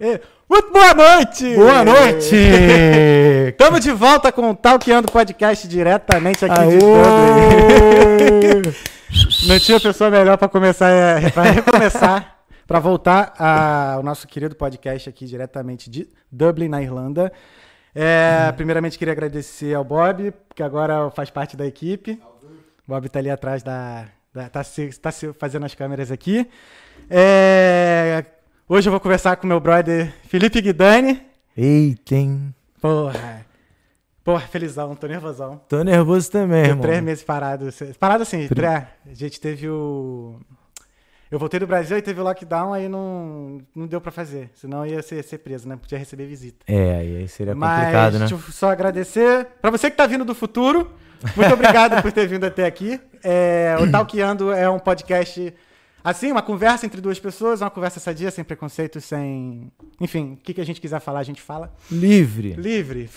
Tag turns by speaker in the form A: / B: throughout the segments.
A: É, Muito boa noite!
B: Boa noite!
A: Estamos de volta com o Talkando Podcast diretamente aqui de Dublin.
B: Aê!
A: Não tinha pessoa melhor para começar, é, pra recomeçar, para voltar a- ao nosso querido podcast aqui diretamente de Dublin, na Irlanda. É, Primeiramente, queria agradecer ao Bob, que agora faz parte da equipe. O Bob tá ali atrás da. da tá, se, tá se fazendo as câmeras aqui. É, hoje eu vou conversar com meu brother Felipe Guidani.
B: Eita, hein?
A: Porra! Porra, felizão, tô nervosão.
B: Tô nervoso também,
A: Fiquei
B: irmão.
A: três meses parado. Parado assim, tre- a gente teve o. Eu voltei do Brasil e teve o lockdown, aí não, não deu pra fazer. Senão eu ia ser, ser preso, né? Podia receber visita.
B: É, aí aí seria
A: Mas
B: complicado, né?
A: deixa eu só agradecer. Pra você que tá vindo do futuro, muito obrigado por ter vindo até aqui. É, o Talkeando é um podcast, assim, uma conversa entre duas pessoas, uma conversa sadia, sem preconceito, sem. Enfim, o que, que a gente quiser falar, a gente fala.
B: Livre.
A: Livre.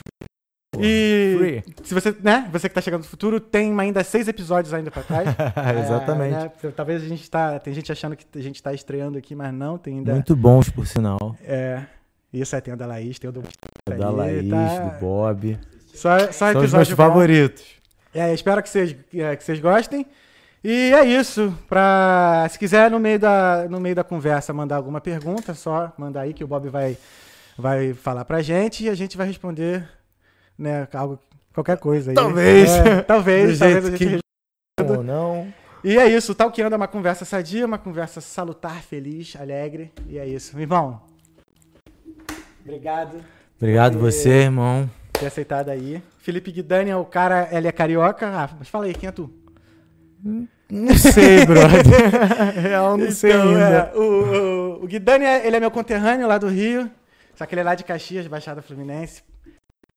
A: E
B: Free.
A: se você, né, você que tá chegando no futuro, tem ainda seis episódios ainda pra trás. É,
B: Exatamente.
A: né, talvez a gente tá, tem gente achando que a gente tá estreando aqui, mas não, tem ainda.
B: Muito bons, por sinal.
A: É, isso é, tem o da Laís, tem o do
B: É Da
A: Aí,
B: Laís,
A: tá.
B: do Bob.
A: Só, só
B: São os meus
A: episódio bom.
B: favoritos.
A: É, espero que vocês, é, que vocês gostem. E é isso. Pra, se quiser, no meio, da, no meio da conversa, mandar alguma pergunta, é só mandar aí que o Bob vai, vai falar pra gente e a gente vai responder né, algo, qualquer coisa. aí.
B: Talvez.
A: É, talvez.
B: Do
A: talvez a
B: jeito
A: gente
B: que- Ou não.
A: E é isso. Tal que anda é uma conversa sadia, uma conversa salutar, feliz, alegre. E é isso. Irmão, obrigado
B: Obrigado você, irmão.
A: por ter aceitado aí. Felipe Guidani é o cara, ele é carioca. Ah, mas fala aí, quem é tu?
B: Não sei, brother. Real, não sei
A: Então,
B: ainda.
A: é, o, o, o Guidani, é- ele é meu conterrâneo lá do Rio, só que ele é lá de Caxias, Baixada Fluminense.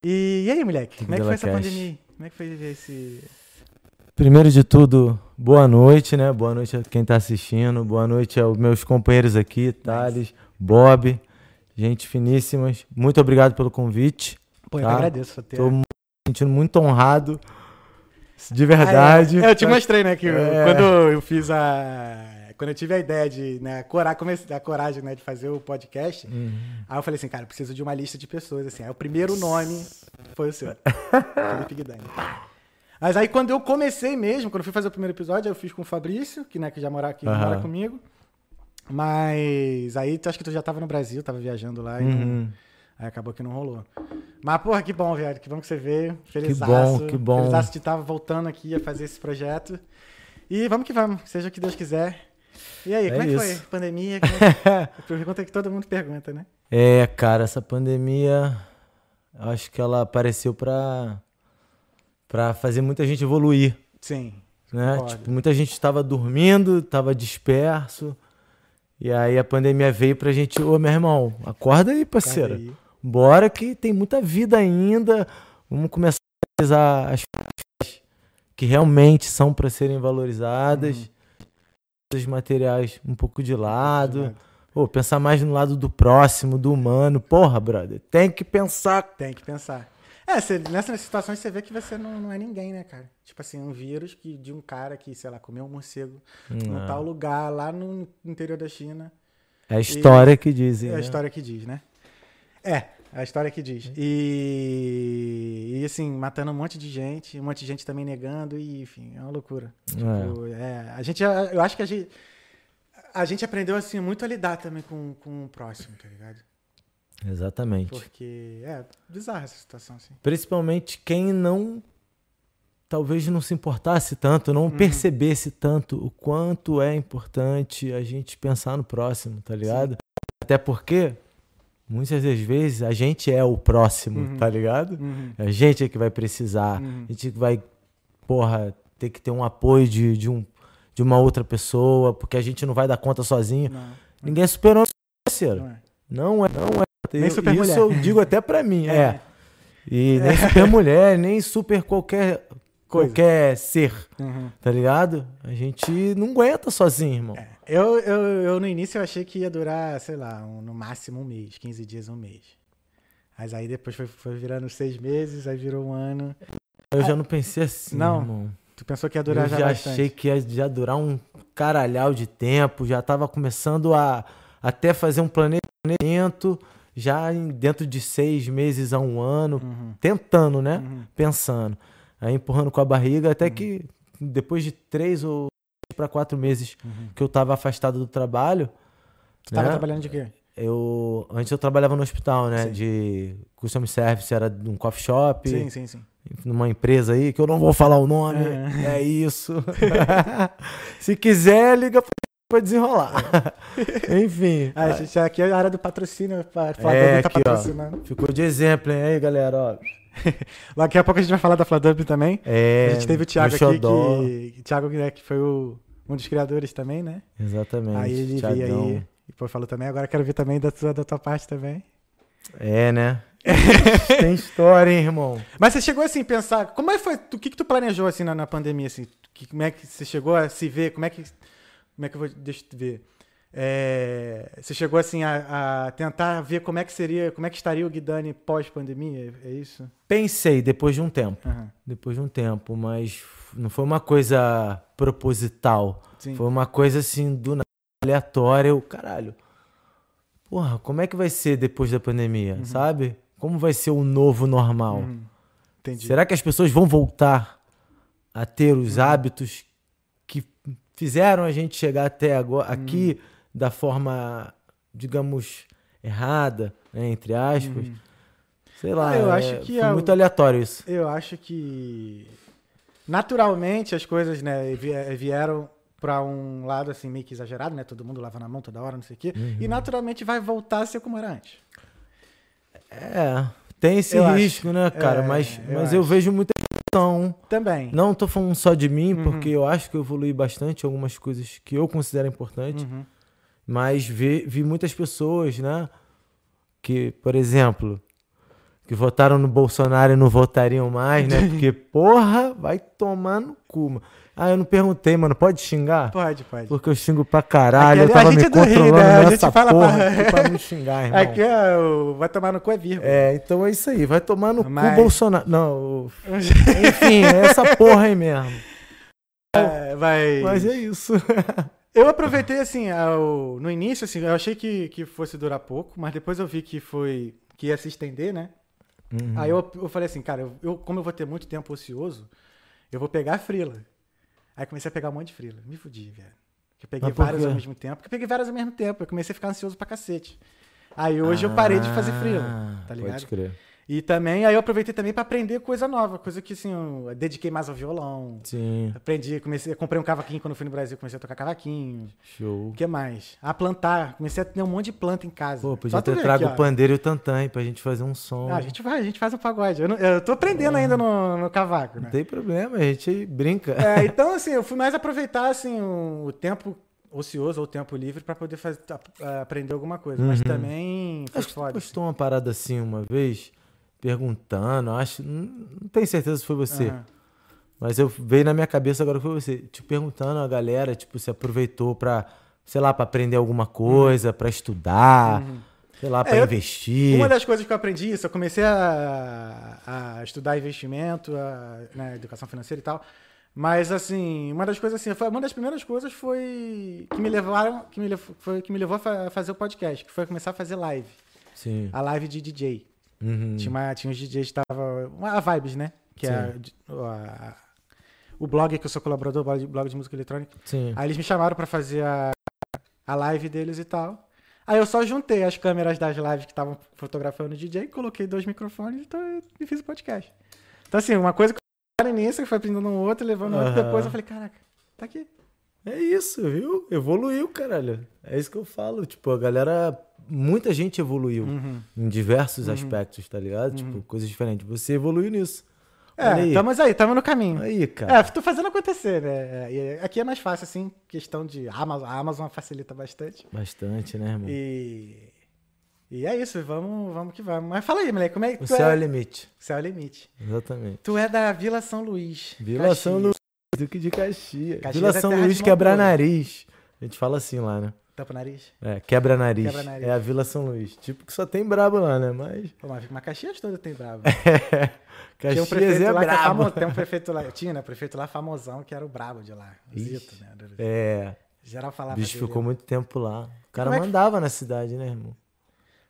A: E, e aí, moleque, como é que foi
B: Vila
A: essa
B: Cash.
A: pandemia? aí? Como é que foi esse...
B: Primeiro de tudo, boa noite, né? Boa noite a quem tá assistindo. Boa noite aos meus companheiros aqui, Thales, Bob, gente finíssimas. Muito obrigado pelo convite.
A: Pô, eu
B: Tá.
A: agradeço por ter...
B: Tô me sentindo muito honrado.
A: Ah,
B: De
A: é.
B: verdade.
A: É, eu te mostrei, né, que eu-
B: É.
A: quando eu fiz a... Quando eu tive a ideia de, né, corar, comecei, a coragem, né, de fazer o podcast,
B: Uhum.
A: aí eu falei assim, cara, eu preciso de uma lista de pessoas, assim. Aí o primeiro nome foi o seu, Felipe Guidani. Mas aí quando eu comecei mesmo, quando eu fui fazer o primeiro episódio, eu fiz com o Fabrício, que, né, que já mora, que
B: Aham.
A: mora comigo. Mas aí tu- acho que tu já tava no Brasil, tava viajando lá e não-
B: Uhum.
A: aí acabou que não rolou. Mas, porra, que bom, velho. Que bom que você veio. Felizaço.
B: bom, que bom.
A: Felizaço de estar voltando aqui a fazer esse projeto. E vamos que vamos, seja o que Deus quiser. E aí,
B: É
A: como é que
B: isso.
A: foi? Pandemia? Como é que- A pergunta que todo mundo pergunta, né?
B: É, cara, essa pandemia, eu acho que ela apareceu pra, pra fazer muita gente evoluir.
A: Sim.
B: né?
A: Concordo.
B: Tipo, muita gente estava dormindo, estava disperso. E aí a pandemia veio pra gente, ô meu irmão, acorda aí, parceiro.
A: Cadê aí?
B: Bora que tem muita vida ainda. Vamos começar a valorizar as coisas que realmente são para serem valorizadas.
A: Uhum.
B: Os materiais um pouco de lado. Pô, pensar mais no lado do próximo, do humano. Porra, brother, tem que pensar.
A: Tem que pensar. É, você- nessas situações você vê que você não, não é ninguém, né, cara? Tipo assim, um vírus que, de um cara que, sei lá, comeu um morcego num tal lugar lá no interior da China.
B: É a história que dizem.
A: É a
B: né?
A: história que diz, né? É, a história que diz. E, e, assim, matando um monte de gente, um monte de gente também negando, e enfim, é uma loucura. Tipo, é, a gente, eu acho que a gente, a gente aprendeu assim muito a lidar também com, com o próximo, tá ligado?
B: É, exatamente.
A: Porque é bizarra essa situação assim.
B: Principalmente quem não. Talvez não se importasse tanto,
A: Uhum.
B: não percebesse tanto o quanto é importante a gente pensar no próximo, tá ligado? Até porque, muitas das vezes, a gente é o próximo,
A: Uhum.
B: tá ligado?
A: Uhum,
B: A gente é que vai precisar,
A: Uhum.
B: a gente que vai, porra, ter que ter um apoio de, de, um, de uma outra pessoa, porque a gente não vai dar conta sozinho.
A: não,
B: Ninguém superou, parceiro.
A: não é.
B: Não é, não é.
A: Nem
B: Eu-
A: super
B: isso
A: mulher.
B: eu digo até pra mim,
A: É.
B: é. E nem super mulher, nem super qualquer,
A: Coisa.
B: qualquer ser,
A: Uhum.
B: tá ligado? A gente não aguenta sozinho, irmão.
A: É. Eu, eu, eu no início eu achei que ia durar, sei lá, um- no máximo um mês, 15 dias, um mês. Mas aí depois foi, foi virando seis meses, aí virou um ano.
B: Eu já não pensei assim,
A: Não,
B: irmão.
A: Tu pensou que ia durar
B: Eu
A: já,
B: já
A: bastante.
B: achei que ia já durar um caralhau de tempo, já tava começando a até fazer um planejamento planejamento já em- dentro de seis meses a um ano, tentando, né?
A: Uhum.
B: Pensando. Aí empurrando com a barriga, até que depois de três ou para quatro meses que eu tava afastado do trabalho,
A: Uhum. Tu tava
B: né?
A: trabalhando de quê?
B: eu antes eu trabalhava no hospital, né?
A: Sim.
B: De custom service, era de um coffee shop,
A: Sim, sim, sim.
B: numa empresa aí que eu não vou falar o nome.
A: É.
B: É isso. Se quiser, liga pra- pra desenrolar. Enfim.
A: Ah, gente, aqui é a área do patrocínio, pra falar
B: É,
A: tá
B: aqui, ó.
A: patrocinando.
B: Ficou de exemplo, hein? Aí, galera, ó.
A: Daqui a pouco a gente vai falar da Fladub também.
B: É,
A: a gente teve o Thiago
B: no
A: aqui,
B: Xodó.
A: que, Thiago, né, que foi o- um dos criadores também, né?
B: Exatamente.
A: aí ele veio
B: É, Thiagão.
A: aí e pô, falou também. Agora quero ver também da tua, da tua parte também.
B: É, né? Tem história, hein, irmão?
A: Mas você chegou assim, a pensar, como é que foi, o que que tu planejou assim na, na pandemia, assim, Que- como é que você chegou a se ver, como é que, como é que eu vou, deixa eu ver, É, você chegou assim a, a tentar ver como é que seria, como é que estaria o Guidani pós-pandemia, é isso?
B: Pensei depois de um tempo.
A: Aham,
B: Depois de um tempo, mas não foi uma coisa proposital.
A: Sim.
B: Foi uma coisa assim, do nada, aleatória. Eu, caralho. Porra, como é que vai ser depois da pandemia, sabe? Como vai ser o novo normal?
A: Uhum. Entendi. Uhum.
B: Será que as pessoas vão voltar a ter os hábitos que fizeram a gente chegar até
A: Uhum.
B: agora, aqui da forma, digamos, errada, né, entre aspas? Sei lá,
A: Uhum. Ah, eu
B: é,
A: acho que
B: foi
A: a-
B: muito aleatório isso.
A: Eu acho que naturalmente as coisas, né, vi- vieram pra um lado assim meio que exagerado, né, todo mundo lavando a mão toda hora, não sei o quê,
B: Uhum.
A: e naturalmente vai voltar a ser como era antes.
B: É, tem esse
A: Eu acho.
B: risco, né, cara?
A: É,
B: mas
A: eu
B: eu, mas eu
A: acho.
B: vejo muita questão.
A: Também.
B: Não tô falando só de mim,
A: Uhum.
B: porque eu acho que eu evolui bastante algumas coisas que eu considero importantes.
A: Uhum.
B: Mas vi, vi muitas pessoas, né? Que, por exemplo, que votaram no Bolsonaro e não votariam mais, né? Porque, porra, vai tomar no cu. mano. Ah, eu não perguntei, mano. Pode xingar?
A: Pode, pode.
B: Porque eu xingo pra caralho.
A: Aqui,
B: eu
A: a
B: tava
A: gente é
B: me
A: do Rio,
B: controlando
A: né? A
B: nessa
A: gente fala
B: porra
A: pra-
B: aqui pra não xingar, irmão.
A: Aqui é o vai tomar no cu é vírgula.
B: É, então é isso aí. Vai tomar no
A: Mas-
B: cu Bolsonaro. Não, o- enfim, é essa porra aí mesmo.
A: É, vai.
B: Mas é isso.
A: Eu aproveitei assim, ao- no início, assim, eu achei que, que fosse durar pouco, mas depois eu vi que foi. que ia se estender, né?
B: Uhum.
A: Aí eu, eu falei assim, cara, eu, eu- como eu vou ter muito tempo ocioso, eu vou pegar frila. Aí comecei a pegar um monte de frila. Me fudi, velho. Porque Eu peguei
B: Mas por
A: várias ao
B: quê?
A: mesmo tempo. Porque eu peguei várias ao mesmo tempo. Eu comecei a ficar ansioso pra cacete. Aí hoje eu parei de fazer frila,
B: Ah,
A: tá ligado?
B: Pode crer.
A: E também, aí eu aproveitei também pra aprender coisa nova, coisa que assim, eu dediquei mais ao violão.
B: Sim,
A: Aprendi, comecei, comprei um cavaquinho quando eu fui no Brasil, comecei a tocar cavaquinho.
B: show.
A: O que mais? A plantar, comecei a ter um monte de planta em casa.
B: Pô,
A: Só
B: podia
A: tu
B: ter
A: ver
B: trago
A: aqui,
B: o
A: ó.
B: pandeiro e o tantã hein, pra gente fazer um som.
A: Ah, a gente vai, a gente faz um pagode. Eu, não- eu tô aprendendo ainda no, no cavaco, né?
B: Não tem problema, a gente aí brinca.
A: É, então, assim, eu fui mais aproveitar assim, o, o tempo ocioso ou o tempo livre pra poder faz- a- a- aprender alguma coisa. Mas também foi
B: Uhum. Acho que tu
A: foda.
B: postou uma parada assim uma vez, perguntando, acho. Não, não tenho certeza se foi você.
A: Aham.
B: Mas eu veio na minha cabeça agora que foi você, te perguntando a galera, tipo, se aproveitou pra, sei lá, pra aprender alguma coisa, pra estudar, sei lá, pra
A: Uhum. É, eu-
B: investir.
A: Uma das coisas que eu aprendi isso, eu comecei a, a estudar investimento, a, né, educação financeira e tal. Mas assim, uma das coisas assim, foi, uma das primeiras coisas foi que me levaram, que me levou, foi que me levou a fa- a fazer o podcast, que foi começar a fazer live,
B: Sim.
A: a live de DJ.
B: Uhum.
A: Tinha, uma, tinha uns DJs que tava uma a Vibes, né? Que é a- a- o blog que eu sou colaborador, blog de- blog de música eletrônica.
B: Sim.
A: Aí eles me chamaram pra fazer a, a live deles e tal. Aí eu só juntei as câmeras das lives que estavam fotografando o DJ, coloquei dois microfones e tô- e fiz o podcast. Então, assim, uma coisa que eu era nisso, que foi aprendendo um outro, levando outro,
B: Aham.
A: depois eu falei, caraca, tá aqui.
B: É isso, viu? Evoluiu, caralho. É isso que eu falo. Tipo, a galera. Muita gente evoluiu
A: Uhum.
B: em diversos aspectos, tá ligado? Tipo, coisas diferentes. Você evoluiu nisso. Olha
A: É,
B: aí.
A: estamos aí, estamos no caminho.
B: Aí, cara.
A: É, tô fazendo acontecer, né? É, e Aqui é mais fácil, assim, questão de Amazon, a Amazon facilita bastante.
B: Bastante, né, irmão?
A: É. E, e é isso, vamos, vamos que vamos. Mas fala aí, moleque, como é que
B: O
A: tu
B: céu é o
A: é?
B: limite.
A: Céu é o limite.
B: Exatamente.
A: Tu é da Vila São Luís.
B: Vila
A: Caxias.
B: São Luís, Duque de Caxias.
A: Caxias
B: Vila
A: é
B: São
A: terra de
B: Luís quebra
A: montanha.
B: nariz. A gente fala assim lá, né?
A: Tampa o nariz?
B: É, quebra nariz.
A: Quebra nariz.
B: É a Vila São Luís. Tipo, que só tem brabo lá, né? Mas.
A: Pô, mas uma Caxias toda tem brabo. Tinha um
B: Caxias
A: prefeito
B: é
A: lá que é
B: brabo.
A: famoso. Tem um prefeito lá. Tinha, né? Prefeito lá famosão que era o brabo de lá. o Zito, né?
B: É.
A: Geral
B: O
A: falava
B: bicho
A: dele.
B: ficou muito tempo lá. O cara
A: Como é que-
B: mandava na cidade, né, irmão?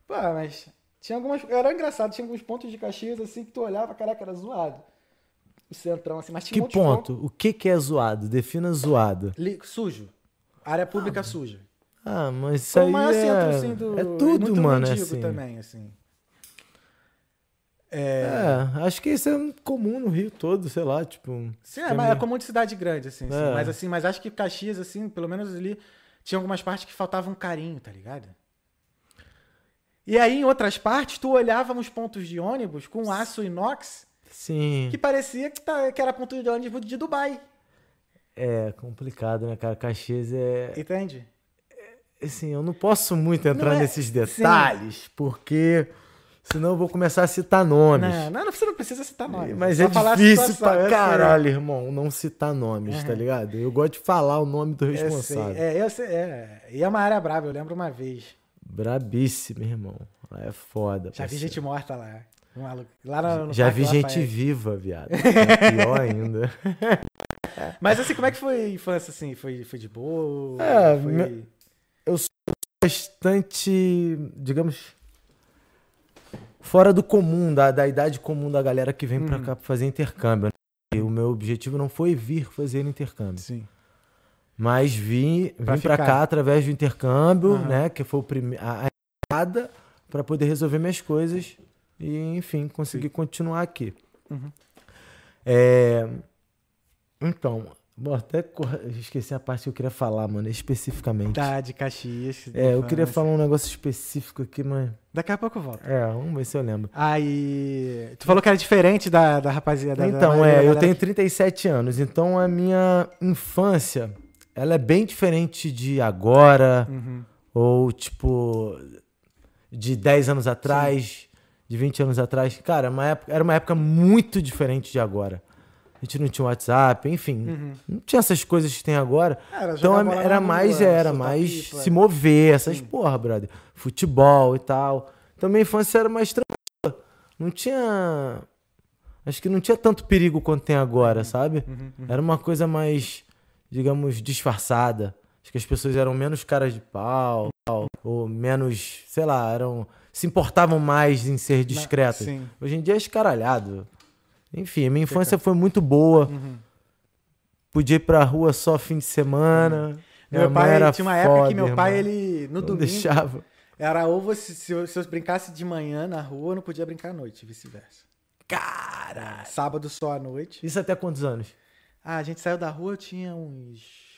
A: Pô, mas tinha algumas. Era engraçado, tinha alguns pontos de Caxias assim que tu olhava, caraca, era zoado. O centrão, assim, mas tinha
B: Que
A: um monte de ponto.
B: ponto? O que, que é zoado? Defina zoado.
A: Li- Sujo. Área pública suja.
B: Ah, mas isso
A: Foi
B: aí é... é tudo,
A: assim, muito
B: mano, é
A: mendigo
B: assim.
A: também, assim.
B: É, acho que isso é comum no Rio todo, sei lá, tipo...
A: Sim, é, mas é comum de cidade grande, assim, assim.
B: É.
A: Mas assim, mas acho que Caxias, assim, pelo menos ali, tinha algumas partes que faltava um carinho, tá ligado? E aí, em outras partes, tu olhava uns pontos de ônibus com um aço inox
B: Sim,
A: que parecia que, tá- que era ponto de ônibus de Dubai.
B: é complicado, né, cara? Caxias é...
A: Entende?
B: Assim, eu não posso muito entrar
A: Não é-
B: nesses
A: sim.
B: detalhes, porque senão eu vou começar a citar nomes.
A: Não, não, você não precisa citar nome.
B: Mas
A: Só
B: é
A: falar a
B: difícil
A: situação,
B: pra
A: eu sei.
B: caralho, irmão, não citar nomes, tá
A: Aham.
B: ligado? Eu gosto de falar o nome do
A: Eu sei,
B: responsável.
A: é, eu sei, é. E é uma área brava, eu lembro uma vez.
B: Brabíssimo, irmão. Lá é foda.
A: Já vi
B: parceiro.
A: gente morta lá. Um maluco. Lá no, no
B: Já
A: Parque
B: vi gente
A: Lafayette.
B: viva, viado. É pior ainda.
A: Mas assim, como é que foi a infância, assim? Foi, foi de boa?
B: É,
A: foi...
B: me- Bastante, digamos, fora do comum, da, da idade comum da galera que vem pra
A: Uhum.
B: cá pra fazer intercâmbio. né? E o meu objetivo não foi vir fazer intercâmbio.
A: Sim.
B: Mas vim,
A: Pra
B: vim pra
A: ficar.
B: cá através do intercâmbio,
A: Aham.
B: né? Que foi o prime- a a entrada pra poder resolver minhas coisas e, enfim, conseguir continuar aqui.
A: Uhum.
B: É, Então, bom, até co- esqueci a parte que eu queria falar, mano, especificamente.
A: Tá, de Caxias.
B: É, eu
A: da
B: queria
A: infância.
B: falar um negócio específico aqui, mas.
A: Daqui a pouco eu volto.
B: É, vamos ver se eu lembro.
A: Aí. Tu falou que era diferente da, da rapaziada. da
B: Então,
A: maioria da
B: é, eu
A: galera
B: tenho 37 anos, então a minha infância, ela é bem diferente de agora.
A: que- Uhum.
B: ou tipo de 10 anos atrás, de 20 anos atrás. Cara, uma época- era uma época muito diferente de agora. A gente não tinha WhatsApp, enfim,
A: Uhum.
B: não tinha essas coisas que tem agora.
A: Ah, Era
B: então
A: jogar
B: a-
A: bola
B: era
A: na
B: mais,
A: rua, né?
B: era
A: soltar
B: mais
A: pipa.
B: se mover, essas porra, brother. Futebol e tal. Então minha infância era mais tranquila. Não tinha. Acho que não tinha tanto perigo quanto tem
A: Uhum.
B: agora, sabe? Era uma coisa mais, digamos, disfarçada. Acho que as pessoas eram menos caras de pau, tal, ou menos, sei lá, eram. se importavam mais em ser discretas.
A: Sim.
B: Hoje em dia é escaralhado. Enfim, a minha infância foi muito boa.
A: Uhum.
B: Podia ir pra rua só fim de semana. Minha
A: Uhum. Meu
B: mãe
A: pai
B: era
A: tinha uma época
B: foda,
A: que meu
B: irmão.
A: pai, ele. No
B: Não
A: domingo.
B: deixava.
A: Era ou você, se, eu, se eu brincasse de manhã na rua, eu não podia brincar à noite, vice-versa.
B: Cara!
A: Sábado só à noite.
B: Isso até quantos anos?
A: Ah, a gente saiu da rua, eu tinha uns.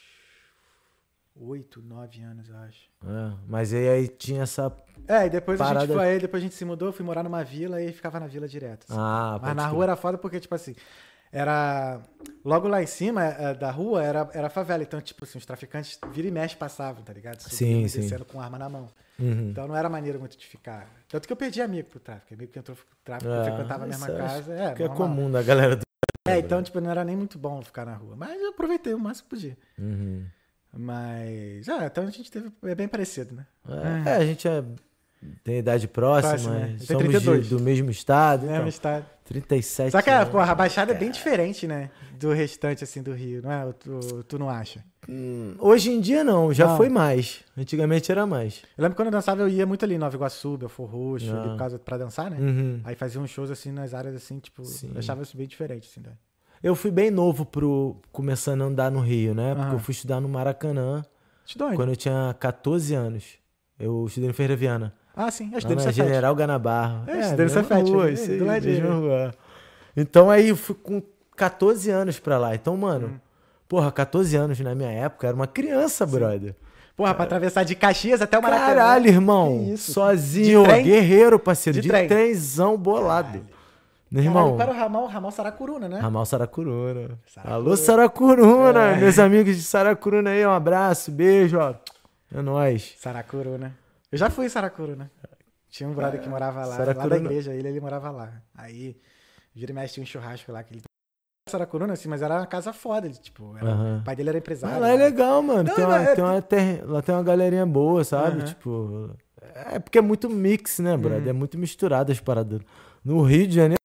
A: oito, nove anos, eu acho.
B: É, mas aí, aí tinha essa.
A: É, e depois a gente
B: Parada-
A: foi, aí depois a gente se mudou, fui morar numa vila e ficava na vila direto. assim.
B: Ah,
A: Mas
B: pode
A: na
B: crer.
A: rua era foda porque, tipo assim, era. Logo lá em cima eh, da rua era, era favela. Então, tipo assim, os traficantes vira e mexe passavam, tá ligado?
B: Sim,
A: Subindo e
B: sim.
A: descendo com arma na mão.
B: Uhum.
A: Então não era maneira muito de ficar. Tanto que eu perdi amigo pro tráfico. Amigo que entrou pro tráfico,
B: É,
A: que frequentava a mesma
B: isso eu acho
A: casa. É,
B: que é
A: normal.
B: comum né? da galera do.
A: É, então, tipo, não era nem muito bom ficar na rua. Mas eu aproveitei o máximo que podia.
B: Uhum.
A: Mas. Ah, então a gente teve. É bem parecido, né?
B: É, a gente é- tem idade próxima, né?
A: Próxima, é. Eu tenho
B: somos de-
A: 32.
B: do mesmo estado,
A: Lembra
B: então,
A: de estar.
B: 37
A: tá. Só que a,
B: anos.
A: porra, a Baixada é bem diferente, né? Do restante, assim, do Rio, não é? Ou Tu, tu não acha?
B: Hum, Hoje em dia não, já
A: Não.
B: foi mais. Antigamente era mais.
A: Eu lembro que quando eu dançava, eu ia muito ali em Nova Iguaçu, Belfor Roxo,
B: Ah.
A: ali por causa pra dançar, né?
B: Uhum.
A: Aí fazia uns shows, assim, nas áreas, assim, tipo...
B: Sim.
A: Eu achava isso bem diferente, assim, né?
B: Eu fui bem novo pro começando a andar no Rio, né? Porque
A: Aham.
B: eu fui estudar no Maracanã
A: Te dou onde?
B: quando eu tinha 14 anos. Eu estudei no Ferreira Viana.
A: Ah, sim, acho
B: Lá na
A: que General...
B: General Ganabarro.
A: É, estudei no
B: mesma
A: Cefete,
B: rua,
A: é,
B: isso aí,
A: do ladinho.
B: mesma rua. Então aí eu fui com 14 anos pra lá. Então, mano,
A: Hum.
B: porra, 14 anos na minha época, era uma criança, brother.
A: Porra, pra atravessar de Caxias até o Maracanã.
B: É. Caralho, irmão.
A: Que isso?
B: Sozinho,
A: De trem?
B: guerreiro, parceiro. De,
A: De trem.
B: trenzão bolado. Meu
A: Caralho,
B: irmão,
A: para o ramal, ramal Saracuruna, né?
B: Ramal Saracuruna.
A: Saracuruna. É.
B: Alô, Saracuruna. Meus amigos de Saracuruna aí, um abraço, beijo, ó. É nóis.
A: Saracuruna. Eu já fui em Saracuruna. Tinha um brother que morava lá, lá
B: Saracuruna.
A: da igreja, ele, ele morava lá. Aí, vira e mexe, tinha um churrasco lá que ele... Saracuruna, assim, mas era uma casa foda, de, tipo, era...
B: Aham.
A: o pai dele era
B: Ah,
A: empresário.
B: lá é
A: né?
B: legal, mano.
A: Não,
B: tem uma,
A: não, é-
B: tem uma ter- Lá tem uma galerinha boa, sabe?
A: Aham. Hum.
B: Tipo. É porque é muito mix, né, brother? É muito misturado as paradas. No Rio de Janeiro.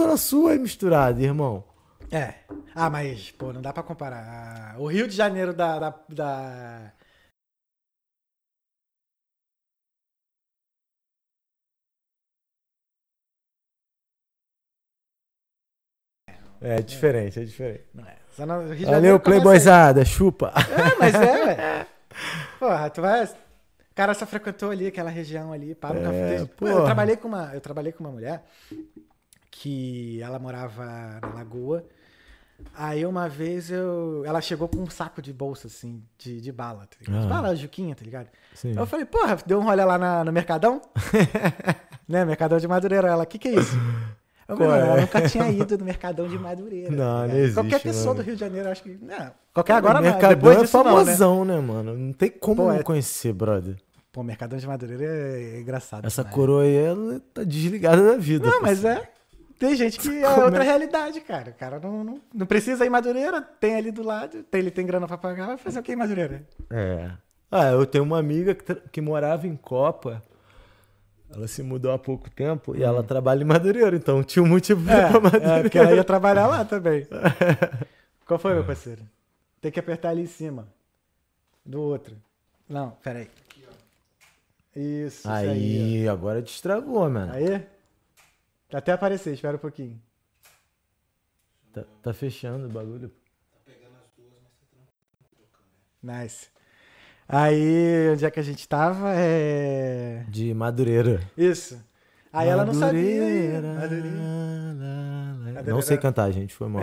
B: Zona Sul é misturado, irmão.
A: É. Ah, mas, pô, não dá pra comparar. Ah, O Rio de Janeiro da. da, da-
B: É diferente, é diferente.
A: Não é. Só no Rio de
B: Valeu,
A: Janeiro começa
B: Playboyzada, chupa.
A: aí. É, mas é, ué. Porra, tu vai. O cara só frequentou ali aquela região ali, para o
B: É,
A: cafeteiro. Pô, eu
B: porra.
A: trabalhei com uma, eu trabalhei com uma mulher que ela morava na Lagoa. Aí uma vez eu, ela chegou com um saco de bolsa assim, de, de bala, tá ligado? De
B: Ah.
A: bala Juquinha, tá ligado?
B: Sim.
A: Eu falei, porra, deu um rolê lá na- no Mercadão? né, Mercadão de Madureira. Ela, o que que é isso? Eu falei,
B: Qual
A: "Não, ela
B: é?"
A: nunca tinha ido no Mercadão de Madureira.
B: Não,
A: tá ligado?
B: não existe,
A: Qualquer pessoa
B: mano.
A: do Rio de Janeiro, acho que... Não, qualquer agora
B: o
A: não,
B: Mercadão
A: depois
B: é
A: disso não, né?
B: famosão, né? mano? Não tem como
A: Pô, é-
B: não conhecer, brother.
A: Pô, Mercadão de Madureira é engraçado.
B: Essa
A: demais.
B: coroa aí, ela tá desligada da vida.
A: Não,
B: parceiro.
A: mas é... Tem gente que é
B: Como é?
A: outra realidade, cara. O cara não, não, não precisa ir em Madureira, tem ali do lado, tem, ele tem grana pra pagar, vai fazer o que em Madureira?
B: É. Ah, eu tenho uma amiga que, tra- que morava em Copa. Ela se mudou há pouco tempo e ela trabalha em Madureira, então tinha um motivo pra ir pra
A: Hum. É, é, porque ela
B: Madureira.
A: ia trabalhar lá também. Qual foi, meu parceiro? Tem que apertar ali em cima. Do outro. Não, peraí. Isso, isso aí.
B: Aí, agora destravou,
A: ó.
B: mano.
A: Aí? Até aparecer, espera um pouquinho.
B: Tá, tá fechando o bagulho.
A: Nice. Aí, onde é que a gente tava? É.
B: De Madureira.
A: Isso. Aí ela não sabia.
B: Madureira,
A: Madureira.
B: lá, lá.
A: Madureira.
B: Não sei cantar, gente, foi mal.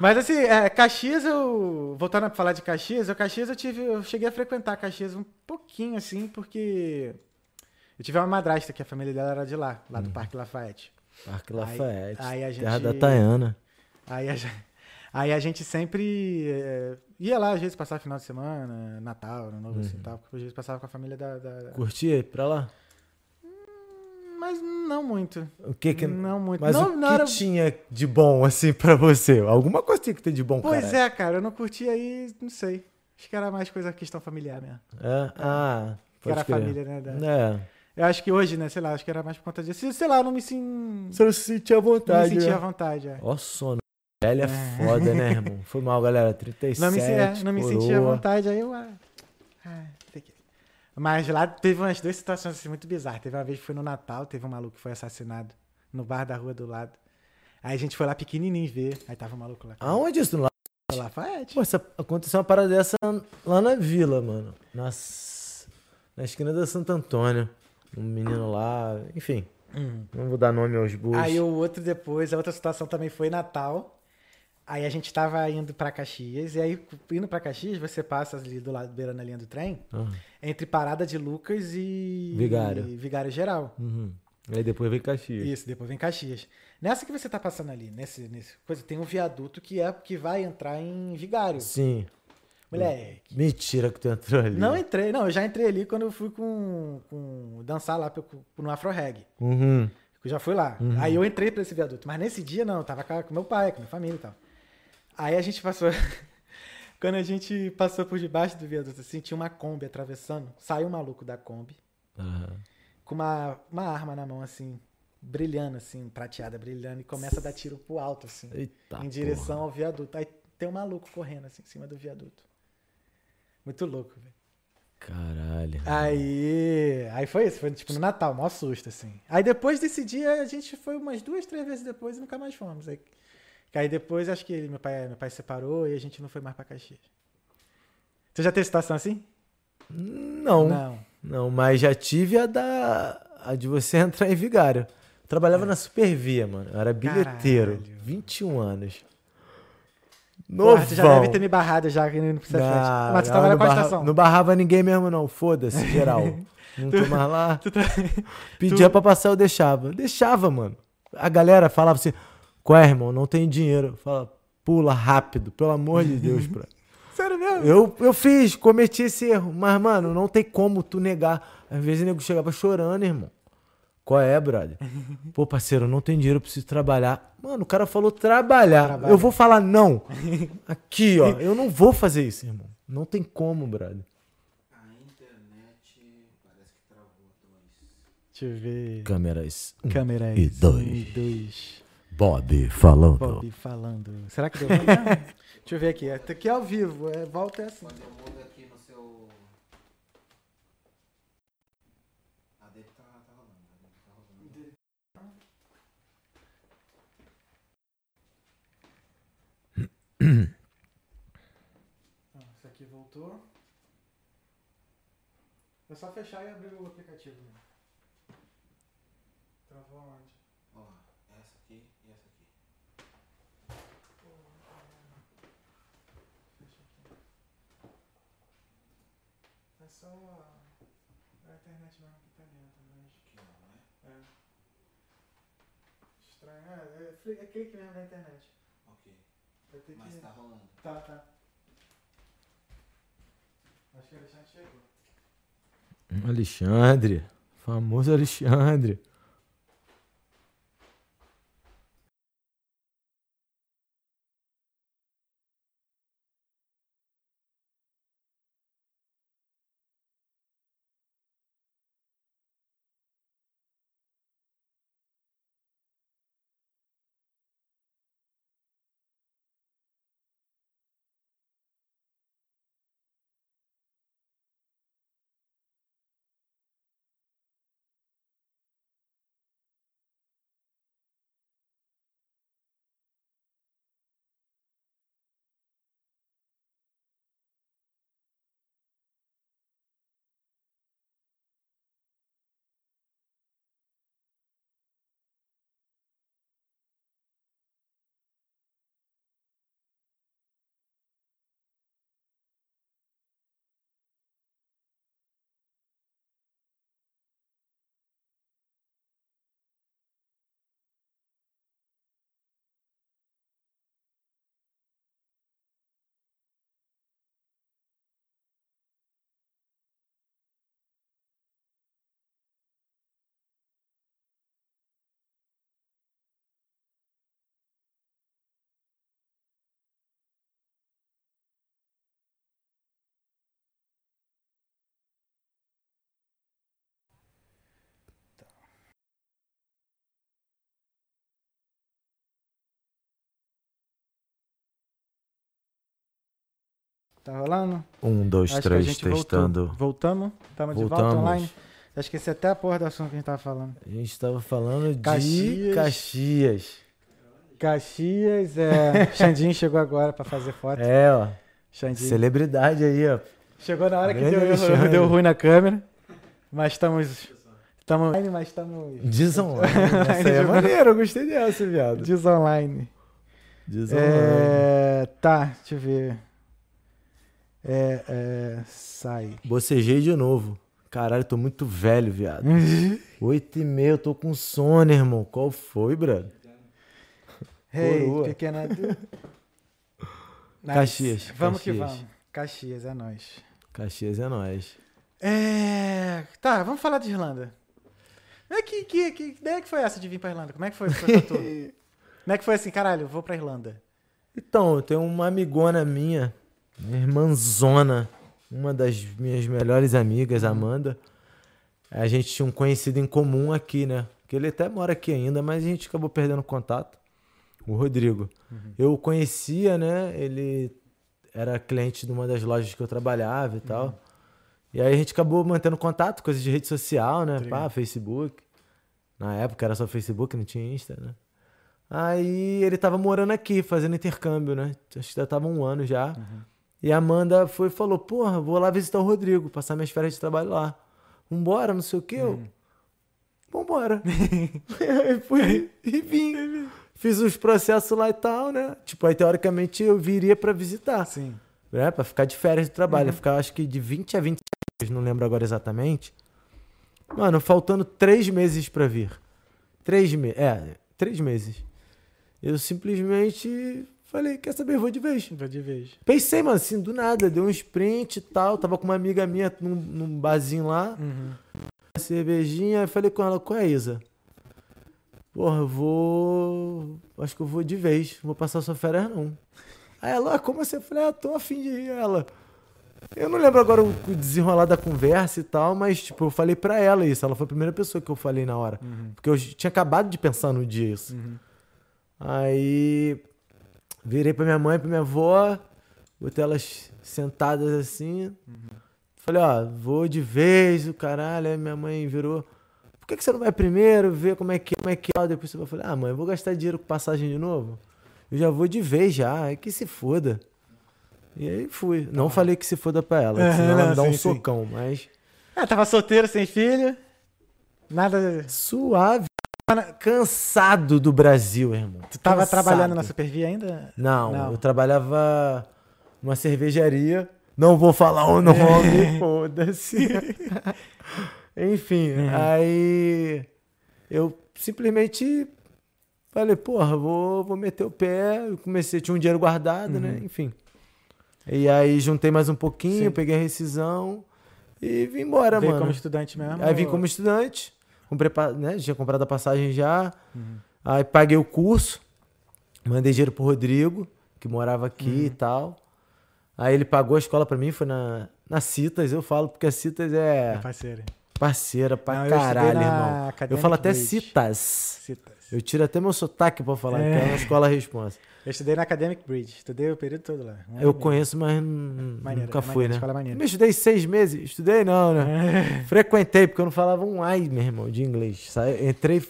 A: Mas assim, é, Caxias, eu. Voltando a falar de Caxias, eu, Caxias eu tive. Eu cheguei a frequentar Caxias um pouquinho, assim, porque. Eu tive uma madrasta que a família dela era de lá, lá
B: Hum.
A: do Parque Lafayette.
B: Parque Lafayette,
A: aí a
B: terra da
A: gente-
B: Tayana.
A: Aí a, gen- aí a gente sempre é, ia lá, às vezes passava final de semana, Natal, Ano Novo,
B: Uhum.
A: assim, tal, porque às vezes passava com a família da. da- da-
B: Curti ir pra lá?
A: Mas não muito.
B: O que que...
A: Não muito.
B: Mas
A: não,
B: o
A: não
B: que
A: era-
B: tinha de bom, assim, pra você? Alguma coisa tinha que ter de bom,
A: Pois
B: caralho.
A: é, cara, eu não curti aí, não sei. Acho que era mais coisa questão familiar mesmo.
B: É? Ah,
A: Que era
B: pode
A: a
B: crer.
A: família, né? da-
B: É.
A: Eu acho que hoje, né, sei lá, acho que era mais por conta disso. Sei lá, eu não me, sin...
B: Você não se sentia à
A: não me
B: vontade.
A: sentia à
B: né?
A: vontade. é.
B: Ó, sono. Velha é foda, né, irmão? Foi mal, galera. 37.
A: Não me, sen- é, não me sentia à
B: coroa.
A: vontade, aí eu. ah, ah, sei que- Mas lá teve umas duas situações assim, muito bizarras. Teve uma vez que foi no Natal, teve um maluco que foi assassinado no bar da rua do lado. Aí a gente foi lá pequenininho ver. Aí tava o maluco lá.
B: Aonde isso? Lá?
A: Foi lá, foi, é, tipo,
B: Pô, essa- aconteceu uma parada dessa lá na vila, mano. Nas... Na esquina da Santo Antônio. Um menino lá, enfim. Não vou dar nome aos burros.
A: Hum. Aí o outro depois, a outra situação também foi Natal. Aí a gente tava indo pra Caxias, e aí indo pra Caxias, você passa ali do lado, beirando a linha do trem,
B: Ah,
A: entre Parada de Lucas e
B: Vigário.
A: e Vigário Geral.
B: uhum. Aí depois veio Caxias.
A: Isso, depois vem Caxias. Nessa que você tá passando ali, nesse, nesse coisa, tem um viaduto que é que vai entrar em Vigário.
B: Sim.
A: Moleque.
B: Mentira que tu entrou ali.
A: Não entrei, não, eu já entrei ali quando eu fui com, com dançar lá pro- no Afro Reggae.
B: Uhum.
A: Eu já fui lá. Aí eu entrei pra esse viaduto. Mas nesse dia, não, eu tava com a- com meu pai, com minha família e tal. Aí a gente passou. Quando a gente passou por debaixo do viaduto, assim, tinha uma Kombi atravessando. Saiu um maluco da Kombi,
B: Aham.
A: com uma, uma arma na mão, assim, brilhando, assim, prateada, brilhando, e começa a dar tiro pro alto, assim,
B: Eita.
A: em direção ao viaduto. Aí tem um maluco correndo, assim, em cima do viaduto. Muito louco, velho.
B: porra. Caralho.
A: Ah, Aí, aí foi isso, foi tipo no Natal, mó susto, assim. Aí depois desse dia, a gente foi umas duas, três vezes depois e nunca mais fomos. Aí, que aí depois, acho que ele- meu pai, meu pai separou e a gente não foi mais pra Caxias. Você já teve situação assim?
B: Não. Não, mas já tive a da. a de você entrar em Vigário. Trabalhava na Supervia, mano. Eu era bilheteiro.
A: É. Caralho.
B: 21 anos.
A: Porra,
B: Novão.
A: Você já deve ter me barrado já que não precisa
B: Ah,
A: frente. é Mas tu
B: eu
A: trabalha
B: não
A: com a
B: barra-
A: estação.
B: Não barrava ninguém mesmo, não. Foda-se, geral. não tô mais lá.
A: Tu tá- tra-
B: Pedia pra passar, eu deixava. Deixava, mano. A galera falava assim, qual é, irmão? Não tem dinheiro. Fala, pula rápido, pelo amor de Deus, pra...
A: Sério mesmo?
B: Eu, eu fiz, cometi esse erro. Mas, mano, não tem como tu negar. Às vezes o nego chegava chorando, irmão. Qual é, brother? Pô, parceiro, eu não tenho dinheiro, eu preciso trabalhar. Mano, o cara falou trabalhar.
A: Trabalha.
B: Eu vou falar não. Aqui, ó. Eu não vou fazer isso, irmão. Não tem como, brother.
A: Deixa eu ver.
B: Câmeras.
A: Câmera aí.
B: Um E dois.
A: Um, dois.
B: Bob falando.
A: Bob falando. Será que deu bom mesmo? Deixa eu ver aqui. Até aqui é ao vivo. É, volta é assim.
C: Quando eu mudo aqui no seu. A dele tá, tá rolando. A dele tá rolando.
A: Isso aqui voltou. É só fechar e abrir o aplicativo. né? Travou aonde?
C: Ó, essa aqui e essa aqui.
A: tá Fecha aqui. É só a, a internet mesmo que tá dentro, mas.
C: Aqui não, né?
A: É. Estranho. É, é, fli- é clique mesmo na internet.
C: Ok.
A: Vai ter
C: Mas
A: que.
C: tá rolando.
A: Tá, tá. Acho que o Alexandre chegou.
B: Alexandre. Famoso Alexandre.
A: Tá rolando?
B: Um, dois,
A: Acho que a
B: três,
A: gente voltou.
B: testando.
A: Voltamos? Tamo de volta
B: Voltamos.
A: online? Já esqueci até a porra do assunto que a gente tava falando.
B: A gente tava falando de
A: Caxias.
B: Caxias.
A: Caxias, é. Xandinho chegou agora pra fazer foto.
B: É, ó.
A: Xandinho.
B: Celebridade aí, ó.
A: Chegou na hora que
B: Grande
A: deu, erro,
B: Alexandre.
A: deu ruim na câmera. Mas estamos. Estamos online, mas estamos.
B: Desonline. Essa aí é maneira, eu gostei dessa, viado.
A: Desonline.
B: É. Desonline.
A: É, tá, deixa eu ver. É, é, sai.
B: Bocejei de novo. Caralho, tô muito velho, viado. Oito e meia, eu tô com sono, irmão. Qual foi, brother?
A: Hey,
B: Coroa.
A: pequena. Du... Nice.
B: Caxias,
A: Vamos que
B: Caxias.
A: vamos. Caxias, é nóis.
B: Caxias é nóis.
A: É. Tá, vamos falar de Irlanda. É, Que, que, que ideia que foi essa de vir pra Irlanda? Como é que foi, foi pra tu? Como é que foi assim, caralho, vou pra Irlanda?
B: Então, eu tenho uma amigona minha, minha irmãzona, uma das minhas melhores amigas, Amanda. A gente tinha um conhecido em comum aqui, né? Que ele até mora aqui ainda, mas a gente acabou perdendo contato. O Rodrigo. Eu o conhecia, né? Ele era cliente de uma das lojas que eu trabalhava e tal. E aí a gente acabou mantendo contato, coisa de rede social, né? Pá, Facebook. Na época era só Facebook, não tinha Insta, né? Aí ele tava morando aqui, fazendo intercâmbio, né? Acho que já tava um ano já. E a Amanda foi e falou: Porra, vou lá visitar o Rodrigo, passar minhas férias de trabalho lá. Vambora, não sei o quê.
A: Uhum. Hum.
B: Eu, Vambora. aí fui e vim. Fiz os processos lá e tal, né? Tipo, aí teoricamente eu viria pra visitar
A: Sim.
B: né? Pra ficar de férias do trabalho. Ficar, acho que de 20 a 20 dias, não lembro agora exatamente. Mano, faltando três meses pra vir. Três meses. É, três meses. Eu simplesmente falei, quer saber, vou de vez.
A: Vou de vez.
B: Pensei, mano, assim, do nada. Dei um sprint e tal. Tava com uma amiga minha num, num barzinho lá uma cervejinha, aí falei com ela, qual é, Isa? Porra, eu vou. Acho que eu vou de vez, não vou passar sua férias não. Aí ela, "Ah, como assim? Eu falei, ah, tô afim de ir. Ela. Eu não lembro agora o o desenrolar da conversa e tal, mas, tipo, eu falei pra ela isso. Ela foi a primeira pessoa que eu falei na hora. Porque eu tinha acabado de pensar no dia isso. Aí. Virei pra minha mãe, pra minha avó, botei elas sentadas assim, Falei, ó, vou de vez, o caralho. Aí minha mãe virou. Por que, que você não vai primeiro, ver como é que é, como é, que é? Depois você vai falar, ah, mãe, eu vou gastar dinheiro com passagem de novo. Eu já vou de vez já, é que se foda. E aí fui. Não falei que se foda pra ela,
A: Aham,
B: que senão ela me dá
A: Ah. não,
B: um
A: sim, sim.
B: socão, mas.
A: Ah, tava solteiro, sem filho. Nada.
B: Suave. Cansado do Brasil, irmão.
A: Tu tava
B: Cansado.
A: trabalhando na Supervia ainda?
B: Não,
A: Não.
B: eu trabalhava numa cervejaria. Não vou falar o nome, foda-se. Enfim,
A: Uhum.
B: aí eu simplesmente falei, porra, vou, vou meter o pé. Eu comecei, tinha um dinheiro guardado, né? Enfim. E aí juntei mais um pouquinho,
A: Uhum. Sim.
B: peguei a rescisão e vim embora,
A: Veio
B: mano.
A: como estudante mesmo?
B: Aí vim
A: ou-
B: como estudante, comprei, pa- né? Tinha comprado a passagem já.
A: Uhum.
B: Aí paguei o curso, mandei dinheiro pro Rodrigo, que morava aqui e
A: Uhum.
B: tal. Aí ele pagou a escola pra mim, foi na, na Citas, eu falo, porque a Citas é
A: É parceiro.
B: parceira pra
A: Não, eu estudei
B: caralho,
A: na
B: irmão. Eu
A: Academic
B: falo até
A: Bridge.
B: Citas.
A: Citas.
B: Eu tiro até meu sotaque pra falar,
A: É.
B: que é uma escola responsa.
A: Eu estudei na Academic Bridge. Estudei o período todo lá. Um ano e
B: Eu
A: meio.
B: conheço, mas n-
A: Maneiro,
B: nunca
A: é
B: fui,
A: maneiro,
B: né?
A: escola maneira.
B: Eu estudei seis meses. Estudei não,
A: é
B: né? Frequentei, porque eu não falava um ai, meu irmão, de inglês. Saí- entrei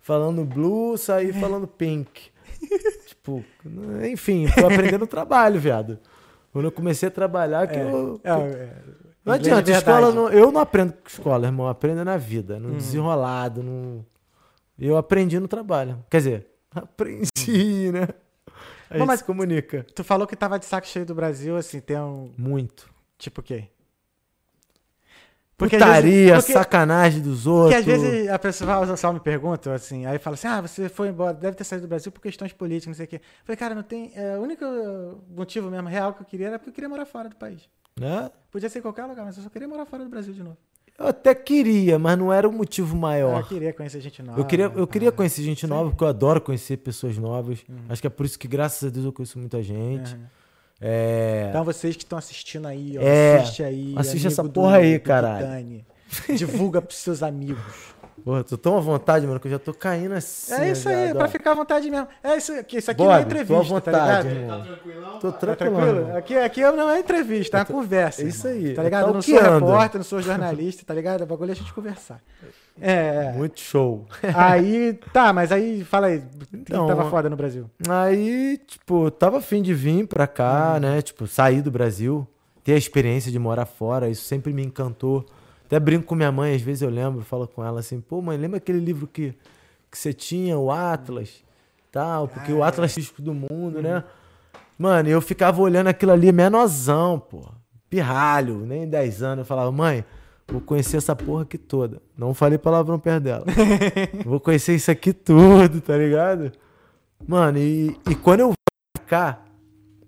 B: falando blue,
A: É.
B: saí falando pink. tipo, enfim, tô aprendendo no trabalho, viado. Quando eu comecei a trabalhar, que eu...
A: É, é,
B: Não
A: inglês de
B: adianta,
A: verdade. Hum.
B: escola não, eu não aprendo com escola, irmão. Eu aprendo na vida, no desenrolado. No... Eu aprendi no trabalho. Quer dizer, aprendi, né? A
A: Hum. Bom,
B: gente
A: mas-
B: se comunica.
A: Tu falou que tava de saco cheio do Brasil, assim, tem um.
B: Muito.
A: Tipo o quê? às
B: Putaria,
A: vezes- porque-
B: sacanagem dos outros.
A: Porque às vezes a pessoa só me pergunta, assim, aí fala assim, ah, você foi embora, deve ter saído do Brasil por questões políticas, não sei o quê. Eu falei, cara, não tem. é, o único motivo mesmo real que eu queria era porque eu queria morar fora do país.
B: né?
A: Podia ser em qualquer lugar, mas eu só queria morar fora do Brasil de novo.
B: Eu até queria, mas não era o motivo
A: Ah, Eu
B: maior.
A: queria conhecer gente nova.
B: Eu queria, eu queria
A: pá.
B: conhecer gente nova, porque eu adoro conhecer pessoas novas.
A: Uhum.
B: Acho que é por isso que, graças a Deus, eu conheço muita gente.
A: Aham.
B: É.
A: Uhum. Então vocês que estão assistindo aí, ó,
B: É,
A: assiste aí.
B: assiste
A: amigo
B: essa
A: do-
B: porra aí,
A: do
B: caralho.
A: Kitani. Divulga pros seus amigos.
B: Porra, tô tão à vontade, mano, que eu já tô caindo assim.
A: É isso aí,
B: viado, ó.
A: pra ficar à vontade mesmo. É isso aqui, isso aqui
B: Bob,
A: não é entrevista,
B: tô à vontade,
A: tá ligado?
B: irmão.
C: Tá tranquilão?
B: Tô
A: Tá
B: tranquilo.
A: tranquilo? Aqui, aqui não é entrevista, é uma conversa.
B: é isso
A: irmão.
B: aí,
A: Tá
B: eu
A: ligado? Eu não sou
B: talqueando.
A: repórter, não sou jornalista, tá ligado? O bagulho é a gente conversar. É.
B: Muito show.
A: Aí, tá, mas aí, fala aí. Quem
B: Então,
A: tava
B: a-
A: foda no Brasil?
B: Aí, tipo, eu tava afim de vir pra cá, né? Tipo, sair do Brasil, ter a experiência de morar fora, isso sempre me encantou. Até brinco com minha mãe, às vezes eu lembro, falo com ela assim, pô, mãe, lembra aquele livro que, que você tinha, o Atlas, tal, porque o Atlas é o disco do mundo, né? Mano, eu ficava olhando aquilo ali, menorzão, pô. Pirralho, nem 10 anos. Eu falava, mãe, vou conhecer essa porra aqui toda. Não falei palavrão perto dela. vou conhecer isso aqui tudo, tá ligado? Mano, e, e quando eu vim pra cá,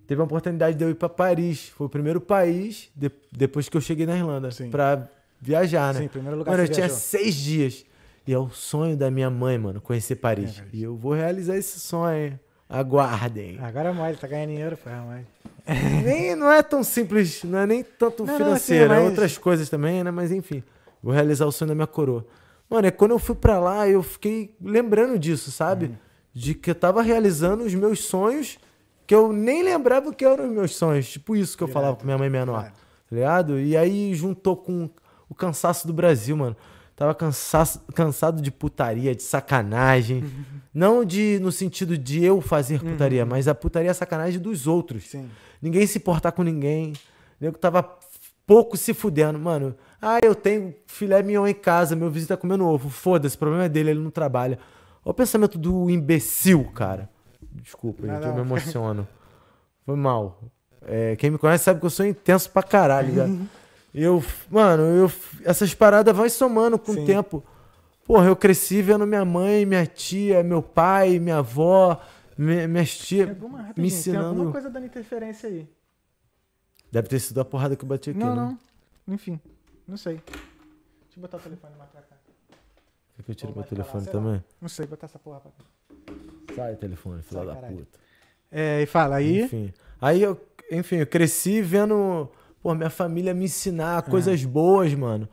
B: teve a oportunidade de eu ir pra Paris. Foi o primeiro país de- depois que eu cheguei na Irlanda
A: Sim.
B: pra viajar, né?
A: Sim, primeiro lugar
B: Mano, eu
A: que você
B: tinha
A: viajou.
B: seis dias. E é o sonho da minha mãe, mano, conhecer
A: É
B: Paris. e eu vou realizar esse sonho. hein? Aguardem.
A: Agora é mole, tá ganhando dinheiro, foi mole.
B: nem, não é tão simples, não é nem tanto
A: Não, não,
B: financeiro,
A: assim,
B: é
A: mas-
B: outras coisas também, né? Mas enfim, vou realizar o sonho da minha coroa. Mano, é quando eu fui pra lá, eu fiquei lembrando disso, sabe? De que eu tava realizando os meus sonhos que eu nem lembrava que eram os meus sonhos. Tipo isso que eu falava com minha mãe menor,
A: irado.
B: tá ligado? E aí juntou com o cansaço do Brasil, mano. Tava cansaço, cansado de putaria, de sacanagem. Não de no sentido de eu fazer putaria, mas a putaria e a sacanagem dos outros
A: Sim.
B: ninguém se importar com ninguém. O nego tava pouco se fudendo, mano. Ah, eu tenho filé mignon em casa, meu vizinho tá comendo ovo. Foda-se, o problema é dele, ele não trabalha. Olha o pensamento do imbecil, cara. Desculpa, gente,
A: Não,
B: eu me
A: não.
B: emociono. Foi mal. É, quem me conhece sabe que eu sou intenso pra caralho, viado. Eu, mano, eu, essas paradas vão somando com
A: Sim.
B: o tempo. Porra, eu cresci vendo minha mãe, minha tia, meu pai, minha avó, mi- minhas tias
A: Tem alguma,
B: me
A: rapidinho, tem
B: ensinando.
A: alguma coisa dando interferência aí.
B: Deve ter sido a porrada que eu bati aqui,
A: não,
B: né?
A: não. Enfim, não sei. Deixa eu botar o telefone mais pra cá.
B: Quer que eu tire
A: Ou
B: meu
A: vai falar,
B: telefone
A: sei lá.
B: também?
A: Não sei, botar essa porra pra cá.
B: Sai, telefone, filha
A: Sai,
B: da
A: caralho.
B: puta.
A: É, e fala aí.
B: Enfim. Aí eu, enfim, eu cresci vendo, pô, minha família me ensinar coisas boas, mano.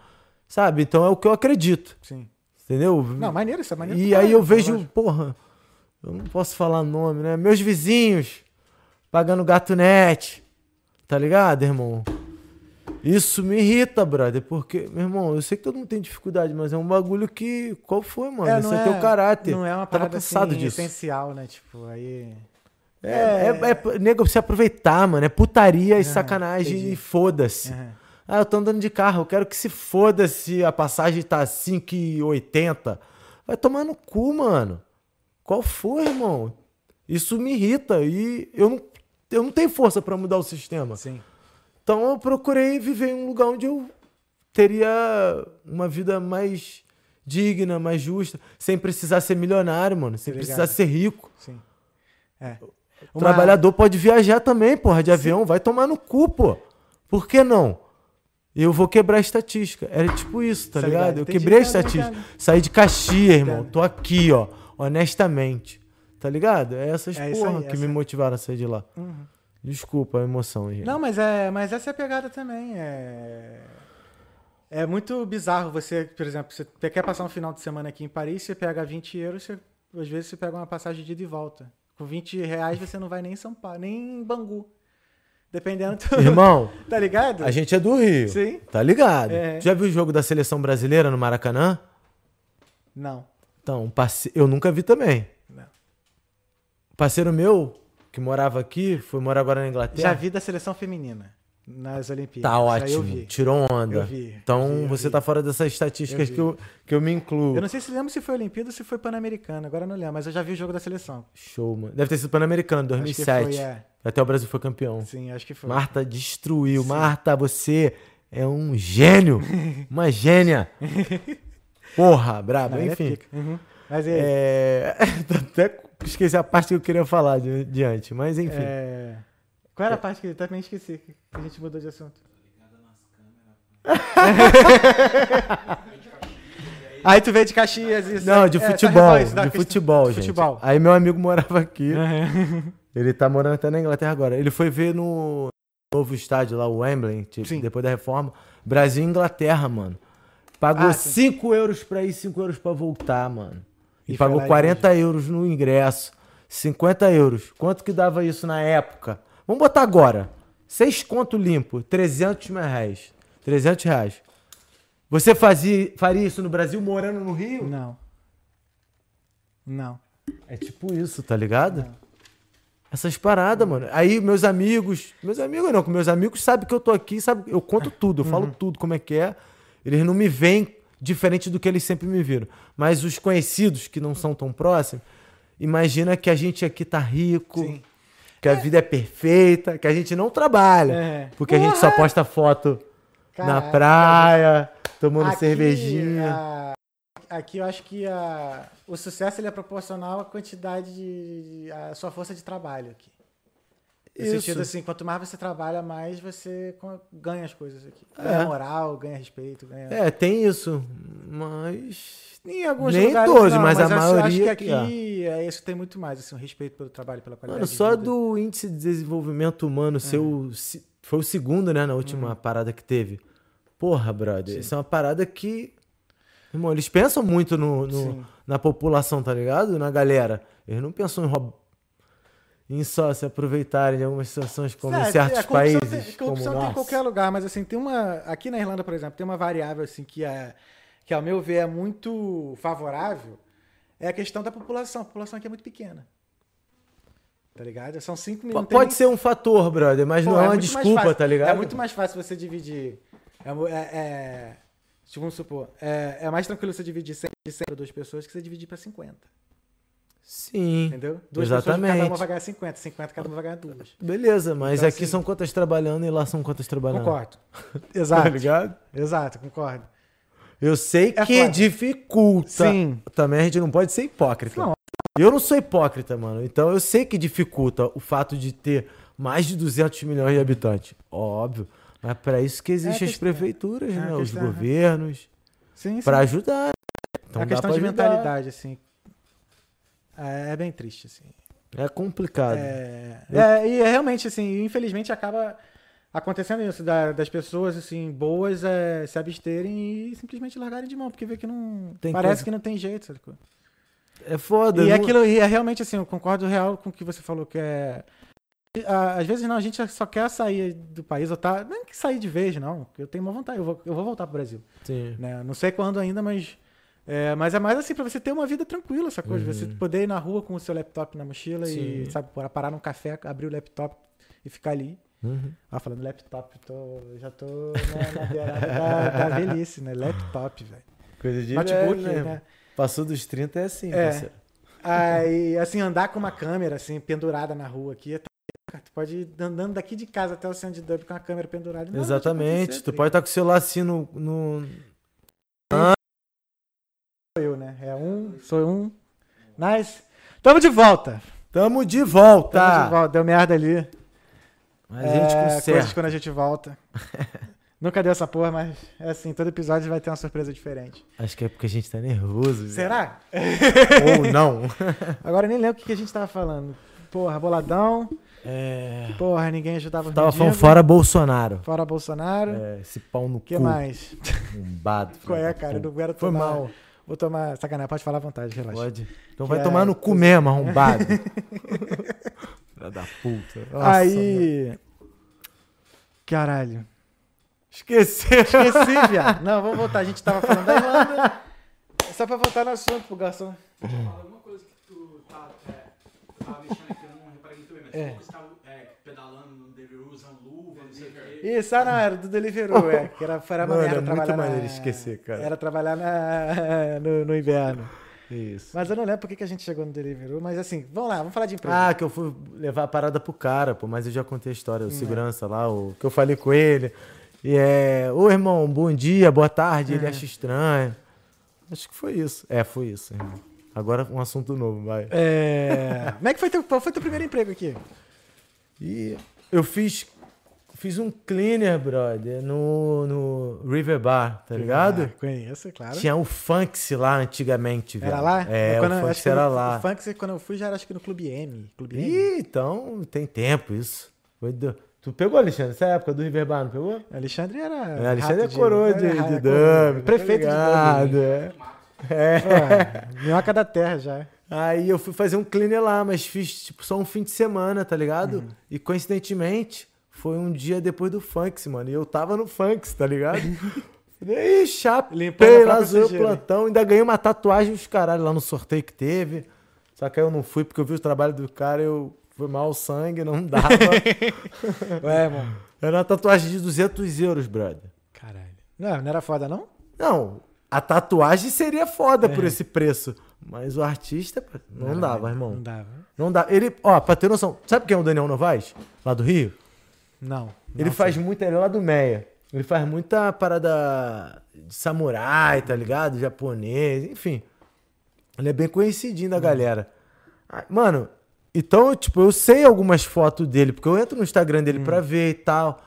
B: Sabe? Então é o que eu acredito,
A: Sim.
B: entendeu?
A: Não, maneiro isso, é maneiro.
B: e
A: pra
B: aí eu
A: caralho,
B: vejo,
A: lógico.
B: porra, eu não posso falar nome, né? Meus vizinhos pagando gato net, tá ligado, irmão? Isso me irrita, brother, porque, meu irmão, eu sei que todo mundo tem dificuldade, mas é um bagulho que. Qual foi, mano?
A: É,
B: Isso
A: não
B: é teu caráter.
A: Não é uma
B: Tava
A: parada
B: cansado
A: assim,
B: disso.
A: essencial, né? Tipo, aí.
B: É, é- é nego se aproveitar, mano. É putaria e
A: Ah,
B: sacanagem
A: entendi.
B: e foda-se.
A: Aham.
B: Ah, eu tô andando de carro, eu quero que se foda se a passagem tá 5,80. Vai tomar no cu, mano. Qual foi, irmão? Isso me irrita e eu não, eu não tenho força pra mudar o sistema.
A: Sim.
B: Então eu procurei viver em um lugar onde eu teria uma vida mais digna, mais justa, sem precisar ser milionário, mano, sem
A: Tá ligado.
B: precisar ser rico.
A: Sim. É.
B: O
A: Uma-
B: trabalhador pode viajar também, porra, de avião, vai tomar no cu, pô. Por que não? Eu vou quebrar a estatística. Era tipo isso, tá
A: Tá ligado? Tá
B: ligado? Eu
A: Entendi.
B: quebrei
A: Tá,
B: a
A: tá,
B: estatística.
A: tá.
B: Saí de Caxias, irmão.
A: Entendo.
B: Tô aqui, ó, honestamente. Tá ligado? É essas
A: É isso
B: porra
A: aí,
B: que
A: essa
B: me
A: aí. Uhum.
B: motivaram a sair de lá. Desculpa a emoção, gente.
A: Não, mas é, mas essa é a pegada também. É, é muito bizarro você, por exemplo, você te- quer passar um final de semana aqui em Paris, você pega 20 euros, você- às vezes você pega uma passagem de ida e volta. Com 20 reais você não vai nem em São Paulo, nem em Bangu. Dependendo do...
B: Irmão,
A: Tá ligado?
B: a gente é do Rio.
A: Sim.
B: Tá ligado?
A: É.
B: Já viu o jogo da seleção brasileira no Maracanã?
A: Não.
B: Então, um parce... eu nunca vi também.
A: Não.
B: Um parceiro meu, que morava aqui, foi morar agora na Inglaterra.
A: Já vi da seleção feminina nas Olimpíadas.
B: Tá
A: Isso aí
B: ótimo.
A: Eu vi.
B: Tirou onda.
A: Eu vi,
B: então
A: eu vi, eu
B: você
A: vi.
B: tá fora dessas
A: Eu
B: estatísticas
A: vi.
B: que eu, que eu me incluo.
A: Eu não sei se lembro se foi Olimpíada ou se foi Pan-Americana, agora eu não lembro, mas eu já vi o jogo da seleção.
B: Show, mano. Deve ter sido Pan-Americano,
A: Acho que
B: 2007.
A: foi, é.
B: Até o Brasil foi campeão.
A: Sim, acho que foi.
B: Marta destruiu. Marta, você é um gênio. Uma gênia. Porra, brabo.
A: Não, ele é
B: Enfim.
A: pica. Uhum. Mas é,
B: É... Até esqueci a parte que eu queria falar di- diante, mas enfim.
A: É, Qual era a parte que eu também esqueci? Que a gente mudou de assunto. Aí tu veio de Caxias isso.
B: Não, de
A: É, tá
B: futebol,
A: resolvido, tá?
B: de futebol,
A: de
B: gente.
A: futebol. É.
B: Aí meu amigo morava aqui. Ele tá morando até na Inglaterra agora. Ele foi ver no novo estádio lá, o Wembley, tipo,
A: Sim.
B: depois da reforma. Brasil e Inglaterra, mano. Pagou
A: Ah, sim. é
B: 5 euros pra ir, 5 euros pra voltar, mano. E,
A: E foi
B: pagou
A: lá e
B: 40 euros no ingresso. 50 euros. Quanto que dava isso na época? Vamos botar agora. 6 conto limpo, 300 mil reais. 300 reais. Você fazia, faria isso no Brasil morando no Rio?
A: Não. Não.
B: É tipo isso, tá ligado? Essas paradas, mano. Aí meus amigos, meus amigos não, que meus amigos sabem que eu tô aqui, sabe? Eu conto tudo, eu
A: Uhum.
B: falo tudo como é que é. Eles não me veem diferente do que eles sempre me viram. Mas os conhecidos que não são tão próximos, imagina que a gente aqui tá rico,
A: Sim.
B: que a vida é perfeita, que a gente não trabalha,
A: É.
B: porque a gente só posta foto na
A: Caraca.
B: praia, tomando
A: Aqui, ah.
B: cervejinha.
A: a- Aqui eu acho que a- o sucesso ele é proporcional à quantidade de. à sua força de trabalho aqui. No
B: Isso.
A: sentido assim, quanto mais você trabalha, mais você co- ganha as coisas aqui.
B: É.
A: Ganha moral, ganha respeito, ganha.
B: É, tem isso, mas
A: Em alguns
B: Nem
A: lugares,
B: todos,
A: não,
B: mas a
A: eu acho-
B: maioria
A: acho que
B: que
A: aqui é. isso tem muito mais, assim, um respeito pelo trabalho, pela qualidade.
B: Mano,
A: de
B: só
A: vida. É.
B: do índice de desenvolvimento humano seu. se- Foi o segundo, né? Na última parada que teve. Porra, brother. Isso é uma parada que. Irmão, eles pensam muito no, no-
A: Sim.
B: na população, tá ligado? Na galera. Eles não pensam em roubar. Em só se aproveitarem de algumas situações, como
A: É,
B: em certos
A: a corrupção
B: países.
A: Tem, corrupção
B: como
A: tem em
B: nossa.
A: qualquer lugar, mas assim, tem uma. Aqui na Irlanda, por exemplo, tem uma variável assim que, é, que ao meu ver, é muito favorável. É a questão da população. A população aqui é muito pequena. Tá ligado? São 5
B: P-
A: milhões.
B: Pode ser um fator, brother, mas não é, uma desculpa, tá ligado?
A: É muito mais fácil você dividir. É, mu- é, é, tipo, vamos supor. É, é mais tranquilo você dividir 100 de 100 para duas pessoas que você dividir para 50.
B: Sim.
A: Entendeu? Duas pessoas, cada
B: Exatamente.
A: uma vai ganhar 50. 50, cada uma vai ganhar duas.
B: Beleza, mas
A: Então,
B: aqui
A: assim-
B: são quantas trabalhando e lá são quantas trabalhando.
A: Concordo.
B: Tá
A: Exato.
B: ligado?
A: Exato, concordo.
B: Tá. Eu sei
A: É
B: que
A: foda.
B: dificulta.
A: Sim.
B: Também a gente não pode ser hipócrita.
A: Não.
B: Eu não sou hipócrita, mano. Então eu sei que dificulta o fato de ter mais de 200 milhões de habitantes. Óbvio. Mas é pra isso que existem as
A: É questão.
B: prefeituras,
A: É a
B: né? Os
A: questão, né?
B: governos.
A: Sim, sim.
B: Pra ajudar.
A: É
B: Então
A: uma
B: dá
A: questão
B: pra
A: de
B: ajudar.
A: mentalidade, assim. É, é bem triste, assim.
B: É complicado.
A: É, é, e é realmente, assim, infelizmente acaba acontecendo isso, da- das pessoas, assim, boas é, se absterem e simplesmente largarem de mão, porque vê que não.
B: Tem
A: parece
B: coisa.
A: que não tem jeito, sabe?
B: É, foda.
A: E
B: não-
A: aquilo e é realmente assim, eu concordo real com o que você falou, que é. a- Às vezes não, a gente só quer sair do país, ou tá. Nem que sair de vez, não. Eu tenho uma vontade, eu vou, eu vou voltar pro Brasil.
B: Sim.
A: Né? Não sei quando ainda, mas É, mas é mais assim, pra você ter uma vida tranquila, essa coisa. Você poder ir na rua com o seu laptop na mochila e,
B: Uhum. Sim.
A: sabe, parar- parar num café, abrir o laptop e ficar ali.
B: Uhum.
A: Ah, falando laptop, tô, já tô na, na beirada da, da velhice, né? Laptop, velho.
B: Coisa de
A: Notebook,
B: é,
A: né?
B: Passou dos 30 é assim,
A: É.
B: parceiro.
A: Aí, assim, andar com uma câmera, assim, pendurada na rua aqui. é t- cara, Tu pode ir andando daqui de casa até o centro de Dublin com a câmera pendurada. e nada vai te
B: Exatamente.
A: acontecer,
B: Tu
A: tá
B: pode estar com o celular assim no. no...
A: ligado? Sou eu, né? É um, sou um. Nice. Tamo de volta.
B: Tamo de volta!
A: Tamo de volta. Deu merda ali.
B: Mas Tá. a gente
A: É,
B: conserta.
A: Coisas quando a gente volta. Nunca deu essa porra, mas é assim, todo episódio vai ter uma surpresa diferente.
B: Acho que é porque a gente tá nervoso. velho.
A: Será?
B: Ou não.
A: Agora eu nem lembro o que que a gente tava falando. Porra, boladão.
B: É...
A: Porra, ninguém ajudava os
B: Tava falando
A: mendigos.
B: fora Bolsonaro.
A: Fora Bolsonaro. O
B: É, esse pau no
A: Hum? que
B: cu.
A: mais?
B: Bombado.
A: Qual é,
B: filho da
A: cara? Eu
B: puta.
A: não quero
B: Foi
A: tomar-
B: mal.
A: Vou tomar. Sacanagem, pode falar à vontade, relaxa.
B: Pode. Então
A: Que
B: vai
A: é-
B: tomar no cu mesmo, arrombado. Filha da puta. Nossa, meu.
A: Aí. Caralho.
B: Esqueceu.
A: Esqueci, viado. Não, vamos voltar. A gente tava falando da Irlanda. Só pra voltar no assunto pro garçom.
C: Fala alguma coisa que tu tá, é, tava mexendo aqui, eu não reparei muito bem, mas
A: É.
C: é. você tava é, pedalando, não deve usam luva, não sei o quê.
A: Isso, ah, não, era do Deliveroo, é. Que era, era
B: Mano,
A: maneiro
B: é muito
A: trabalhar na-
B: maneiro esquecer, cara.
A: Era trabalhar na- no, no inverno.
B: Isso.
A: Mas eu não lembro por que que a gente chegou no Deliveroo, mas assim, vamos lá, vamos falar de emprego.
B: Ah, que eu fui levar a parada pro cara, pô, mas eu já contei a história, o
A: Hum.
B: segurança lá, o que eu falei com ele. E é, ô irmão, bom dia, boa tarde,
A: Hum.
B: ele acha estranho. Acho que foi isso. É, foi isso, irmão. Agora um assunto novo, vai.
A: É... Como é que foi teu, qual foi teu primeiro emprego aqui?
B: E eu fiz fiz um cleaner, brother, no, no River Bar, tá ligado?
A: Ah, conheço, claro.
B: Tinha o Funks lá antigamente, velho.
A: Era lá?
B: É,
A: Quando
B: o
A: eu- acho
B: Funks
A: que
B: era
A: no-
B: lá.
A: O Funks, quando eu fui, já era acho que no Clube M. Clube M.
B: Ih, então tem tempo isso. Foi do- Tu pegou, Alexandre, essa época do River Bar, não pegou?
A: Alexandre era.
B: É, Alexandre é
A: rato
B: coroa de,
A: era
B: de
A: coroa.
B: Dublin.
A: Prefeito
B: tá
A: de né? Dublin.
B: ligado, É. É.
A: Pô, minhoca da terra já.
B: Aí eu fui fazer um cleaner lá, mas fiz tipo só um fim de semana, tá ligado? E coincidentemente, foi um dia depois do Funks, mano. E eu tava no Funks, tá ligado?
A: Limpando
B: E
A: a
B: chapei
A: própria
B: lá, zoei o
A: sujeira.
B: plantão. Ainda ganhei uma tatuagem dos caralho lá no sorteio que teve. Só que aí eu não fui porque eu vi o trabalho do cara e eu fui mal o sangue, não dava.
A: Ué, mano.
B: Era uma tatuagem de 200 euros, brother.
A: Caralho. Não, não era foda, não?
B: Não, a tatuagem seria foda por esse preço. Mas o artista, É. não, dava,
A: Não
B: irmão.
A: dava.
B: Não dá. Ele, ó, pra ter noção, sabe quem é o Daniel Novaes? Lá do Rio?
A: Não.
B: Ele faz muita. Ele é lá do Meia. Ele faz muita parada de samurai, tá ligado? Japonês, enfim. Ele é bem conhecidinho da galera. Ah, Mano, então, tipo, eu sei algumas fotos dele, porque eu entro no Instagram dele pra ver e tal.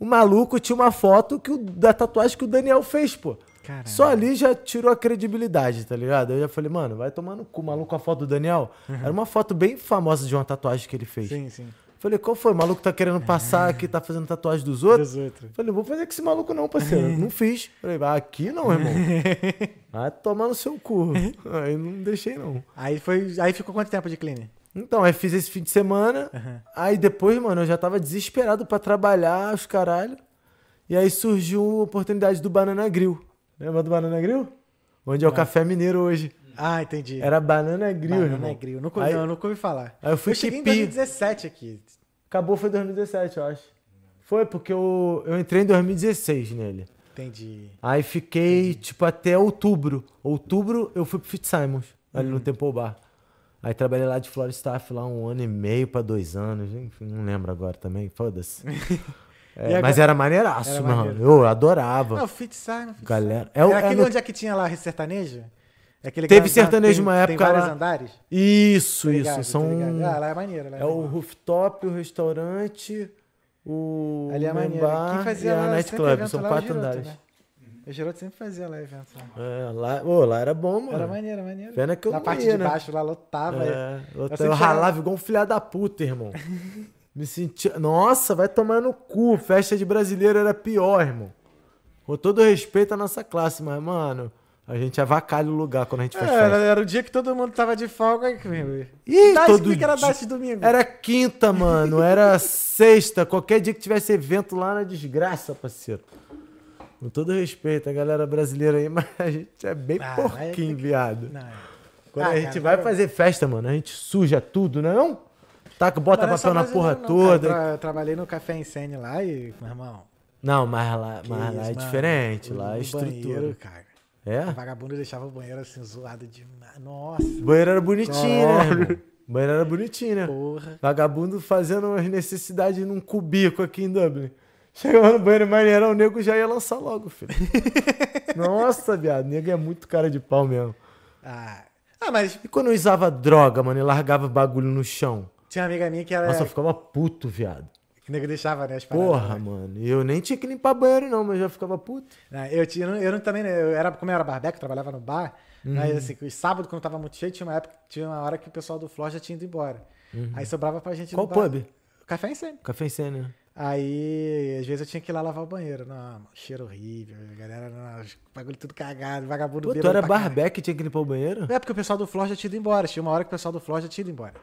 B: O maluco tinha uma foto que o- da tatuagem que o Daniel fez, pô.
A: Caralho.
B: Só ali já tirou a credibilidade, tá ligado? Eu já falei, mano, vai tomar no cu, maluco, a foto do Daniel. Era uma foto bem famosa de uma tatuagem que ele fez.
A: Sim, sim.
B: Falei, qual foi? O maluco tá querendo passar aqui, tá fazendo tatuagem dos outros?
A: 18.
B: Falei, vou fazer com esse maluco não, parceiro. não fiz. Falei, ah, aqui não, irmão. Vai tomar no seu cu. Aí não deixei, não.
A: Aí, foi, aí ficou quanto tempo de cleaner?
B: Então, aí fiz esse fim de semana.
A: Aham.
B: Aí depois, mano, eu já tava desesperado pra trabalhar, os caralho. E aí surgiu a oportunidade do Banana Grill. Lembra do Banana Grill? Onde é o café mineiro hoje.
A: Ah, entendi.
B: Era Banana Grill,
A: Banana
B: irmão.
A: grill. Nunca,
B: Aí-
A: não, eu nunca ouvi falar.
B: aí eu fui
A: cheguei em
B: tipi.
A: 2017 aqui.
B: Acabou foi 2017, eu acho. Foi, porque eu, eu entrei em 2016 nele.
A: Entendi.
B: Aí fiquei, tipo, até outubro. Outubro eu fui pro Fitzsimons, ali
A: Hum.
B: no Temple Bar. Aí trabalhei lá de Floristaff lá um ano e meio pra dois anos. Enfim, não lembro agora também, foda-se. É,
A: E agora-
B: Mas era maneiraço,
A: Era
B: mano.
A: maneiro.
B: Eu adorava.
A: Ah, o Fit Simon. Fit
B: Galera. É,
A: Simon.
B: o-
A: Era
B: é
A: aquele
B: no-
A: onde é que tinha lá sertanejo? É aquele
B: Teve
A: grandão que
B: sertanejo
A: tem-
B: uma época
A: Tem vários
B: lá.
A: andares?
B: Isso,
A: Tô ligado,
B: isso.
A: tô
B: São...
A: ligado. Ah, lá é maneiro. Lá é,
B: É o
A: maneiro.
B: rooftop, o restaurante, o
A: Ali é maneiro.
B: bar
A: Quem fazia
B: e
A: lá
B: a
A: sempre
B: nightclub.
A: evento
B: São
A: lá,
B: quatro
A: o Giroto,
B: andares.
A: né? O Geroto sempre fazia lá evento. lá.
B: É, lá, ô, lá era bom, mano.
A: Era maneiro, maneiro.
B: Pena que eu
A: Na
B: não
A: parte
B: ia,
A: de
B: né?
A: baixo lá lotava.
B: É, eu,
A: sempre
B: eu
A: chegava-
B: ralava igual um filha da puta, irmão. Me sentia. Nossa, vai tomar no cu. Festa de brasileiro era pior, irmão. Com todo respeito à nossa classe, mas, mano, a gente avacalha o lugar quando a gente
A: É,
B: faz
A: era,
B: festa.
A: era o dia que todo mundo tava de folga.
B: Ih,
A: Dá
B: todo
A: que era
B: dia- É.
A: Date domingo.
B: Era quinta, mano. Era sexta. Qualquer dia que tivesse evento lá na desgraça, parceiro. Com todo respeito a galera brasileira aí, mas a gente é bem
A: Ah,
B: porquinho, viado.
A: Não.
B: Quando
A: Ah,
B: a gente
A: cara,
B: vai
A: agora-
B: fazer festa, mano, a gente suja tudo, não é? não? Taca, bota
A: Não era é só
B: papel na
A: brasileiro,
B: tá porra
A: não, cara.
B: toda.
A: Tra- eu trabalhei no Café Insene lá e, meu irmão.
B: Não, mas lá, mas lá
A: isso,
B: é
A: mano.
B: diferente, lá é
A: O
B: estrutura.
A: Banheiro, cara. O
B: É?
A: vagabundo deixava o banheiro assim zoado demais. Nossa,
B: O banheiro era bonitinho, né?
A: Caralho.
B: irmão? O banheiro era bonitinho, né?
A: porra.
B: Vagabundo fazendo as necessidades num cubico aqui em Dublin. Chegava no banheiro maneirão, o nego já ia lançar logo, filho. Nossa, viado, o nego é muito cara de pau mesmo.
A: Ah, ah mas
B: E quando usava droga, mano, e largava bagulho no chão?
A: tinha uma amiga minha que era.
B: Nossa, eu ficava puto, viado.
A: Que o nego deixava, né? As paradas,
B: Porra,
A: né?
B: mano. Eu nem tinha que limpar banheiro, não, mas eu já ficava puto.
A: Não, Eu, tinha, eu, não- eu não também, né, eu era, como eu era barbeco, eu trabalhava no bar, aí
B: Uhum.
A: assim, os sábados, quando tava muito cheio, tinha uma época, tinha uma hora que o pessoal do Flor já tinha ido embora. Aí sobrava pra gente
B: Uhum. Qual
A: no bar.
B: pub?
A: Café em sempre.
B: Café em cena.
A: Aí, às vezes eu tinha que ir lá lavar o banheiro. Não, cheiro horrível, a galera, não, os bagulho tudo cagado, vagabundo
B: Pô, tu
A: bêbado
B: era
A: pra caralho.
B: barbeck e tinha que limpar o banheiro?
A: É porque o pessoal do Flor já tinha ido embora, tinha uma hora que o pessoal do Flor já tinha ido embora.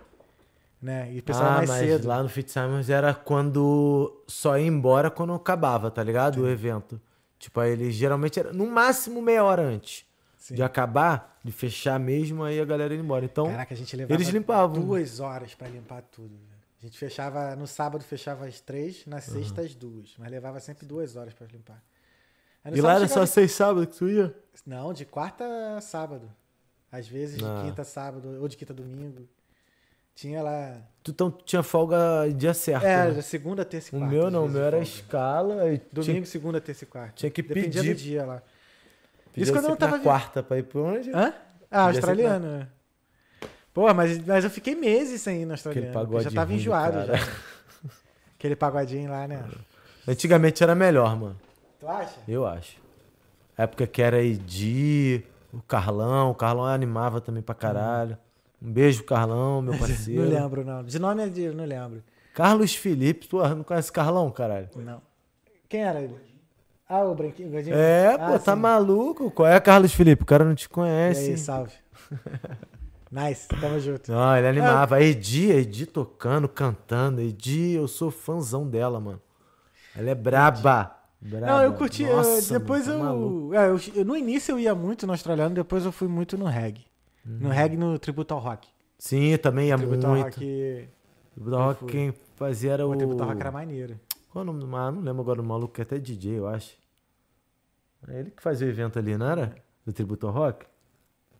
A: Né? E o pessoal
B: ah,
A: mais
B: mas
A: cedo.
B: lá no Fitzsimons era quando só ia embora quando acabava, tá ligado? O evento. Tipo, aí ele geralmente era no máximo meia hora antes
A: Sim.
B: de acabar, de fechar mesmo, aí a galera ia embora. Então,
A: Caraca, a gente levava
B: eles limpavam.
A: duas horas pra limpar tudo. né? A gente fechava, no sábado fechava às três, na sexta às duas. Mas levava sempre duas horas pra limpar. Aí no
B: e lá
A: sábado
B: era só
A: chegava
B: seis sábados que tu ia?
A: de- Não, de quarta a sábado. Às vezes de
B: Ah.
A: quinta a sábado, ou de quinta a domingo. Tinha lá...
B: Tu então tinha folga dia certo.
A: É,
B: né?
A: segunda, terça e
B: O
A: quarta.
B: meu
A: às
B: não, o
A: vezes,
B: meu
A: de
B: era
A: folga.
B: escala. aí
A: Domingo,
B: tinha,
A: segunda, terça e quarta.
B: tinha que
A: Dependia
B: pedir-
A: do dia lá.
B: podia
A: isso quando eu
B: ser
A: não tava
B: na
A: vi-
B: quarta pra ir pra onde?
A: Hã? Ah,
B: Podia ser
A: australiano. né? Pô, mas, mas eu fiquei meses sem ir no australiano.
B: Aquele
A: porque eu já
B: pagode
A: tava
B: ruim do
A: enjoado
B: cara. Uhum.
A: já. Aquele pagodinho lá, né?
B: Antigamente era melhor, mano.
A: Tu acha?
B: Eu acho. Época que era Edi, o Carlão. O Carlão animava também pra caralho. Um beijo, Carlão, meu
A: Não
B: parceiro.
A: lembro, não. De nome é de. Não lembro.
B: Carlos Felipe, tu não conhece Carlão, caralho?
A: Não. Quem era ele? Ah, o branquinho. o gordinho?
B: É,
A: Ah,
B: pô, tá
A: sim.
B: maluco? Qual é Carlos Felipe? O cara não te
A: E
B: conhece.
A: aí, salve. nice, tamo junto.
B: Não, ele animava. A
A: É.
B: Edi, a Edi tocando, cantando. Edi, eu sou fãzão dela, mano. Ela é braba. braba.
A: Não, eu curti. eu-
B: Nossa,
A: depois
B: mano, tá maluco.
A: eu, é, eu- eu- No início eu ia muito no australiano, depois eu fui muito no reggae. No reggae no tributo ao rock.
B: Sim, também ia Uhum. É muito.
A: tributo ao rock.
B: Tributal Rock,
A: fui.
B: quem fazia era o...
A: O tributo ao rock era maneiro.
B: Qual é o nome do maluco? Não lembro agora do maluco, que é até DJ, eu acho. É ele que fazia o evento ali, não era? Do Tributo ao Rock?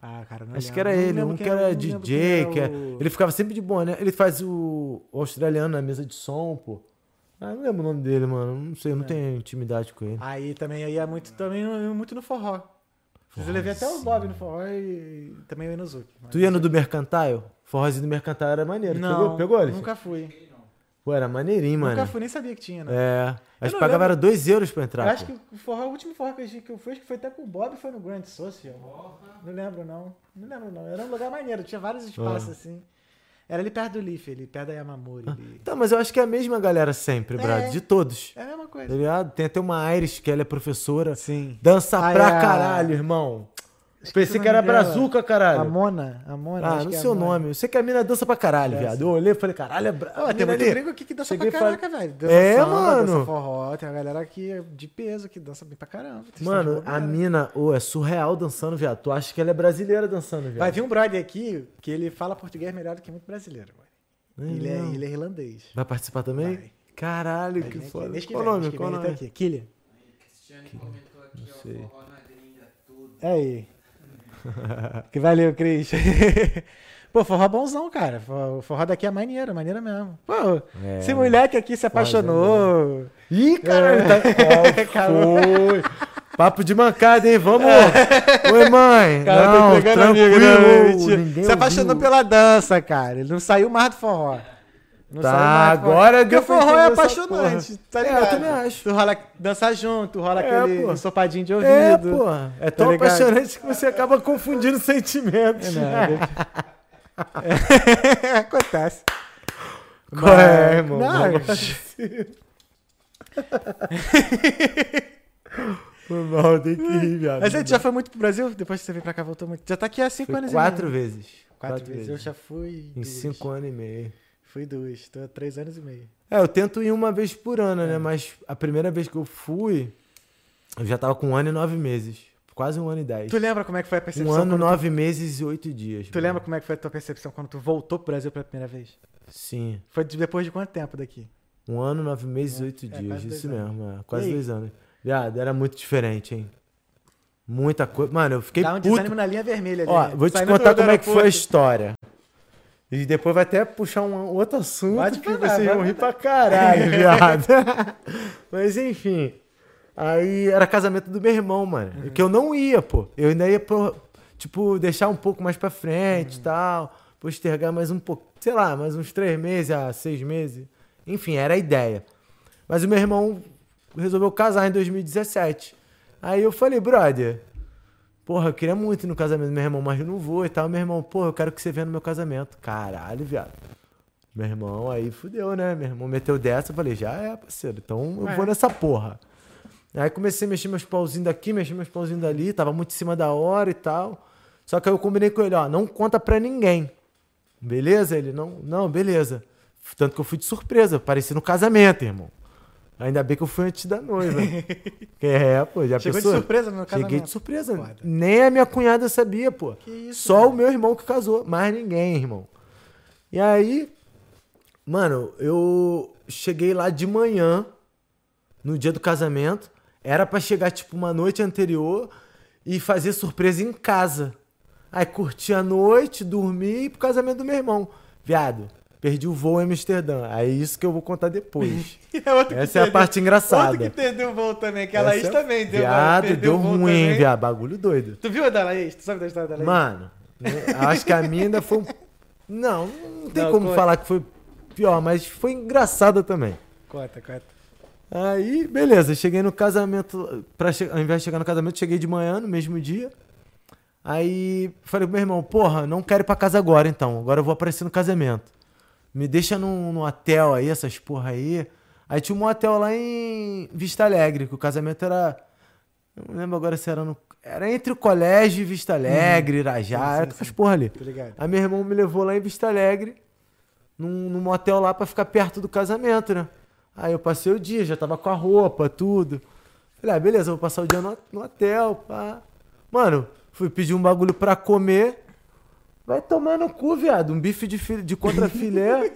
A: Ah, cara, não
B: acho
A: lembro.
B: que era
A: Não
B: ele,
A: lembro
B: um que
A: quem
B: era
A: não lembro quem
B: DJ,
A: era
B: que é...
A: o-
B: Ele ficava sempre de boné. Ele faz o... o australiano na mesa de som, pô. Ah, não lembro o nome dele, mano. Não sei, eu não
A: É.
B: tenho intimidade com ele.
A: Aí também eu ia muito, também eu ia muito no forró. Às vezes Eu levei até o Bob no forró e também eu ia no Zuc. mas-
B: Tu ia no do Mercantile? Forrozinho do Mercantile era maneiro.
A: Não,
B: pegou, pegou ele?
A: nunca fui.
B: Pô, era maneirinho, mano.
A: Nunca fui, nem sabia que tinha, né?
B: É. A gente
A: não lembro.
B: pagava era 2 euros pra entrar.
A: Eu acho
B: pô.
A: que o, forró, o último forró que eu que eu fui, acho que foi até com o Bob, foi no Grand Social. Não lembro, não. Não lembro, não. Era um lugar maneiro, tinha
B: Ah.
A: vários espaços, assim. Era ali perto do Leaf, ali, perto da Yamamori. ali.
B: Tá, mas eu acho que é a mesma galera sempre,
A: É.
B: Brad. De todos.
A: É a mesma
B: Tá
A: coisa.
B: ligado? Tem até uma Iris que ela é professora.
A: Sim.
B: Dança
A: Ah,
B: pra
A: é a-
B: caralho, irmão. Pensei
A: o
B: que era
A: nome dela.
B: brazuca,
A: A
B: caralho.
A: Mona, a Mona.
B: Ah,
A: acho
B: não
A: que é
B: sei
A: a
B: o
A: Mona.
B: nome. Eu sei que a mina dança pra caralho, viado. Eu olhei e falei, caralho, é bra...
A: Ó,
B: a
A: Ah, tem
B: mina
A: muito
B: ali.
A: gringo aqui que dança
B: Cheguei e
A: pra
B: falei-
A: caraca, velho. Dança
B: É,
A: samba, Dança
B: mano.
A: forró, tem uma galera aqui de peso que dança bem pra caramba. Vocês estão de né?
B: Mano,
A: bobeira.
B: a mina, ô, é surreal dançando, viado. Tu acha que ela é brasileira dançando, viado?
A: Vai vir um brother aqui que ele fala português melhor do que muito brasileiro, mano.
B: É
A: Ele é,
B: mesmo?
A: ele é irlandês.
B: Vai participar também?
A: Vai.
B: Caralho,
A: Vai
B: que
A: vir aqui.
B: foda.
A: Mês que
B: Qual o
A: vem, mês
B: nome?
A: que
B: Qual o
A: vem ele tá
B: nome?
A: aqui. Killian.
C: Cristiane comentou aqui, ó, forró na gringa, tudo.
A: É aí. que valeu, Cris. Pô, forró bonzão, cara. Forró- O forró daqui é maneiro, maneiro mesmo. Pô,
B: É.
A: esse moleque aqui se apaixonou. É.
B: Ih, caralho. Tá... Ó,
A: Acabou.
B: foi. Papo de mancada, hein? Vamos. Oi, mãe.
A: É. Cara,
B: não,
A: tá entregando
B: tranquilo.
A: amigo, né? Mentira.
B: Ninguém
A: Se apaixonou
B: ouviu.
A: pela dança, cara. Ele não saiu mais do forró. Não
B: Tá,
A: saiu mais do forró.
B: agora
A: Porque
B: deu
A: o
B: pra
A: forró é
B: entender essa
A: apaixonante, tá
B: É, eu
A: ligado?
B: também acho.
A: Tu rola dança junto, rola
B: É,
A: aquele
B: pô.
A: ensopadinho de ouvido.
B: É, pô. É
A: Tá
B: tão
A: ligado?
B: apaixonante que você acaba confundindo
A: É,
B: sentimentos.
A: né? Acontece.
B: Qual é,
A: Mas-
B: irmão?
A: né? Não,
B: Foi mal, tem que rir, viado.
A: Hum. mas é tipo você já foi muito pro Brasil? Depois que você veio pra cá, voltou muito. Já tá aqui há cinco
B: Fui
A: anos
B: quatro
A: e meio.
B: vezes.
A: Quatro, vezes. Eu já fui
B: Em
A: duas.
B: cinco anos e meio.
A: Fui duas. Tô há três anos e meio. É.
B: É, eu tento ir uma vez por ano, né? Mas a primeira vez que eu fui, Eu já tava com um ano e nove meses. Quase um ano e dez.
A: Tu lembra como é que foi a
B: Um
A: percepção?
B: ano,
A: quando tu-
B: nove meses e oito dias.
A: Tu
B: mano.
A: lembra como é que foi a tua percepção quando tu voltou pro Brasil pela primeira vez?
B: Sim.
A: Foi de- depois de quanto tempo daqui?
B: Um ano, nove meses e oito
A: é,
B: dias.
A: quase dois
B: Isso
A: anos.
B: mesmo, é. Quase
A: aí?
B: dois anos. Viado, era muito diferente, hein? Muita coisa. Mano, eu fiquei
A: Dá um
B: puto.
A: desânimo na linha vermelha ali.
B: Ó,
A: né?
B: vou te
A: Saindo
B: contar
A: do
B: como é que foi a
A: aeroporto.
B: história. E depois vai até puxar um outro assunto
A: Pode
B: que
A: falar,
B: vocês vão
A: vai
B: rir pra caralho, viado. Mas enfim. Aí era casamento do meu irmão, mano.
A: Uhum.
B: Que eu não ia, pô. Eu ainda ia, pro, tipo, deixar um pouco mais pra
A: Uhum.
B: frente e tal. Postergar mais um pouco. Sei lá, mais uns três meses, a seis meses. Enfim, era a ideia. Mas o meu irmão resolveu casar em 2017. Aí eu falei, brother, Porra, eu queria muito ir no casamento do meu irmão, mas eu não vou e tal. Meu irmão, porra, eu quero que você venha no meu casamento. Caralho, viado. Meu irmão, aí fudeu, né? Meu irmão meteu dessa, eu falei, já é, parceiro, então eu
A: É.
B: vou nessa porra. Aí comecei a mexer meus pauzinhos daqui, mexer meus pauzinhos dali, tava muito em cima da hora e tal. Só que aí eu combinei com ele, ó, não conta pra ninguém. Beleza? Ele, não, não, beleza. Tanto que eu fui de surpresa, pareci no casamento, irmão. Ainda bem que eu fui antes da noiva. é, pô, já
A: Chegou
B: pensou?
A: de surpresa no meu casamento.
B: Cheguei de surpresa.
A: Foda.
B: Nem a minha cunhada sabia, pô.
A: Que isso,
B: Só o meu irmão que casou, mais ninguém, irmão. E aí, mano, eu cheguei lá de manhã, no dia do casamento. Era pra chegar, tipo, uma noite anterior e fazer surpresa em casa. Aí curti a noite, dormi e ir pro casamento do meu irmão. Viado, perdi o voo em Amsterdã. Aí isso que eu vou contar depois.
A: É outro que
B: Essa é a
A: perdeu-
B: parte
A: Outro que
B: engraçada.
A: perdeu o voo também, que a
B: Essa
A: Laís
B: é-
A: também deu
B: Viado,
A: perdeu
B: deu
A: o voo
B: ruim,
A: também.
B: viado. Bagulho doido.
A: Tu viu a da Laís? Tu sabe da história da Laís?
B: Mano, eu acho que a minha ainda foi. um- Não, não tem
A: Não,
B: como
A: conta.
B: falar que foi pior, mas foi engraçada também.
A: Corta, corta.
B: Aí, beleza, cheguei no casamento. Pra che... Ao invés de chegar no casamento, cheguei de manhã, no mesmo dia. Aí falei pro meu irmão, porra, não quero ir pra casa agora então. Agora eu vou aparecer no casamento. Me deixa num, num hotel aí, essas porra aí. Aí tinha um hotel lá em Vista Alegre, que o casamento era. eu Não lembro agora se era no. Era entre o colégio e Vista Alegre, Irajá,
A: Hum. sim,
B: era essas porra ali.
A: Tô ligado.
B: Aí meu irmão me levou lá em Vista Alegre, num, num motel lá pra ficar perto do casamento, né? Aí eu passei o dia, já tava com a roupa, tudo. Falei, ah, beleza, vou passar o dia no, no hotel, pá. Mano, fui pedir um bagulho pra comer. Vai tomar no cu, viado. Um bife de, fil- de contrafilé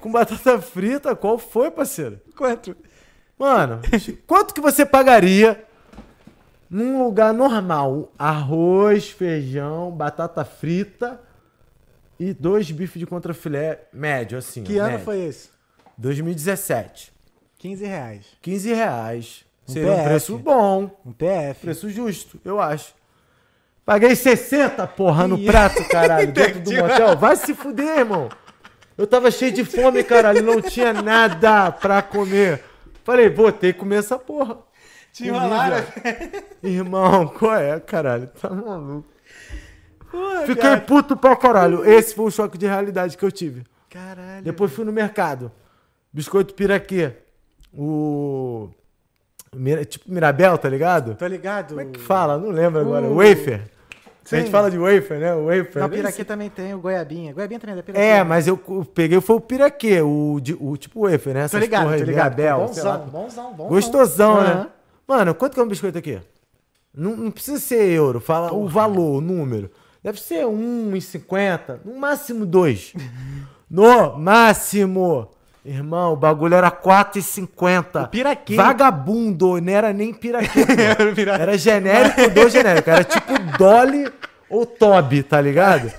B: com batata frita. Qual foi, parceiro?
A: Quanto?
B: Mano, quanto que você pagaria num lugar normal? Arroz, feijão, batata frita e dois bifes de contrafilé médio, assim.
A: Que
B: ó,
A: ano
B: médio.
A: foi esse?
B: 2017.
A: 15 reais.
B: 15 reais.
A: Um
B: Seria um
A: PF.
B: preço bom.
A: Um PF.
B: Preço justo, eu acho. Paguei 60, porra, no
A: Ih.
B: prato, caralho, dentro do
A: Entendi.
B: motel. Vai se fuder, irmão. Eu tava cheio de fome, caralho, não tinha nada pra comer. Falei, vou ter que comer essa porra.
A: Te
B: um
A: enrolaram.
B: Irmão, qual é, caralho? Tá maluco.
A: Pô,
B: Fiquei
A: viado.
B: puto pra caralho. Esse foi o choque de realidade que eu tive.
A: Caralho.
B: Depois fui no mercado. Biscoito piraquê. O. Mira- Tipo Mirabel, tá ligado?
A: Tô ligado.
B: Como é que fala? Não lembro agora.
A: Uh.
B: Wafer. A
A: Sim.
B: gente fala de wafer, né? Wafer.
A: Na Piraquê também tem o Goiabinha. Goiabinha também é da Piraquê.
B: É, mas eu cu- peguei, foi o piraquê, o, de- o tipo wafer, né?
A: Tô
B: Essas
A: ligado,
B: porra aí,
A: tô ligado.
B: Mirabel, sei lá.
A: bonzão, bonzão, bonzão.
B: Gostosão, né?
A: tá Aham.
B: Mano, quanto que é um biscoito aqui? Não, não precisa ser euro, fala o valor, o número. Deve ser 1,50, no máximo 2. No máximo! Irmão, o bagulho era 4,50.
A: O piraquê. um
B: Vagabundo, não era nem piraquê. pô. era genérico do genérico. Era tipo Dolly ou Toby, tá ligado?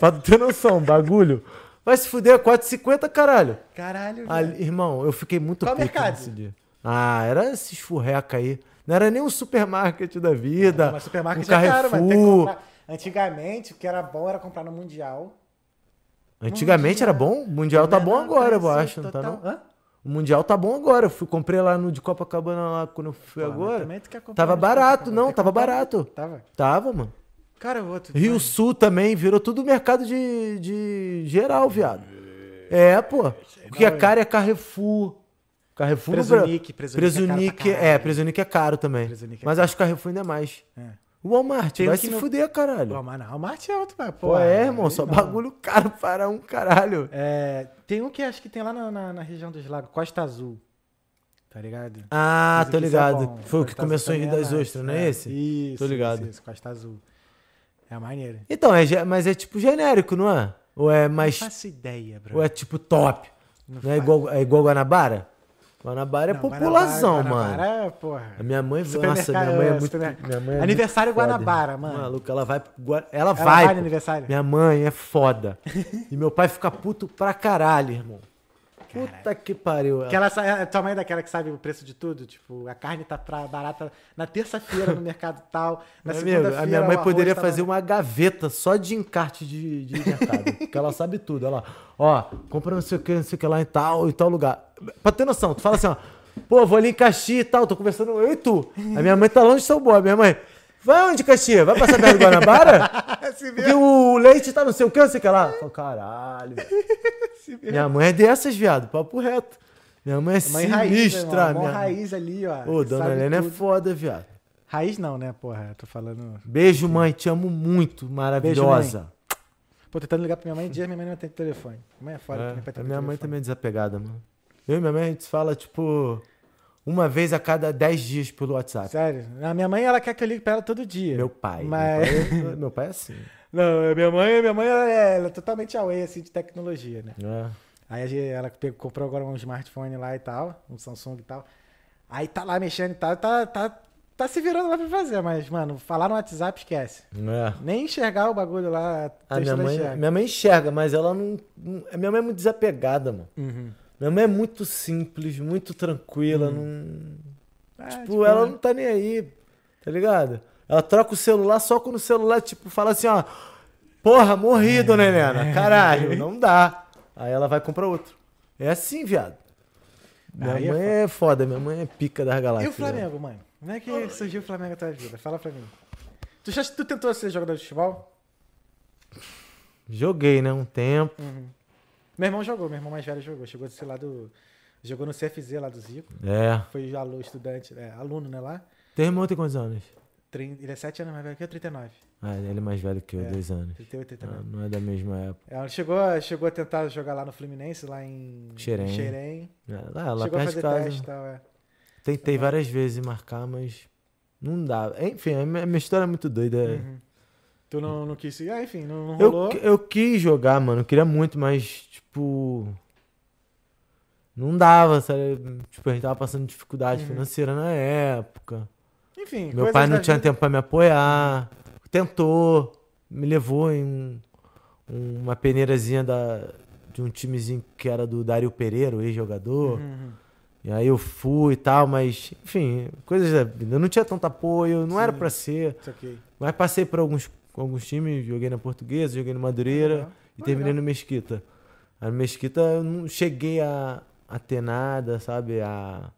B: pra tu ter noção, bagulho. Vai se fuder, 4,50, caralho.
A: Caralho,
B: Ali-
A: velho.
B: irmão, eu fiquei muito
A: Qual
B: puto
A: mercado?
B: nesse dia. Ah, era esses furreca aí. Não era nem um supermarket da vida.
A: Mas supermarket
B: um
A: é caro, mas tem que
B: Carrefour.
A: comprar. Antigamente, o que era bom era comprar no Mundial.
B: Antigamente era bom. O Mundial tá
A: Não,
B: bom
A: não,
B: agora, eu
A: parece
B: acho, não tá
A: total-
B: não?
A: Hã?
B: O Mundial tá bom agora. Eu fui, comprei lá no de Copacabana lá quando eu fui
A: Pô, mas
B: agora.
A: também tu quer comprar
B: Tava
A: no
B: barato,
A: Copacabana,
B: não,
A: tem que
B: tava
A: comprar.
B: barato.
A: Tava.
B: Tava, mano.
A: Cara, o outro.
B: Rio Sul também virou tudo mercado de, de geral, viado. É, pô. O que é caro é Carrefour. Carrefour no Bra-
A: Presunic, Presunic é caro pra
B: Presunic é,
A: caralho.
B: Presunic é caro também.
A: Presunic é
B: Mas acho que Carrefour ainda é mais.
A: É.
B: O Walmart,
A: Tem
B: vai
A: o que
B: se
A: não-
B: fuder, caralho.
A: Pô, mas não, o Marte é É, outro, mas,
B: Pô, é, irmão, só bagulho caro para um caralho.
A: É, tem um que acho que tem lá na, na- na região dos lagos, Costa Azul. tá ligado? é
B: Ah,
A: Mas
B: tô
A: aqui
B: ligado.
A: sabão,
B: Foi o que
A: costa azul
B: começou em Rio
A: também é
B: das
A: nice,
B: Ostras, não é esse?
A: Isso.
B: Tô ligado.
A: Isso, isso, Costa Azul. É maneiro.
B: Então, é, ge- mas é tipo genérico, não é? Ou é
A: Mas...
B: mais.
A: Não faço ideia, bro.
B: Ou é tipo top? Não é
A: faço.
B: igual, é igual Guanabara? Guanabara é
A: Não,
B: população,
A: Guanabara-
B: mano.
A: Guanabara, porra.
B: A minha mãe, nossa,
A: Supermercado,
B: minha mãe é
A: é,
B: muito.
A: supermercado.
B: Minha mãe é
A: Aniversário
B: muito foda.
A: Guanabara, mano.
B: Maluco, ela vai. pro Gua- Ela,
A: Ela
B: vai.
A: vai no
B: pô.
A: aniversário?
B: Minha mãe é foda. e meu pai fica puto pra caralho, irmão. Puta que pariu. Ela.
A: Aquela, sa- a tua mãe é daquela que sabe o preço de tudo? Tipo, a carne tá pra- barata na terça-feira no mercado tal, na
B: Meu amigo,
A: segunda-feira.
B: a minha mãe poderia fazer
A: um.
B: uma gaveta só de encarte de, de mercado. porque ela sabe tudo. Ela, ó, compra não sei o que, não sei o que lá em tal, em tal lugar. Pra ter noção, tu fala assim, ó, pô, vou ali em Caxi e tal, tô conversando eu e tu. A minha mãe tá longe de São Boa, minha mãe. Vai onde, Caxi? Vai passar perto do Guanabara?
A: Se
B: Porque o leite tá não sei o que, não sei o que lá. Eu falo, caralho. velho. minha mãe é dessas, viado, papo reto. Minha mãe
A: Mãe
B: é sinistra,
A: raiz, né, mano? Mó
B: minha.
A: raiz ali, ó.
B: Ô, dona
A: sabe
B: Helena é
A: tudo.
B: foda, viado.
A: Raiz não, né, porra? Tô falando.
B: Beijo, mãe. Te amo muito. Maravilhosa.
A: Pô, tentando ligar pra minha mãe dias, minha mãe não atende o telefone. Minha mãe é foda,
B: É,
A: também pra
B: a
A: atender
B: minha
A: o
B: mãe
A: telefone.
B: também é desapegada, mano. Eu e minha mãe, a gente se fala, tipo, uma vez a cada dez dias pelo WhatsApp.
A: Sério? A minha mãe, ela quer que eu ligue pra ela todo dia.
B: Meu pai.
A: Mas-
B: Meu pai, é- meu pai é assim.
A: Não, minha mãe, minha mãe ela é, ela é totalmente away, assim, de tecnologia, né?
B: É.
A: Aí a gente- ela pegou- comprou agora um smartphone lá e tal, um Samsung e tal. Aí tá lá mexendo e tal, tá, tá, tá se virando lá pra fazer, mas, mano, falar no WhatsApp esquece.
B: É.
A: Nem enxergar o bagulho lá,
B: A
A: texto
B: Ah, minha
A: não
B: mãe, é
A: enxerga.
B: minha mãe enxerga, mas ela não, não- a Minha mãe é muito desapegada, mano.
A: Uhum.
B: Minha mãe é muito simples, muito
A: Hum.
B: tranquila. Não,
A: Ah,
B: tipo, ela não tá nem aí, tá ligado? Ela troca o celular só quando o celular, tipo, fala assim, ó. Porra, morri,
A: É.
B: dona Helena. Caralho, não dá. Aí ela vai comprar outro. É assim, viado. Minha
A: Aí é
B: mãe é foda, minha mãe é pica das
A: E o
B: galáxias.
A: Flamengo, mano? Como é que surgiu o Flamengo na tua vida? Fala pra mim. Tu, já, tu tentou ser jogador de futebol?
B: né? Joguei, né, um tempo.
A: Meu irmão jogou, meu irmão mais velho jogou. Chegou desse lado, jogou no CFZ lá do Zico.
B: É.
A: Foi aluno, estudante, é, aluno, né, lá.
B: Teu irmão tem quantos anos?
A: Trin- Ele é 7 anos mais velho que eu, 39.
B: Ah, ele é mais velho que eu,
A: É.
B: dois anos.
A: 38,
B: Ah,
A: 39.
B: não é da mesma época.
A: É, Ela chegou, chegou a tentar jogar lá no Fluminense, lá em
B: Xerém.
A: em Xerém.
B: É, Lá, lá
A: chegou a
B: perto
A: fazer
B: de casa.
A: teste e tal, é.
B: Tentei várias vezes marcar, mas não dá. Enfim, a minha a minha história é muito doida.
A: Hum. Uhum. Tu não, não quis ir. Ah, enfim, não, não rolou.
B: Eu, qui- eu quis jogar, mano. Eu queria muito, mas, tipo. Não dava, sabe? Tipo, a gente tava passando dificuldade
A: Hum.
B: financeira na época.
A: Enfim,
B: Meu
A: coisas
B: pai não
A: da
B: tinha
A: vida.
B: tempo pra me apoiar. Tentou. Me levou em um- uma peneirazinha da, de um timezinho que era do Dário Pereira, o
A: Uhum.
B: ex-jogador. E aí eu fui e tal, mas, enfim, coisas da vida. Eu não tinha tanto apoio, não era pra ser.
A: Isso aqui.
B: Mas passei por alguns, alguns times, joguei na Portuguesa, joguei no Madureira
A: Legal.
B: e
A: Ah,
B: terminei
A: legal.
B: no Mesquita. Aí no Mesquita eu não cheguei a, a ter nada, sabe? A,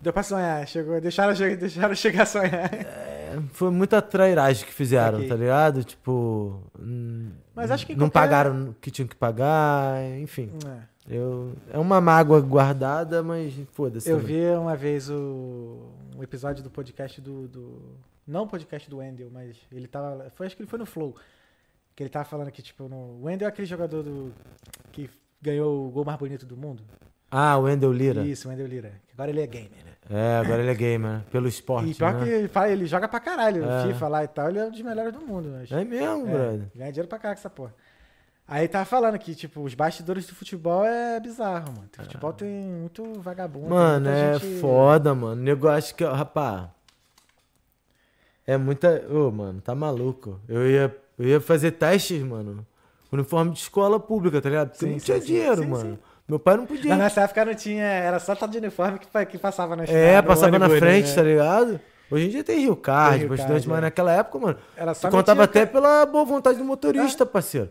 A: Deu pra sonhar, chegou. Deixaram, che- deixaram chegar a sonhar.
B: é, foi muita trairagem que fizeram,
A: Saquei.
B: tá ligado? Tipo. hum,
A: Mas acho que
B: Não
A: qualquer-
B: pagaram o que tinham que pagar, enfim.
A: É.
B: Eu, é uma mágoa guardada, mas foda-se.
A: Eu
B: também.
A: vi uma vez o, um episódio do podcast do, do- Não o podcast do Wendel, mas ele tava. Foi, acho que ele foi no Flow. Que ele tava falando que, tipo, no, o Wendel é aquele jogador do, que ganhou o gol mais bonito do mundo.
B: Ah, o Wendel Lira.
A: Isso, o Wendel Lira. Agora ele é gamer, né?
B: É, agora ele é gamer, né? pelo esporte.
A: e pior
B: né?
A: que ele, fala- ele joga pra caralho.
B: É.
A: FIFA lá e tal, ele é um dos melhores do mundo, eu acho.
B: É mesmo,
A: É,
B: brother.
A: ganha dinheiro pra caraca essa porra. Aí tava falando que, tipo, os bastidores do futebol é bizarro, mano. Futebol tem muito vagabundo. tem
B: É. Mano,
A: muita
B: é
A: gente-
B: foda, mano. O nego acha que, ó, rapá. É muita. Ô, mano, tá maluco. Eu ia, eu ia fazer testes, mano. com Uniforme de escola pública, tá ligado? Porque
A: Sim,
B: não
A: sim,
B: tinha
A: sim.
B: dinheiro,
A: Sim,
B: mano.
A: sim.
B: Meu pai não
A: Na
B: podia.
A: nossa época não tinha, era só tá de uniforme que, pa- que passava na
B: é,
A: no
B: passava na
A: ônibus, né?
B: frente, tá ligado? Hoje em dia tem Rio Card,
A: Rio
B: bastante,
A: Card,
B: mas
A: é.
B: naquela época, mano,
A: Era
B: tu
A: só né?
B: contava
A: metia
B: até pela boa vontade do motorista,
A: É.
B: parceiro.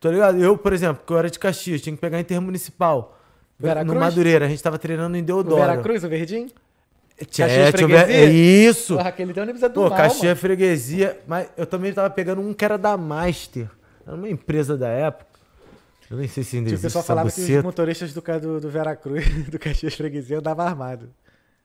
B: Tá ligado? Eu, por exemplo, que eu era de Caxias, tinha que pegar intermunicipal. Eu-
A: Veracruz?
B: No Madureira, a gente tava treinando em
A: O
B: Deodoro.
A: Veracruz, o Verdinho?
B: Tinha,
A: Caxias
B: é, tinha o Ver-
A: Freguesia?
B: Isso!
A: Porra, aquele teu ônibus é do
B: Pô,
A: mal,
B: Caxias
A: mano.
B: Freguesia, mas eu também tava pegando um que era da Master. Era uma empresa da época. Eu nem sei se ainda
A: Tipo, o
B: existe
A: pessoal
B: essa
A: falava que os
B: buceta.
A: motoristas do, ca- do, do Veracruz, do Caxias Freguesia, andavam armado.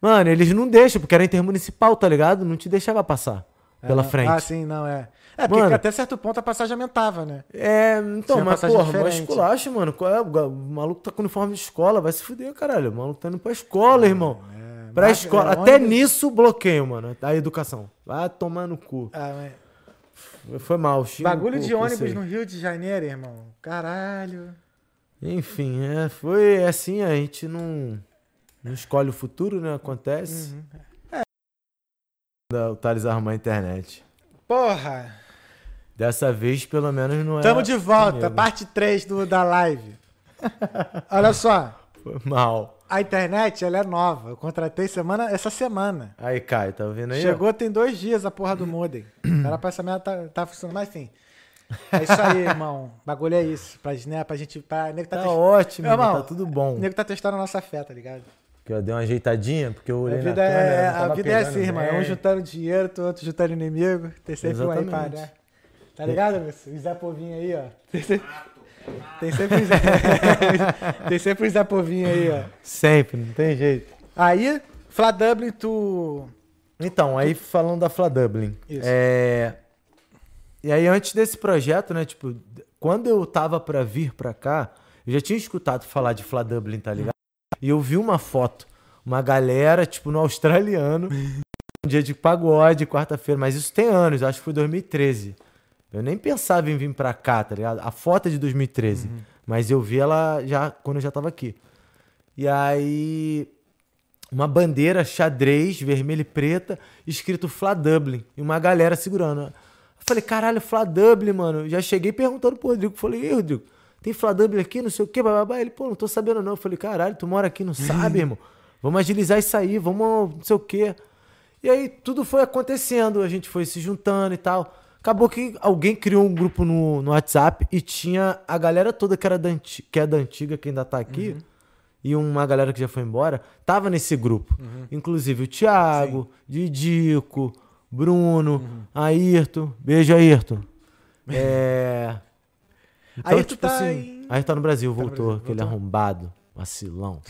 B: Mano, eles não deixam, porque era intermunicipal, tá ligado? Não te deixava passar.
A: É,
B: pela
A: não.
B: frente.
A: Ah, sim, não, é. É, porque
B: Mano.
A: até certo ponto a passagem aumentava, né?
B: É,
A: Tinha
B: então, mas
A: passagem
B: porra, mas
A: diferente.
B: esculacho, mano. Qual é? O maluco tá com uniforme de escola, vai se fuder, caralho. O maluco tá indo pra escola, irmão.
A: É,
B: Pra
A: mas-
B: escola.
A: é,
B: Até
A: ônibus-
B: nisso bloqueio, mano. A educação. Vai tomar no cu.
A: Ah, mas- um
B: Foi mal, xinga o
A: Bagulho
B: cu,
A: de
B: eu
A: ônibus
B: sei.
A: no Rio de Janeiro, irmão. Caralho.
B: Enfim, é, foi assim, a gente não, não escolhe o futuro, né? Acontece.
A: Uhum.
B: Da- O Thales arrumar a internet.
A: Porra!
B: Dessa vez, pelo menos, não é.
A: Tamo de volta,
B: comigo.
A: parte 3 do, da live. Olha só,
B: Foi mal.
A: a internet ela é nova. Eu contratei semana, essa semana.
B: Aí, Caio, tá vendo aí? ó?
A: Chegou tem dois dias a porra do modem. Era pra essa merda tá, tá funcionando, mas enfim. É isso aí, irmão. Bagulho é isso. Pra, né, pra gente. Pra, nego, tá
B: Tá
A: test...
B: ótimo,
A: Meu irmão,
B: tá tudo bom.
A: nego tá testando a nossa fé, tá ligado?
B: Que eu dei uma ajeitadinha, porque eu
A: A
B: olhei na
A: vida,
B: câmera.
A: é,
B: não tava
A: a vida é
B: pegando né?"
A: assim, irmão. É Um
B: bem.
A: juntando dinheiro, tu- outro juntando inimigo. Tem sempre um aí pra
B: Exatamente. É.
A: né? Tá ligado, Lúcio? O Zé Povinho aí, ó. Tem sempre, tem sempre, o Zé... tem sempre o Zé Povinho aí, ó.
B: Sempre, não tem jeito.
A: Aí, Flá Dublin, tu.
B: Então, aí falando da Fla Dublin.
A: Isso.
B: É... E aí, antes desse projeto, né? Tipo, quando eu tava pra vir pra cá, eu já tinha escutado falar de Fla Dublin, tá ligado? E eu vi uma foto, uma galera, tipo, no australiano, um dia de pagode, quarta-feira, mas isso tem anos, acho que foi 2013. Eu nem pensava em vir pra cá, tá ligado? A foto é de 2013, mas eu vi ela já quando eu já tava aqui. E aí, uma bandeira xadrez, vermelha e preta, escrito Fla Dublin. E uma galera segurando. Eu falei, caralho, Fla Dublin, mano. Eu Já cheguei perguntando pro Rodrigo. Falei, ei, Rodrigo, tem Fla Dublin aqui? Não sei o quê, bababá. Ele, pô, não tô sabendo não. Eu falei, caralho, tu mora aqui, não sabe, irmão? Vamos agilizar isso aí, vamos não sei o quê. E aí tudo foi acontecendo, a gente foi se juntando e tal. Acabou que alguém criou um grupo no, no WhatsApp e tinha a galera toda que, era da anti- que é da antiga, que ainda tá aqui,
A: Uhum.
B: e uma galera que já foi embora, tava nesse grupo.
A: Uhum.
B: Inclusive o Thiago, Didico, Bruno,
A: Uhum.
B: Ayrton. Beijo, Ayrton. É. então,
A: Ayrton tá em-
B: Ayrton tá no Brasil, voltou,
A: Brasil,
B: aquele
A: voltou.
B: arrombado, vacilão.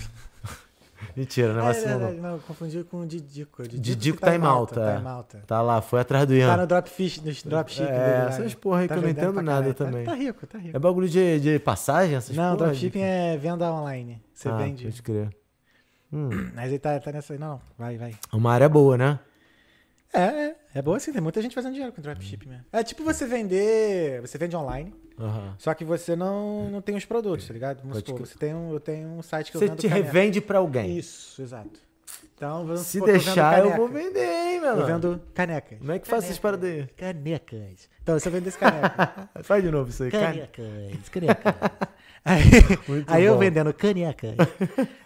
B: Mentira, não é
A: Ah, é
B: vacilão. não.
A: verdade, não, confundi com o Didico. O
B: Didico tá em Malta.
A: Tá
B: é.
A: em Malta.
B: Tá lá, foi atrás do Ian.
A: Tá no Dropfish, no Dropship.
B: É,
A: dele lá,
B: essas
A: né?
B: porra aí que eu não
A: vendendo
B: entendo
A: pra
B: nada
A: caralho. Tá-
B: também.
A: Tá rico, tá rico.
B: É bagulho de, de passagem, essas
A: não,
B: porra,
A: dropshipping
B: de-
A: é venda online. Você
B: ah,
A: vende.
B: Pode crer.
A: Mas ele tá, tá nessa aí. Não, não. Vai, vai.
B: É Uma área boa, né?
A: É, é. É boa assim, tem muita gente fazendo dinheiro com dropshipping mesmo. É tipo você vender. Você vende online,
B: Aham.
A: só que você não, não tem os produtos, tá ligado? Vamos
B: Pode
A: supor,
B: crer.
A: você tem um, eu tenho um site que eu
B: Você
A: vendo.
B: te
A: caneca.
B: revende pra alguém.
A: Isso, exato. Então, vamos
B: Se
A: supor, tô vendo
B: deixar, eu
A: caneca.
B: vou vender, hein, meu
A: Tô
B: mano.
A: vendo canecas.
B: Como é que faz essas paradas aí?
A: Canecas. Então, você vende esse caneca.
B: Faz de novo isso aí, cara.
A: Canecas, canecas. Aí,
B: Muito
A: aí eu
B: bom.
A: vendendo caneca.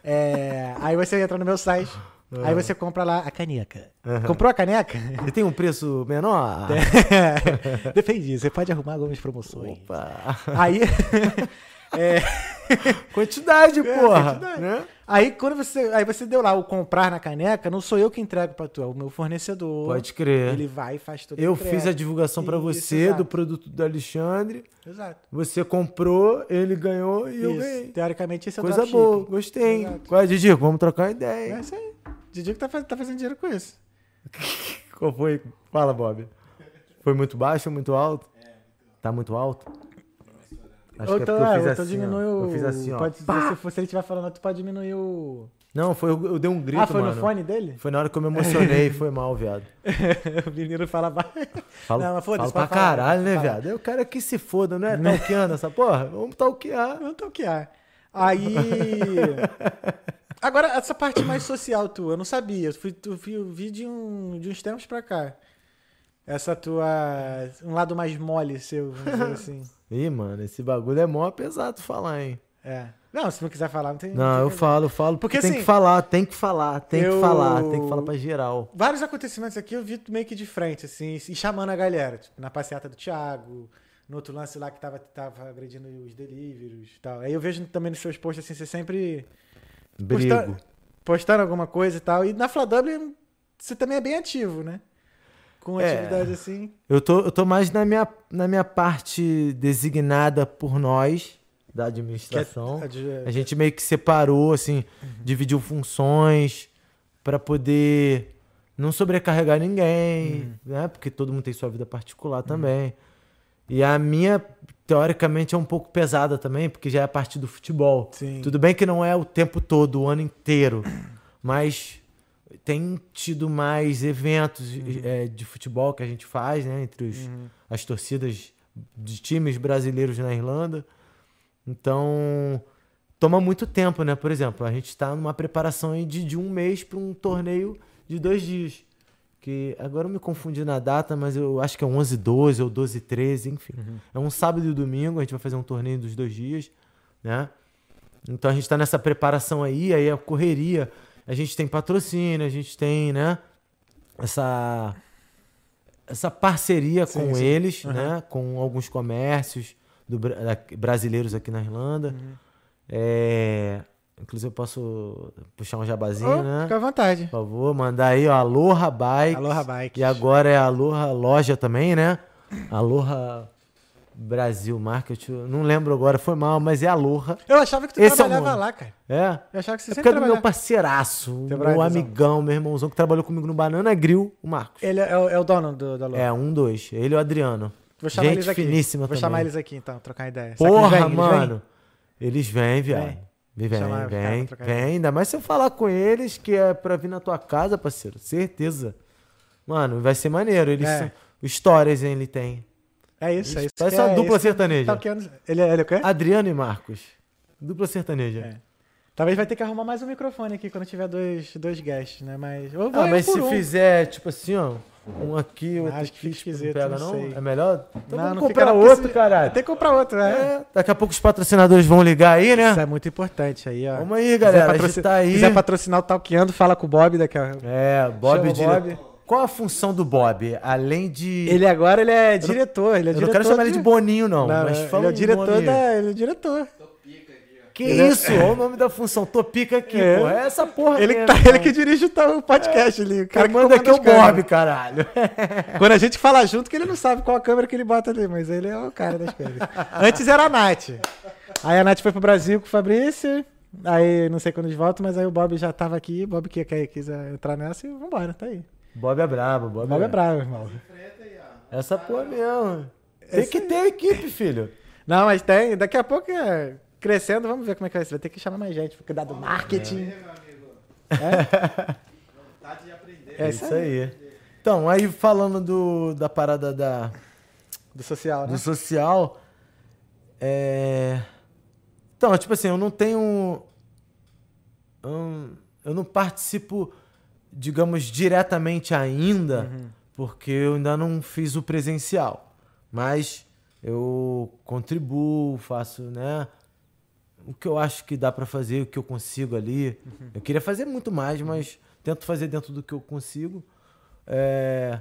A: É, aí você entra no meu site,
B: Ah.
A: aí você compra lá a caneca. Comprou a caneca?
B: E tem um preço menor?
A: Depende, você pode arrumar algumas promoções.
B: Opa.
A: Aí, é,
B: Quantidade, porra.
A: quantidade.
B: Né?
A: aí quando você, aí você deu lá o comprar na caneca, não sou eu que entrego pra tu, é o meu fornecedor.
B: Pode crer.
A: Ele vai e faz tudo.
B: Eu fiz a divulgação pra
A: Isso,
B: você
A: exato.
B: do produto do Alexandre.
A: Exato.
B: Você comprou, ele ganhou e eu
A: Isso.
B: ganhei.
A: Teoricamente, esse é o
B: Coisa
A: dropshipping.
B: boa, gostei. hein?
A: Exato.
B: Qual é, Didico? Vamos trocar uma ideia.
A: É
B: hein?
A: isso aí. Didi que tá, faz- tá fazendo dinheiro com isso.
B: Qual foi? Fala, Bob. Foi muito baixo ou muito alto? Tá muito alto? Acho
A: ou
B: que é
A: então,
B: porque eu
A: é,
B: fiz
A: ou então
B: assim, ó.
A: diminui o.
B: Eu fiz assim, ó.
A: Pode, se, for- se ele estiver falando, tu pode diminuir o.
B: Não, foi, eu dei um grito,
A: ah, foi
B: mano.
A: no fone dele?
B: Foi na hora que eu me emocionei, foi mal, viado.
A: o menino fala baixo.
B: Falo,
A: Não, mas foda-se,
B: falo pra
A: pode falar,
B: caralho, né,
A: pode falar.
B: viado? É o cara que se foda, não é talqueando essa porra? Vamos talquear.
A: Não tô que há. Aí. Agora, essa parte mais social tua, eu não sabia. Eu fui, tu, fui, eu vi de, um, de uns tempos pra cá. Essa tua. Um lado mais mole seu, vamos dizer assim.
B: Ih, mano, esse bagulho é mó pesado falar, hein?
A: É. Não, se não quiser falar, não tem.
B: Não,
A: tem
B: eu
A: problema.
B: falo, eu falo. Porque,
A: Porque,
B: tem
A: assim,
B: que falar, tem que falar, tem que
A: eu-
B: falar, tem que falar pra geral.
A: Vários acontecimentos aqui eu vi meio que de frente, assim, e chamando a galera. Tipo, na passeata do Thiago, no outro lance lá que tava, tava agredindo os delíveros e tal. Aí eu vejo também nos seus posts, assim, você sempre
B: Brigo.
A: posta- postando alguma coisa e tal. E na FlaW você também é bem ativo, né? Com
B: É.
A: atividade assim.
B: Eu tô, eu tô mais na minha, na minha parte designada por nós, da administração.
A: Que é- é de-
B: A gente meio que separou, assim, dividiu funções pra poder não sobrecarregar ninguém, né? Porque todo mundo tem sua vida particular também. E a minha, teoricamente, é um pouco pesada também, porque já é a parte do futebol.
A: Sim.
B: Tudo bem que não é o tempo todo, o ano inteiro, mas tem tido mais eventos eh, de futebol que a gente faz, né? Entre os, as torcidas de times brasileiros na Irlanda. Então, toma muito tempo, né? Por exemplo, a gente está numa preparação aí de, de um mês para um torneio de dois dias. Que agora eu me confundi na data, mas eu acho que é 11 12 ou 12 13, enfim.
A: Uhum.
B: É um sábado e domingo, a gente vai fazer um torneio dos dois dias, né? Então a gente tá nessa preparação aí, aí a correria. A gente tem patrocínio, a gente tem, né? Essa essa parceria
A: Sim,
B: com
A: sim. Uhum.
B: eles, né? Com alguns comércios do, bra- da- brasileiros aqui na Irlanda.
A: Uhum.
B: É, inclusive eu posso puxar um jabazinho,
A: Oh,
B: né?
A: Fica à vontade.
B: Por favor, mandar aí, ó, Aloha Bikes.
A: Aloha Bikes.
B: E agora é Aloha Loja também, né? Aloha Brasil Market. eu Não lembro agora, foi mal, mas é Aloha.
A: Eu achava que tu
B: Esse é o
A: trabalhava
B: nome.
A: lá, cara.
B: É.
A: Eu achava que você
B: É porque
A: sempre né?
B: é do meu
A: trabalhava.
B: parceiraço,
A: Teu
B: meu
A: brotherzão.
B: amigão, meu irmãozão que trabalhou comigo no Banana Grill, o Marcos.
A: Ele é, é o- é o dono do, da loja.
B: É, um, dois. Ele e o Adriano.
A: Vou chamar
B: Gente
A: eles aqui.
B: finíssima
A: Vou chamar
B: também.
A: eles aqui, então, trocar ideia. Será que eles
B: Porra,
A: vêm? Eles vêm?
B: mano. Eles vêm, viado. Vem, vem,
A: Chamar os caras
B: vem,
A: pra trocar
B: vem.
A: ideia.
B: Ainda mais se eu falar com eles que é pra vir na tua casa, parceiro. Certeza. Mano, vai ser maneiro. Eles
A: É.
B: são... Histórias, hein, ele tem.
A: É isso, é isso.
B: Parece
A: que
B: uma
A: é,
B: dupla
A: isso
B: Ah.
A: que
B: sertaneja.
A: tá o que anos- Ele, é- ele é o quê?
B: Adriano e Marcos. Dupla sertaneja.
A: É. Talvez vai ter que arrumar mais um microfone aqui quando tiver dois, dois guests, né? Mas. Ou
B: Ah,
A: vai
B: mas
A: por
B: se
A: um.
B: fizer, tipo assim, ó. Um aqui, outro
A: acho que
B: aqui,
A: fica
B: tipo,
A: esquisito,
B: não pega,
A: não
B: não?
A: sei.
B: É melhor? Então
A: Não,
B: vamos
A: não fica
B: comprar
A: na
B: outro,
A: piscina.
B: caralho.
A: Tem que comprar outro, né?
B: É, daqui a pouco os patrocinadores vão ligar aí, né?
A: Isso é muito importante aí, ó.
B: Vamos aí, galera.
A: Quiser
B: A gente tá aí.
A: quiser patrocinar o Talkeando, fala com o Bob daqui a...
B: É, Bob,
A: Chama o
B: dire...
A: Bob.
B: Qual a função do Bob? Além de.
A: Ele agora ele é diretor, ele é
B: Eu não
A: diretor.
B: quero chamar ele
A: de-
B: de Boninho, não.
A: Não,
B: mas
A: não,
B: fala
A: ele é
B: um
A: diretor
B: Boninho.
A: da. Ele é diretor.
B: Que isso? Olha o nome da função. Topica aqui,
A: É.
B: pô. É essa porra
A: Ele, que
B: mesmo,
A: tá-
B: cara.
A: ele que dirige o tal- o podcast ali. O cara
B: Quem
A: que
B: manda aqui é o
A: comanda as
B: Bob, caralho.
A: câmeras. Quando a gente fala junto, que ele não sabe qual a câmera que ele bota ali, mas ele é o cara das câmeras. Antes era a Nath. Aí a Nath foi pro Brasil com o Fabrício. Aí não sei quando eles voltam, mas aí o Bob já tava aqui. Bob que quer, quis eh, entrar nessa e vambora, tá aí.
B: Bob é brabo, Bob,
A: O Bob
B: é,
A: é bravo, irmão.
B: Essa porra mesmo. Tem que ter equipe, filho.
A: Não, mas tem. Daqui a pouco é. Crescendo, vamos ver como é que vai ser. Vai ter que chamar mais gente, cuidar do marketing.
C: Meu amigo, vontade de aprender.
A: É,
B: É
A: isso
B: isso aí. Então, aí falando do, da parada da,
A: Do social, né?
B: do social. É... Então, tipo assim, eu não tenho. hum, eu não participo, digamos, diretamente ainda,
A: Uhum.
B: porque eu ainda não fiz o presencial. Mas eu contribuo, faço, né? O que eu acho que dá pra fazer, o que eu consigo ali.
A: Uhum.
B: Eu queria fazer muito mais, mas tento fazer dentro do que eu consigo. É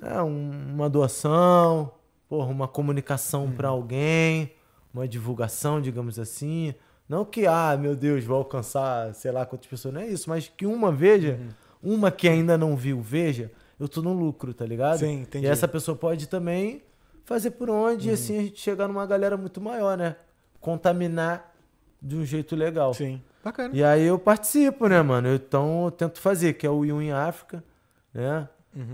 B: né, um- uma doação, porra, uma comunicação
A: Hum.
B: pra alguém, uma divulgação, digamos assim. Não que, ah, meu Deus, vou alcançar sei lá quantas pessoas, não é isso, mas que uma veja,
A: Uhum.
B: uma que ainda não viu, veja, eu tô no lucro, tá ligado?
A: Sim, entendi. Uhum.
B: E essa pessoa pode também fazer por onde e assim a gente chegar numa galera muito maior, né? Contaminar de um jeito legal.
A: Sim. Bacana.
B: E aí eu participo, né, mano? Então eu tento fazer, que é o You in África, né?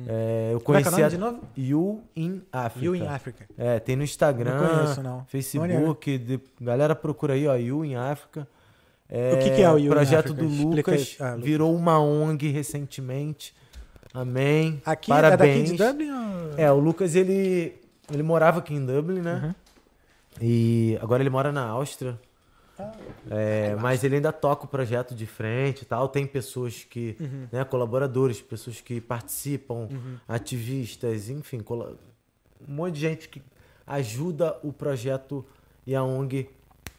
B: É, eu
A: Como é que é o
B: conheci
A: nome
B: a-
A: de novo?
B: You in África.
A: You in Africa.
B: É, tem no Instagram,
A: Não conheço, não.
B: Facebook, de- galera procura aí, ó, You in África. É,
A: O que que é o You in
B: Projeto
A: África?
B: do
A: Explica
B: Lucas,
A: aí. Ah, Lucas.
B: virou uma ONG recentemente. Amém.
A: Aqui
B: Parabéns.
A: é daqui de Dublin? ou-
B: É, o Lucas, ele, ele morava aqui em Dublin, né? E agora ele mora na Áustria. É, mas ele ainda toca o projeto de frente e tal. Tem pessoas que, né, colaboradores, pessoas que participam, ativistas, enfim, colo- um monte de gente que ajuda o projeto e a ONG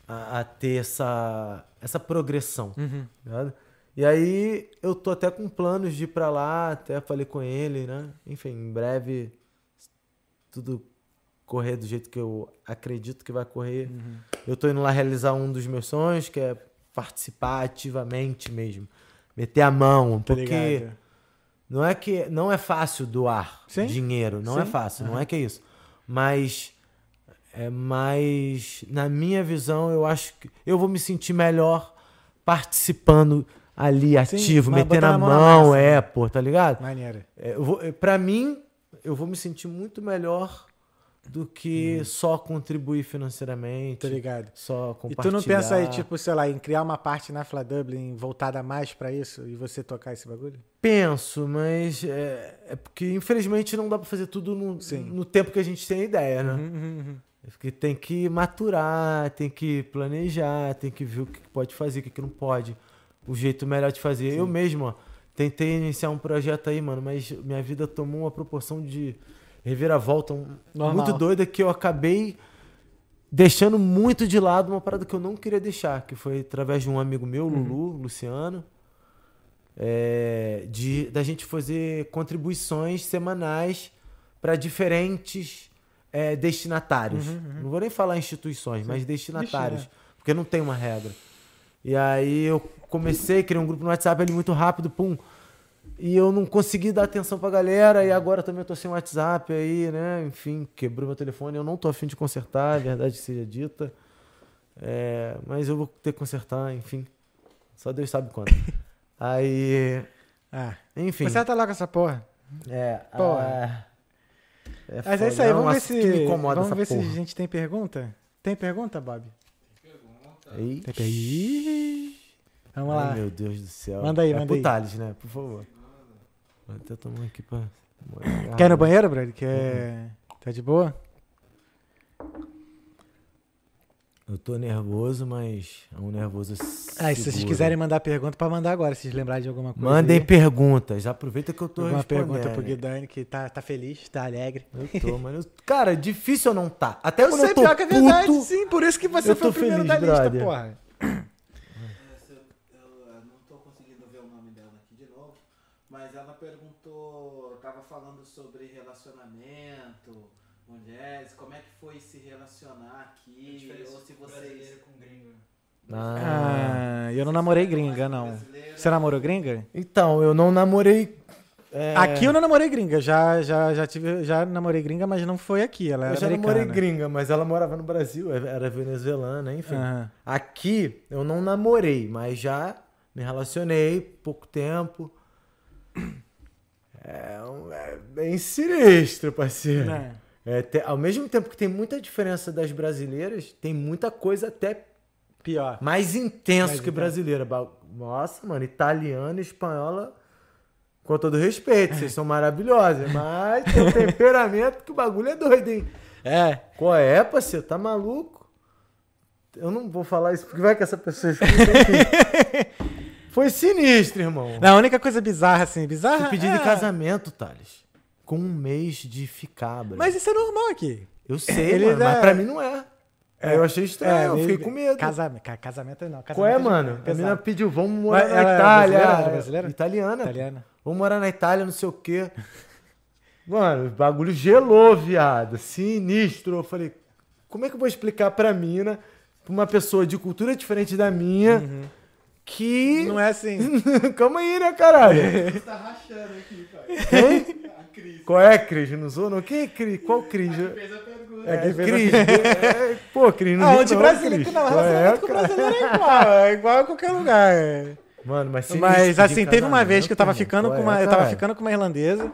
B: a, a ter essa, essa progressão. ligado? E aí eu tô até com planos de ir pra lá, até falei com ele, né? Enfim, em breve tudo correr do jeito que eu acredito que vai correr. Eu tô indo lá realizar um dos meus sonhos, que é participar ativamente mesmo. Meter a mão,
A: Tá
B: porque
A: ligado?
B: não é que não é fácil doar
A: Sim.
B: dinheiro, não é
A: Sim.
B: fácil, não é que é isso. Mas é mais na minha visão, eu acho que eu vou me sentir melhor participando ali, ativo,
A: mas
B: metendo
A: botando
B: a
A: a
B: mão,
A: mão na massa, né?
B: é, pô, tá ligado?
A: Maneiro.
B: É, eu vou- é, pra mim, eu vou me sentir muito melhor do que só contribuir financeiramente.
A: Uhum. Tô ligado.
B: Só
A: E
B: compartilhar.
A: tu não pensa aí, tipo, sei lá, em criar uma parte na Fla Dublin voltada mais pra isso e você tocar esse bagulho?
B: Penso, mas é, é porque infelizmente não dá pra fazer tudo no,
A: Sim. Uhum.
B: no tempo que a gente tem ideia, né? Porque tem que maturar, tem que planejar, tem que ver o que pode fazer, o que que não pode. O jeito melhor de fazer. Eu mesmo, ó, tentei iniciar um projeto aí, mano, mas minha vida tomou uma proporção de reviravolta um-
A: Normal.
B: muito doida que eu acabei deixando muito de lado uma parada que eu não queria deixar, que foi através de um amigo meu, Lulu, Luciano, é, de da gente fazer contribuições semanais para diferentes é, destinatários. Não vou nem falar instituições, mas destinatários,
A: Vixe,
B: porque não tem uma regra. E aí eu comecei, criei um grupo no WhatsApp ali muito rápido, pum. E eu não consegui dar atenção pra galera, e agora também eu tô sem WhatsApp aí, né? Enfim, quebrou meu telefone, eu não tô afim de consertar, a verdade seja dita. É, mas eu vou ter que consertar, enfim. Só Deus sabe quando. Aí.
A: Ah.
B: Enfim.
A: Você tá lá com essa porra.
B: É.
A: Pô.
B: ah, é
A: Mas
B: foda,
A: é isso aí,
B: um
A: vamos ver
B: assunto
A: se.
B: que me incomoda
A: vamos
B: essa
A: ver se
B: porra.
A: a gente tem pergunta? Tem pergunta, Bob?
B: Ih,
A: Tem per- Ih. Vamos
B: ai,
A: lá.
B: Meu Deus do céu.
A: Manda aí,
B: é
A: manda
B: pro
A: aí.
B: Thales, né? Por favor. Vou até tomar aqui pra.
A: Quer ir no banheiro, Brad? Quer. Tá de boa?
B: Eu tô nervoso, mas é um nervoso.
A: Ah, e se vocês
B: seguro.
A: quiserem mandar pergunta, pra mandar agora, se vocês lembrarem de alguma coisa.
B: Mandem
A: aí.
B: perguntas. Aproveita que eu tô
A: Alguma
B: respondendo.
A: pergunta pro Guidani, que tá, tá feliz, tá alegre.
B: Eu tô, mano. Eu- Cara, difícil eu não tá. Até
A: Eu
B: quando eu,
A: sei,
B: tô
A: pior que é verdade,
B: puto,
A: sim. Por isso que você
B: eu
A: foi
B: tô
A: o primeiro da
B: feliz,
A: lista,
B: brother.
A: porra.
C: Essa, eu, eu não tô conseguindo ver o nome dela aqui de novo, mas ela perguntou, tava falando sobre relacionamento, mulheres, como é que foi se relacionar aqui, ou se vocês...
B: Ah.
A: Ah, eu não namorei gringa, não. Você namorou gringa?
B: Então, eu não namorei. é,
A: Aqui eu não namorei gringa. Já, já, já, tive, já namorei gringa, mas não foi aqui. Ela era
B: Eu já
A: americana.
B: namorei gringa, mas ela morava no Brasil, é- era venezuelana, enfim.
A: Aham.
B: Aqui eu não namorei, mas já me relacionei pouco tempo. É, um- é bem sinistro, parceiro.
A: É.
B: É, te- ao mesmo tempo que tem muita diferença das brasileiras, tem muita coisa até
A: Pior.
B: mais intenso
A: Mais
B: que
A: intenso.
B: brasileira. Ba- Nossa, mano, italiana e espanhola, com todo respeito, vocês são maravilhosas, mas tem um temperamento que o bagulho é doido, hein?
A: É.
B: Qual é, parceiro? Tá maluco? Eu não vou falar isso, porque vai que essa pessoa escuta. enfim. Foi sinistro, irmão.
A: Não, a única coisa bizarra, assim, bizarra.
B: Fui pedido
A: é...
B: em casamento, Thales. Com um mês de ficar, bro.
A: Mas isso é normal aqui.
B: Eu sei,
A: Ele
B: mano, mas
A: é-
B: pra mim não é. Aí eu achei estranho,
A: É,
B: eu
A: meio-
B: fiquei com medo.
A: Casam... ca- Casamento não. Casamento
B: Qual é,
A: de-
B: mano? A
A: pesado.
B: menina pediu, vamos morar
A: Mas
B: na
A: ela é
B: Itália.
A: brasileira? Ela é brasileira?
B: Italiana.
A: Italiana.
B: Vamos morar na Itália, não sei o quê. Mano, o bagulho gelou, viado. Sinistro. Eu falei, como é que eu vou explicar pra mina, pra uma pessoa de cultura diferente da minha, que.
A: Uhum. Não é assim.
B: Calma aí, né, caralho?
C: Você tá rachando aqui, pai.
B: Hein?
C: A Cris.
B: Qual é, Cris? Não zoou, não? Quem é Cris? Qual Cris?
C: que fez a pergunta.
B: É,
A: quem fez a-
B: Cris. É, Pô, Cris, não.
A: Ah,
B: ri
A: onde
B: não,
A: brasileiro.
B: Cris.
A: Não,
B: Qual é,
A: relacionamento com
B: cara?
A: brasileiro é igual. É igual a qualquer lugar. é.
B: Mano, mas sinistro
A: Mas
B: de
A: assim, teve uma vez que eu tava
B: casamento,
A: ficando
B: qual
A: com
B: é,
A: uma. Eu tava
B: caralho?
A: ficando com uma irlandesa.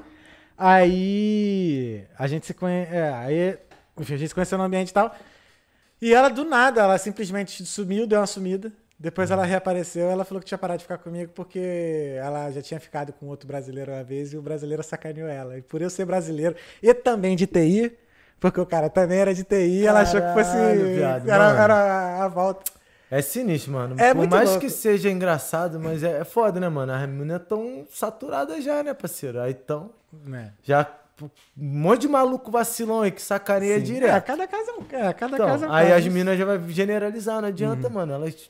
A: Aí a gente se conhece. É, aí enfim, a gente se conheceu no ambiente e tal. E ela, do nada, ela simplesmente sumiu, deu uma sumida.
B: Uhum.
A: Depois ela reapareceu, ela falou que tinha parado de ficar comigo porque ela já tinha ficado com outro brasileiro uma vez e o brasileiro sacaneou ela. E por eu ser brasileiro e também de TI, porque o cara também era de TI, ela achou que
B: Caralho,
A: fosse.
B: viado, mano.
A: era, era a volta.
B: É sinistro, mano.
A: É
B: Por
A: muito
B: mais
A: louco.
B: que seja engraçado, mas é, é foda, né, mano? As meninas tão saturadas já, né, parceiro? Aí então,
A: Né?
B: já um monte de maluco vacilão aí que sacaneia
A: Sim. É,
B: direto.
A: cada casa é um. é, cada
B: Então,
A: casa é um
B: aí
A: caso.
B: as meninas já vai generalizar, não adianta, mano. Elas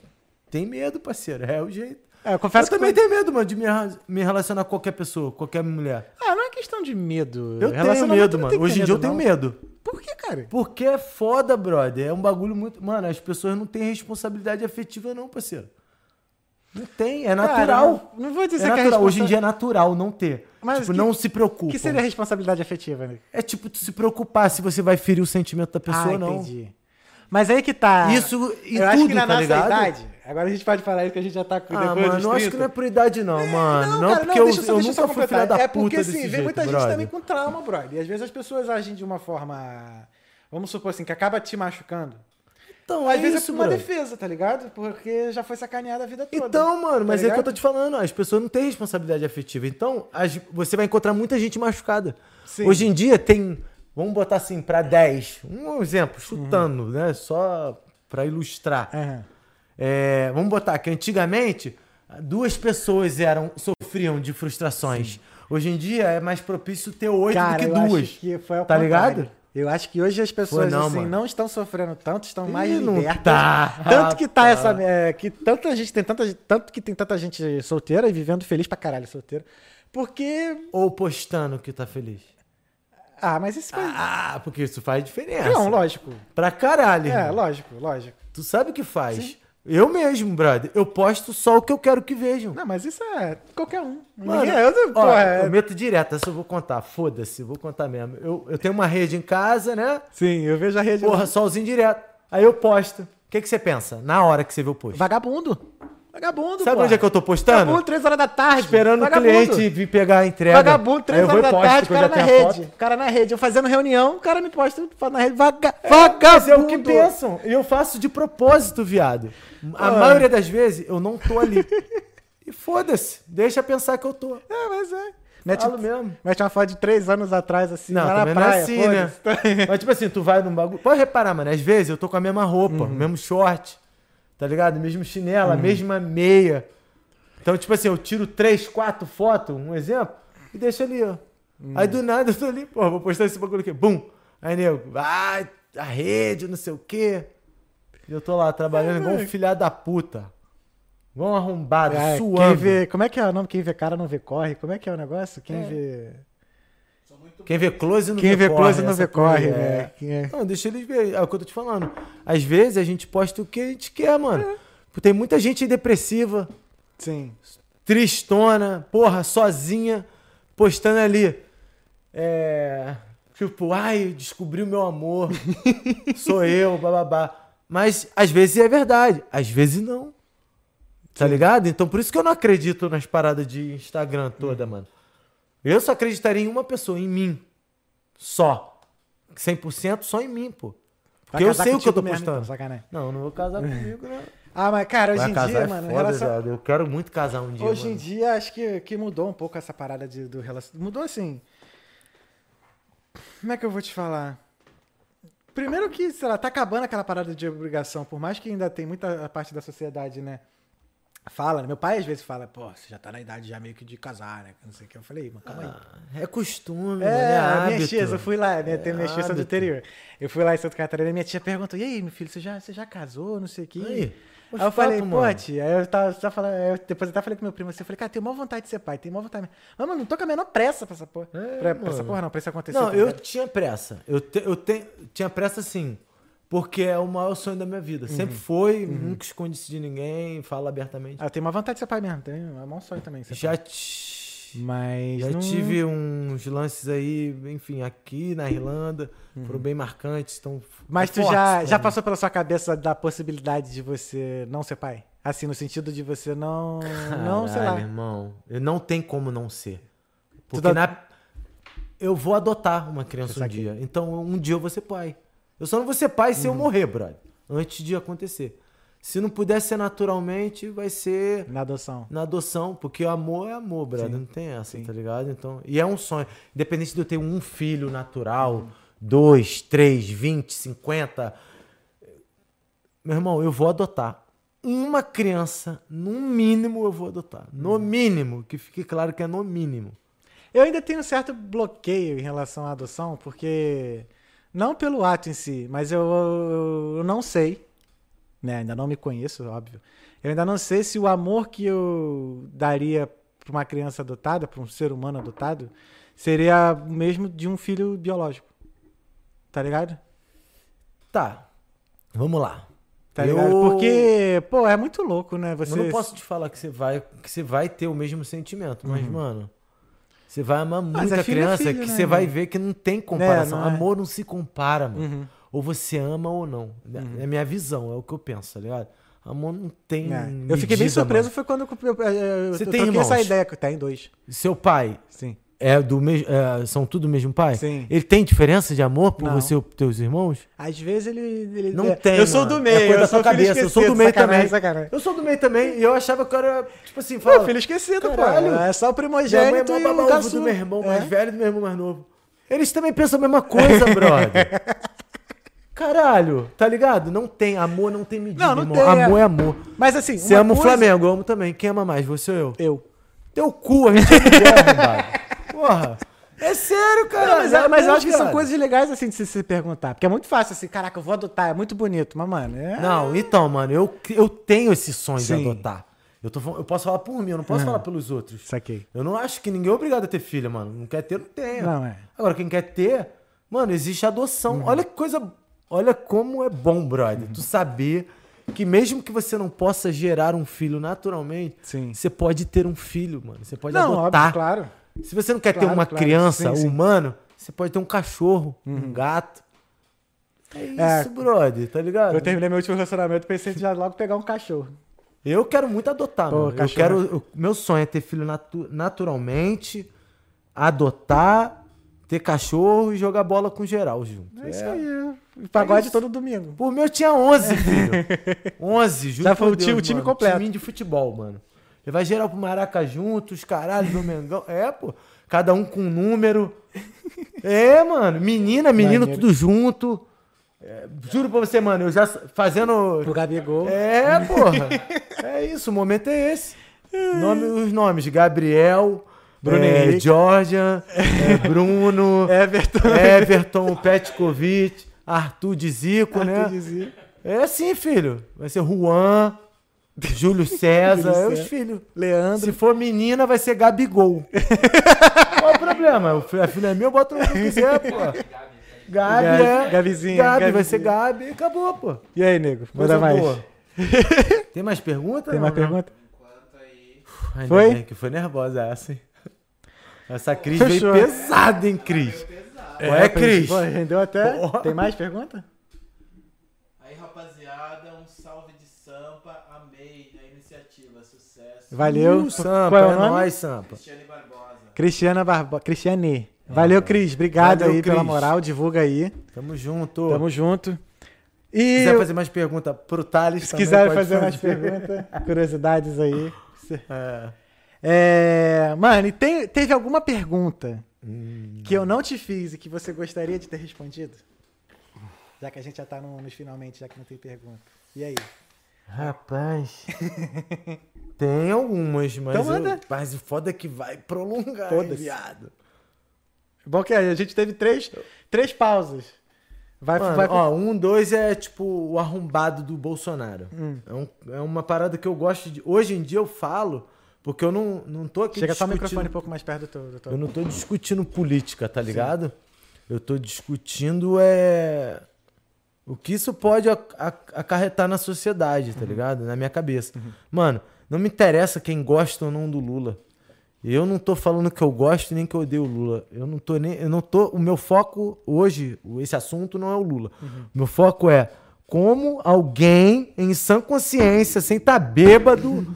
B: têm medo, parceiro. É o jeito.
A: É, eu confesso
B: eu
A: que
B: também
A: quando-
B: tenho medo, mano, de me, ra- me relacionar com qualquer pessoa, qualquer mulher.
A: Ah, não é questão de medo.
B: Eu tenho
A: Relacionamento
B: medo,
A: não
B: mano.
A: tem que
B: Hoje
A: ter
B: em dia eu tenho
A: não.
B: medo.
A: Por que, cara?
B: Porque é foda, brother. É um bagulho muito. Mano, as pessoas não têm responsabilidade afetiva, não, parceiro. Não tem, é natural.
A: Cara, não, não vou
B: é
A: dizer que
B: natural.
A: é responsa...
B: Hoje em dia é natural não ter.
A: Mas
B: tipo,
A: que-
B: não se preocupa.
A: O que seria responsabilidade afetiva, né?
B: É tipo tu se preocupar se você vai ferir o sentimento da pessoa
A: ah,
B: ou não. Ah.
A: entendi. Mas aí que tá.
B: Isso e
A: eu
B: tudo,
A: acho que na
B: tá
A: nossa
B: ligado?
A: idade, Agora a gente pode falar isso que a gente já tá com
B: Ah,
A: depois dos
B: mano, eu acho
A: 30.
B: que não é por idade, não, mano. Não,
A: cara,
B: porque
A: deixa
B: eu,
A: só-
B: eu
A: deixa só
B: nunca fui filha
A: completar.
B: da puta
A: É porque,
B: desse
A: assim, vem
B: jeito,
A: muita gente
B: brother.
A: também com trauma, brother. E às vezes as pessoas agem de uma forma... Vamos supor assim, que acaba te machucando.
B: Então,
A: Às
B: é
A: vezes
B: isso,
A: é uma
B: brother.
A: defesa, tá ligado? Porque já foi sacaneada a vida toda.
B: Então, mano, mas é que eu tô
A: Tá ligado?
B: te falando, as pessoas não têm responsabilidade afetiva. Então, as- você vai encontrar muita gente machucada.
A: Sim.
B: Hoje em dia tem, vamos botar assim, pra 10, um exemplo, chutando,
A: Uhum.
B: né? Só pra ilustrar.
A: Aham.
B: É, vamos botar que antigamente duas pessoas eram sofriam de frustrações. Hoje em dia é mais propício ter oito
A: Cara,
B: do que
A: eu
B: duas.
A: acho que foi ao
B: tá
A: contrário.
B: ligado?
A: Eu acho que hoje as pessoas
B: não,
A: assim,
B: mano.
A: não estão sofrendo tanto, estão
B: Ih,
A: mais
B: não
A: libertas.
B: tá.
A: Tanto que tá
B: Ah,
A: essa. é, que tanta gente tem tanta, tanto que tem tanta gente solteira e vivendo feliz pra caralho solteira. Porque.
B: Ou postando que tá feliz.
A: Ah, mas isso foi.
B: Ah, é porque isso faz diferença.
A: não, lógico.
B: Pra caralho.
A: É,
B: irmão.
A: lógico, lógico.
B: Tu sabe o que faz. Eu mesmo, brother. Eu posto só o que eu quero que vejam.
A: Não, mas isso é qualquer um.
B: Mano,
A: Ninguém- eu, não-
B: ó,
A: porra, é-
B: eu meto direto, essa eu vou contar. Foda-se, vou contar mesmo. Eu, eu tenho uma rede em casa, né?
A: Sim, eu vejo a rede.
B: Porra, solzinho direto. Aí eu posto. O que, que você pensa? Na hora que você vê o post.
A: Vagabundo. Vagabundo,
B: Sabe
A: porra.
B: onde é que eu tô postando?
A: Vagabundo, três horas da tarde.
B: Esperando o
A: Vagabundo.
B: cliente vir pegar a entrega.
A: Vagabundo,
B: Aí
A: 3
B: eu vou
A: horas da
B: e posto,
A: tarde,
B: que eu
A: cara
B: já
A: na
B: tenho a
A: rede.
B: foto.
A: Cara na rede. Eu fazendo reunião, o cara me posta fala na rede. Vaga,
B: Mas
A: vagabundo.
B: é o que pensam. E eu faço de propósito, viado. A
A: Mano.
B: maioria das vezes eu não tô ali. e foda-se. Deixa pensar que eu tô.
A: É, mas é. Mete,
B: Falo mesmo.
A: mete uma foto de três anos atrás, assim,
B: Não,
A: lá na
B: também não é
A: praia.
B: assim, né?
A: foda-se.
B: Mas tipo assim, tu vai num bagulho. Pode reparar, mano. Às vezes eu tô com a mesma roupa, o
A: Uhum.
B: mesmo short, tá ligado? Mesmo chinelo, a mesma meia. Então, tipo assim, eu tiro três, quatro fotos, um exemplo, e deixo ali, ó.
A: Uhum.
B: Aí do nada eu tô ali, pô, vou postar esse bagulho aqui. Bum! Aí nego, ah, a rede, não sei o quê. E eu tô lá trabalhando igual um filhado da puta. Igual um arrombado,
A: É, quem
B: suando.
A: vê, como é que é o nome? Quem vê cara não vê corre. Como é que é o negócio? Quem vê.
C: Sou muito
B: Quem vê close não
A: Quem vê
B: corre,
A: close não
B: essa
A: vê corre,
B: porra, é.
A: né? Quem é-
B: Não, deixa eles verem. É o que eu tô te falando. Às vezes a gente posta o que a gente quer, mano. Tem muita gente depressiva,
A: Sim.
B: tristona, porra, sozinha, postando ali. É. Tipo, ai, descobri o meu amor. Sou eu, bababá. Mas às vezes é verdade, às vezes não. Tá ligado? Então por isso que eu não acredito nas paradas de Instagram toda,
A: Hum.
B: mano. Eu só acreditaria em uma pessoa, em mim. Só. 100% só em mim, pô.
A: Vai
B: Porque eu
A: casar
B: sei o que eu tô
A: contigo mesmo, então,
B: postando.
A: sacanagem.
B: Não, não vou casar comigo, né?
A: Ah, mas, cara, hoje
B: Vai
A: em
B: casar
A: dia,
B: é
A: mano,
B: foda,
A: relacion-
B: viado. Eu quero muito casar um dia,
A: Hoje
B: mano.
A: em dia, acho que, que mudou um pouco essa parada de- do relacionamento. Mudou assim. Como é que eu vou te falar? Primeiro que, sei lá, tá acabando aquela parada de obrigação, por mais que ainda tem muita parte da sociedade, né? Fala, né? meu pai às vezes fala, pô, você já tá na idade já meio que de casar, né? Não sei o que. Eu falei, mano, calma aí.
B: É costume, mano,
A: É,
B: é
A: a
B: hábito. É
A: minha tia, eu fui lá, né? Tem minha tia são do
B: hábito.
A: interior. Eu fui lá em Santa Catarina e minha tia perguntou: e aí, meu filho, você já, você já casou? Não sei o quê.
B: Aí,
A: Aí,
B: os
A: eu falei,
B: papos,
A: pô,
B: mano.
A: tia, aí eu tava, tava falando, aí eu- depois eu até falei com meu primo assim, eu falei, cara, tenho maior vontade de ser pai, tenho maior vontade. mesmo. Mas, mano, não tô com a menor pressa pra essa porra.
B: É,
A: pra, pra essa
B: mano.
A: porra, não, pra isso acontecer.
B: Não,
A: tá
B: eu
A: ligado?
B: tinha pressa. Eu, te- eu te- tinha pressa sim. Porque é o maior sonho da minha
A: Uhum.
B: vida. Sempre foi, nunca esconde isso de ninguém, fala abertamente.
A: Ah, eu tenho uma vontade de ser pai mesmo, tenho, é mó sonho também. ser
B: Já,
A: pai.
B: ti-
A: Mas.
B: já
A: não-
B: tive uns lances aí, enfim, aqui na Irlanda, foram bem marcantes. Então,
A: Uhum. Mas
B: é
A: tu
B: forte
A: já,
B: pra
A: já
B: mim.
A: passou pela sua cabeça da possibilidade de você não ser pai? Assim, no sentido de você não. não, sei
B: Caralho,
A: lá.
B: irmão. Eu não tem como não ser. Porque
A: dá-
B: na... eu vou adotar uma criança um
A: saquei.
B: dia. Então um dia eu vou ser pai. Eu só não vou ser pai se
A: Uhum.
B: eu morrer, brother. Antes de acontecer. Se não puder ser naturalmente, vai ser
A: Na adoção.
B: na adoção, porque amor é amor, brother. Não tem essa,
A: sim.
B: tá ligado? Então, e é um sonho. Independente de eu ter um filho natural, dois, três, vinte, cinquenta. Meu irmão, eu vou adotar. Uma criança, no mínimo, eu vou adotar. No
A: Uhum.
B: mínimo, que fique claro que é no mínimo.
A: Eu ainda tenho um certo bloqueio em relação à adoção, porque. Não pelo ato em si, mas eu, eu não sei. Né? Ainda não me conheço, óbvio. Eu ainda não sei se o amor que eu daria para uma criança adotada, para um ser humano adotado, seria o mesmo de um filho biológico. Tá ligado?
B: Tá, vamos lá.
A: Tá
B: Eu-
A: ligado? Porque, pô, é muito louco, né? Você.
B: Eu não posso te falar que você vai, que você vai ter o mesmo sentimento, mas, mano, você vai amar
A: Uhum. Mas
B: muito
A: é
B: a
A: filho é
B: criança
A: filho,
B: que
A: né,
B: você vai
A: mano?
B: ver que não tem comparação.
A: não é.
B: Amor não se compara, mano.
A: Uhum.
B: é Ou você ama ou não. É a minha visão, é o que eu penso, tá ligado? Amor não tem.
A: É.
B: medida,
A: Eu fiquei bem surpreso,
B: mano.
A: foi quando eu, eu, eu,
B: Você
A: eu
B: tem
A: troquei
B: irmãos?
A: essa ideia que tem dois.
B: Seu pai
A: Sim.
B: é do mesmo. é, são tudo do mesmo pai?
A: Sim.
B: Ele tem diferença de amor por
A: Não.
B: você e por teus irmãos?
A: Às vezes ele. ele
B: Não
A: é,
B: tem,
A: Eu sou
B: mano.
A: do
B: É
A: meio,
B: coisa da
A: eu sou
B: tua
A: filho
B: cabeça, eu sou
A: esquecido,
B: do meio
A: sacanagem,
B: também.
A: Sacanagem.
B: Eu sou do meio também e eu achava que eu era, tipo assim,
A: Pô, filho esquecido,
B: Caralho.
A: pô. É só o
B: Minha mãe é
A: primogênito
B: mó
A: e o
B: baba ovo
A: caçula.
B: do meu irmão mais
A: É.
B: velho e do meu irmão mais novo. Eles também pensam a mesma coisa, brother. Caralho, tá ligado? Não tem, amor não tem medida,
A: Não, não
B: irmão.
A: tem, é.
B: amor é amor.
A: Mas assim,
B: Você
A: uma
B: ama o
A: coisa-
B: Flamengo, eu amo também. Quem ama mais, você ou eu?
A: Eu.
B: Teu cu, a gente é mulher, arrombado. Porra. É sério, cara.
A: Não, mas,
B: é
A: mas eu
B: amor,
A: acho que são
B: cara.
A: coisas legais assim de se, se perguntar. Porque é muito fácil assim, caraca, eu vou adotar, é muito bonito, mas mano. É...
B: Não, então, mano, eu, eu tenho esse sonho de
A: Sim.
B: adotar. Eu, tô, fal- eu posso falar por mim, eu não posso falar pelos outros.
A: Saquei.
B: Eu não acho que ninguém é obrigado a ter filho, mano. Não quer ter, não tem.
A: Não, é. Uhum.
B: Agora, quem quer ter, mano, existe adoção. Olha que coisa. Olha como é bom, brother. Tu saber que mesmo que você não possa gerar um filho naturalmente,
A: Sim.
B: você pode ter um filho, mano. Você pode
A: Não,
B: adotar.
A: óbvio, claro.
B: Se você não quer ter
A: Claro,
B: uma
A: claro.
B: criança,
A: Sim,
B: um
A: sim.
B: humano, você pode ter um cachorro, um gato. É isso,
A: É.
B: brother, tá ligado?
A: Eu terminei meu último relacionamento pensei em já logo pegar um cachorro.
B: Eu quero muito adotar,
A: Pô,
B: mano. Eu
A: cachorro.
B: quero, eu- meu sonho é ter filho natu- naturalmente, adotar, ter cachorro e jogar bola com geral junto.
A: É isso aí. é. Pagode
B: isso.
A: todo domingo.
B: Por mim, eu tinha 11, filho. 11, juro
A: Já
B: por
A: foi o
B: Deus,
A: time- o time
B: mano.
A: completo.
B: Time de futebol, mano. Levar geral pro Maraca juntos, caralho, do Mengão. É, pô. Cada um com um número. É, mano. Menina, menino,
A: Maneiro.
B: tudo junto. É, juro pra você, mano. Eu já s- fazendo...
A: Pro Gabigol.
B: É, porra. É isso, o momento é esse. Nome, os nomes: Gabriel,
A: Bruno
B: é,
A: Henrique.
B: Georgia, é, Bruno,
A: Everton.
B: Everton, Petkovic, Arthur de Zico, né?
A: Arthur dizia.
B: É assim, filho. Vai ser Juan, Júlio César,
A: Júlio
B: é os
A: César.
B: filhos.
A: Leandro.
B: Se for menina, vai ser Gabigol. Qual é o problema? O fi- A filha é minha, bota o que quiser, pô. Gabi,
A: Gabi,
B: é.
A: Gabizinha,
B: Gabi, vai
A: Gabizinha.
B: ser Gabi e acabou, pô.
A: E aí, nego?
B: Coisa
A: Manda mais.
B: boa. Tem mais perguntas?
A: Tem mais pergunta?
C: Enquanto aí.
B: Ainda
A: Foi?
B: bem que foi nervosa essa, hein? Essa Cris veio
A: Fechou.
B: pesada, hein, Cris? Qual é, Cris?
A: Pô, rendeu até.
B: Porra.
A: Tem mais pergunta?
C: Aí, rapaziada, um salve de Sampa. Amei a iniciativa. Sucesso.
A: Valeu.
B: Uh, Sampa,
A: Qual é
B: é,
A: o nome?
B: nóis, Sampa.
C: Cristiane Barbosa.
A: Cristiana Barbosa. Cristiane. Valeu, Cris. Obrigado
B: É. Valeu,
A: aí pela
B: Cris.
A: moral. Divulga aí.
B: Tamo junto.
A: Tamo junto.
B: Se
A: E
B: quiser fazer mais pergunta pro Thales
A: se
B: também
A: quiser
B: pode
A: fazer mais perguntas, curiosidades aí.
B: É.
A: É, mano, e tem- teve alguma pergunta
B: Hum.
A: que eu não te fiz e que você gostaria de ter respondido? Já que a gente já tá no- nos finalmente, já que não tem pergunta. E aí?
B: Rapaz... Tem algumas, mas,
A: Então
B: eu-
A: manda.
B: mas o foda é que vai prolongar, hein,
A: Foda-se.
B: viado.
A: Bom que a gente teve três, três pausas. Vai,
B: Mano,
A: vai
B: ó, um, dois é tipo o arrombado do Bolsonaro.
A: Hum.
B: É, um- é uma parada que eu gosto de. Hoje em dia eu falo, porque eu não, não tô aqui
A: Chega só o
B: discutindo-
A: microfone um pouco mais perto do teu. do teu-
B: Eu não tô discutindo política, tá ligado? Eu tô discutindo é o que isso pode ac- ac- acarretar na sociedade, tá ligado? Na minha cabeça. Mano, não me interessa quem gosta ou não do Lula. Eu não tô falando que eu gosto nem que eu odeio o Lula. Eu não tô nem, eu não tô, o meu foco hoje, o- esse assunto não é o Lula. O Meu foco é como alguém em sã consciência, sem estar tá bêbado,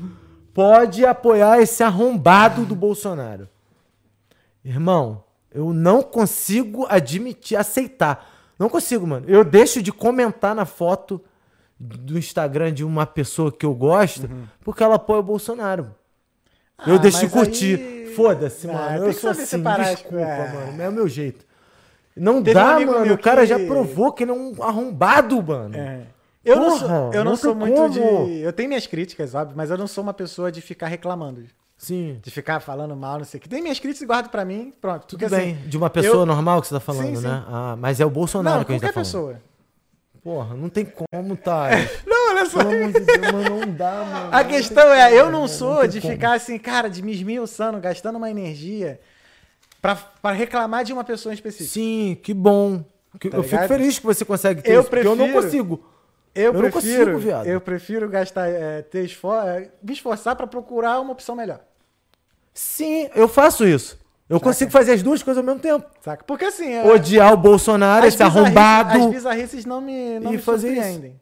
B: pode apoiar esse arrombado do Bolsonaro. Irmão, eu não consigo admitir, aceitar. Não consigo, mano. Eu deixo de comentar na foto do Instagram de uma pessoa que eu gosto porque ela apoia o Bolsonaro.
A: Uhum.
B: eu
A: Ah,
B: deixo de
A: mas
B: curtir.
A: aí-
B: Foda-se,
A: Ah,
B: mano.
A: tem
B: Eu
A: que
B: sou
A: saber
B: assim,
A: separar as
B: desculpa,
A: coisas.
B: mano. É o meu jeito. Não
A: Teve um
B: dá,
A: amigo
B: mano.
A: meu
B: O cara
A: que-
B: já provou que ele é um arrombado, mano.
A: É. Eu não sou,
B: Porra,
A: eu não
B: não
A: sou
B: tem
A: muito
B: como.
A: de. Eu tenho minhas críticas, óbvio, mas eu não sou uma pessoa de ficar reclamando.
B: Sim.
A: De ficar falando mal, não sei o que. Tem minhas críticas e guardo pra mim. Pronto.
B: Tudo
A: porque,
B: bem.
A: assim,
B: de uma pessoa
A: eu-
B: normal que você tá falando,
A: Sim, sim.
B: né? Ah, mas é o Bolsonaro
A: Não,
B: que a gente tá
A: qualquer
B: falando.
A: pessoa.
B: Porra, não tem como, Thales.
A: Não, olha só.
B: Pelo amor de Deus, mano, não dá, mano.
A: A questão é, eu não
B: tem
A: sou de
B: como.
A: ficar assim, cara, de me esmiuçando, gastando uma energia pra, pra reclamar de uma pessoa em específico.
B: Sim, que bom. Que-
A: Tá
B: eu fico
A: ligado?
B: feliz que você consegue ter
A: Eu
B: isso, porque eu não
A: prefiro-
B: consigo.
A: Eu,
B: não
A: prefiro,
B: consigo, viado.
A: eu prefiro gastar, é, ter esfor é, me esforçar pra procurar uma opção melhor.
B: Sim, eu faço isso. Eu consigo fazer as duas coisas ao mesmo tempo.
A: Saca? Porque assim, é,
B: Odiar o Bolsonaro,
A: as
B: esse
A: bizarrices-
B: arrombado.
A: as bizarrices não me, não
B: E
A: me
B: fazer isso.
A: surpreendem.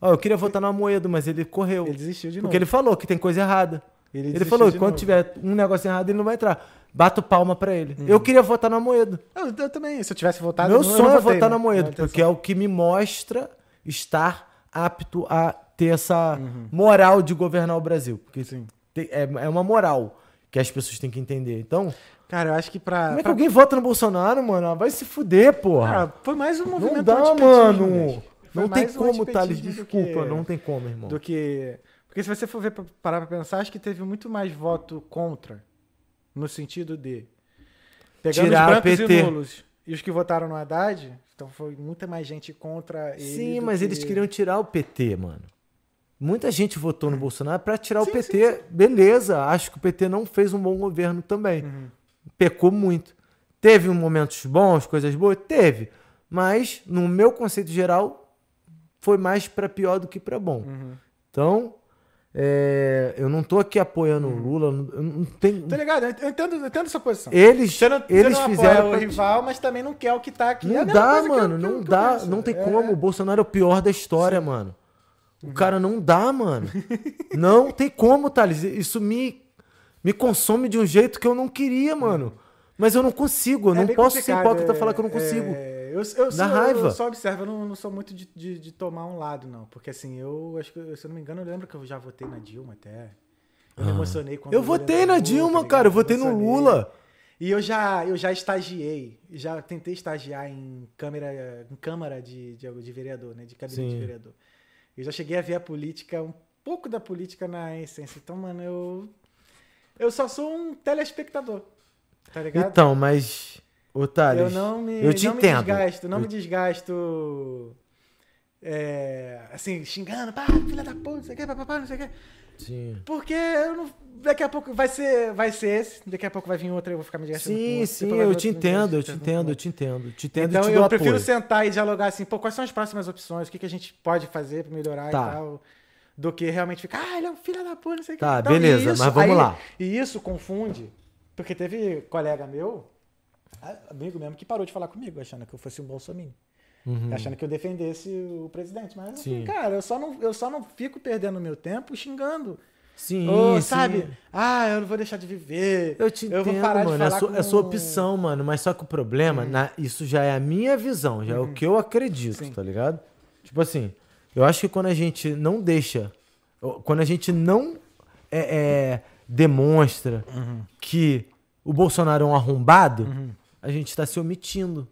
B: Ó, eu queria votar no Amoedo, mas ele correu.
A: Ele desistiu de novo.
B: porque ele falou que tem coisa errada.
A: Ele
B: Ele,
A: desistiu
B: falou
A: de
B: que quando
A: novo.
B: tiver um negócio errado, ele não vai entrar. Bato palma pra ele. Eu queria votar no Amoedo.
A: Eu, eu também, se eu tivesse votado.
B: Meu
A: Uhum. eu não
B: sonho é
A: votei,
B: votar
A: né?
B: na moeda,
A: Não, tem
B: porque é o que me mostra estar apto a ter essa
A: Uhum.
B: moral de governar o Brasil. Porque
A: Sim.
B: tem- é, é uma moral que as pessoas têm que entender. Então,
A: só- Cara, eu acho que pra.
B: como é que
A: Ah, pra-
B: alguém vota no Bolsonaro, mano? Ah, Vai se fuder,
A: Cara,
B: porra.
A: foi mais um movimento
B: não dá,
A: antipetismo,
B: mano.
A: gente. Foi
B: Não tem
A: mais um
B: como, Thales.
A: antipetismo do
B: Desculpa,
A: que-
B: não tem como, irmão.
A: Do que. Porque se você for ver, pra- parar pra pensar, acho que teve muito mais voto contra. No sentido de. Pegando
B: Tirar
A: os brancos
B: o PT.
A: e nulos. E os que votaram no Haddad, então foi muita mais gente contra ele.
B: Sim,
A: do
B: mas
A: que-
B: eles queriam tirar o PT, mano. Muita gente votou no Bolsonaro pra tirar o
A: Sim,
B: PT. Beleza, acho que o PT não fez um bom governo também.
A: Uhum,
B: Pecou muito. Teve momentos bons, coisas boas? Teve. Mas, no meu conceito geral, foi mais pra pior do que pra bom.
A: uhum.
B: Então, é, eu não tô aqui apoiando o Lula. eu não- Eu não tenho...
A: Tá ligado? Eu entendo, eu entendo essa posição.
B: Eles,
A: Você Hum. não, você
B: eles
A: não
B: fizeram.
A: apoia o
B: pra-
A: rival, mas também não quer o que tá aqui. É a
B: Não
A: mesma
B: dá,
A: coisa que eu-
B: mano.
A: que eu-
B: não
A: que eu
B: dá.
A: penso.
B: Não tem
A: É- Uhum.
B: como. O Bolsonaro é o pior da história, mano. O cara não dá, mano. não tem como, Thales. Isso me, me consome de um jeito que eu não queria, mano. Mas eu não consigo. Eu
A: é
B: não
A: bem
B: posso ser
A: complicado,
B: hipócrita
A: é-
B: e falar que eu não consigo.
A: é, eu, eu,
B: Dá
A: só,
B: raiva.
A: eu só observo, eu não, não sou muito de, de- de tomar um lado, não. Porque assim, eu acho que, se eu não me engano, eu lembro que eu já votei na Dilma até. Eu me emocionei quando
B: Ah. eu
A: o Lula
B: votei
A: entrou,
B: na
A: tá
B: Dilma,
A: ligado?
B: cara. Eu votei no
A: emocionei.
B: Lula.
A: E eu já, eu já estagiei, já tentei estagiar em câmera, em câmara de, de, de vereador, né? De gabinete de
B: Sim.
A: vereador. Eu já cheguei a ver a política, um pouco da política na essência. Então, mano, eu. Eu só sou um telespectador. Tá ligado?
B: Então, mas. Ô, Thales.
A: eu não me,
B: eu te
A: não me
B: entendo.
A: desgasto, não
B: Eu-
A: me desgasto. é, assim, xingando, pá, filha da puta, não sei o que, papapá, não sei o que.
B: Sim.
A: Porque eu não. Daqui a pouco vai ser, vai ser esse, daqui a pouco vai vir outro, eu vou ficar me desgastando. com
B: Sim,
A: outro,
B: sim,
A: depois vai
B: eu
A: vir
B: te
A: outro, me
B: entendo, eu te
A: desgastando com
B: entendo, eu
A: outro.
B: te entendo, eu te entendo
A: né?
B: e
A: Então
B: te dou
A: eu
B: apoio.
A: prefiro sentar e dialogar assim, pô, quais são as próximas opções? O que, que a gente pode fazer pra melhorar
B: Tá.
A: e tal? Do que realmente ficar, ah, ele é um filho da puta, não sei o que.
B: Tá,
A: Então, e
B: beleza, mas vamos lá.
A: E isso confunde, porque teve colega meu, a- amigo mesmo, que parou de falar comigo, achando que eu fosse um bolsominho. Achando que eu defendesse o presidente. Mas, assim,
B: Uhum. Sim.
A: cara, eu só, não, eu só não fico perdendo meu tempo xingando.
B: Sim,
A: Ou,
B: sim.
A: sabe? Ah, eu não vou deixar de viver.
B: Eu te entendo,
A: vou parar de
B: mano. é,
A: falar
B: sua, é sua
A: com- Hum.
B: opção, mano. Mas só que o problema, na- isso já é a minha visão, já
A: Uhum.
B: é o que eu acredito, tá ligado? Tipo assim, eu acho que quando a gente não deixa, ou- quando a gente não é, é, demonstra
A: Uhum.
B: que o Bolsonaro é um arrombado, a gente tá se omitindo.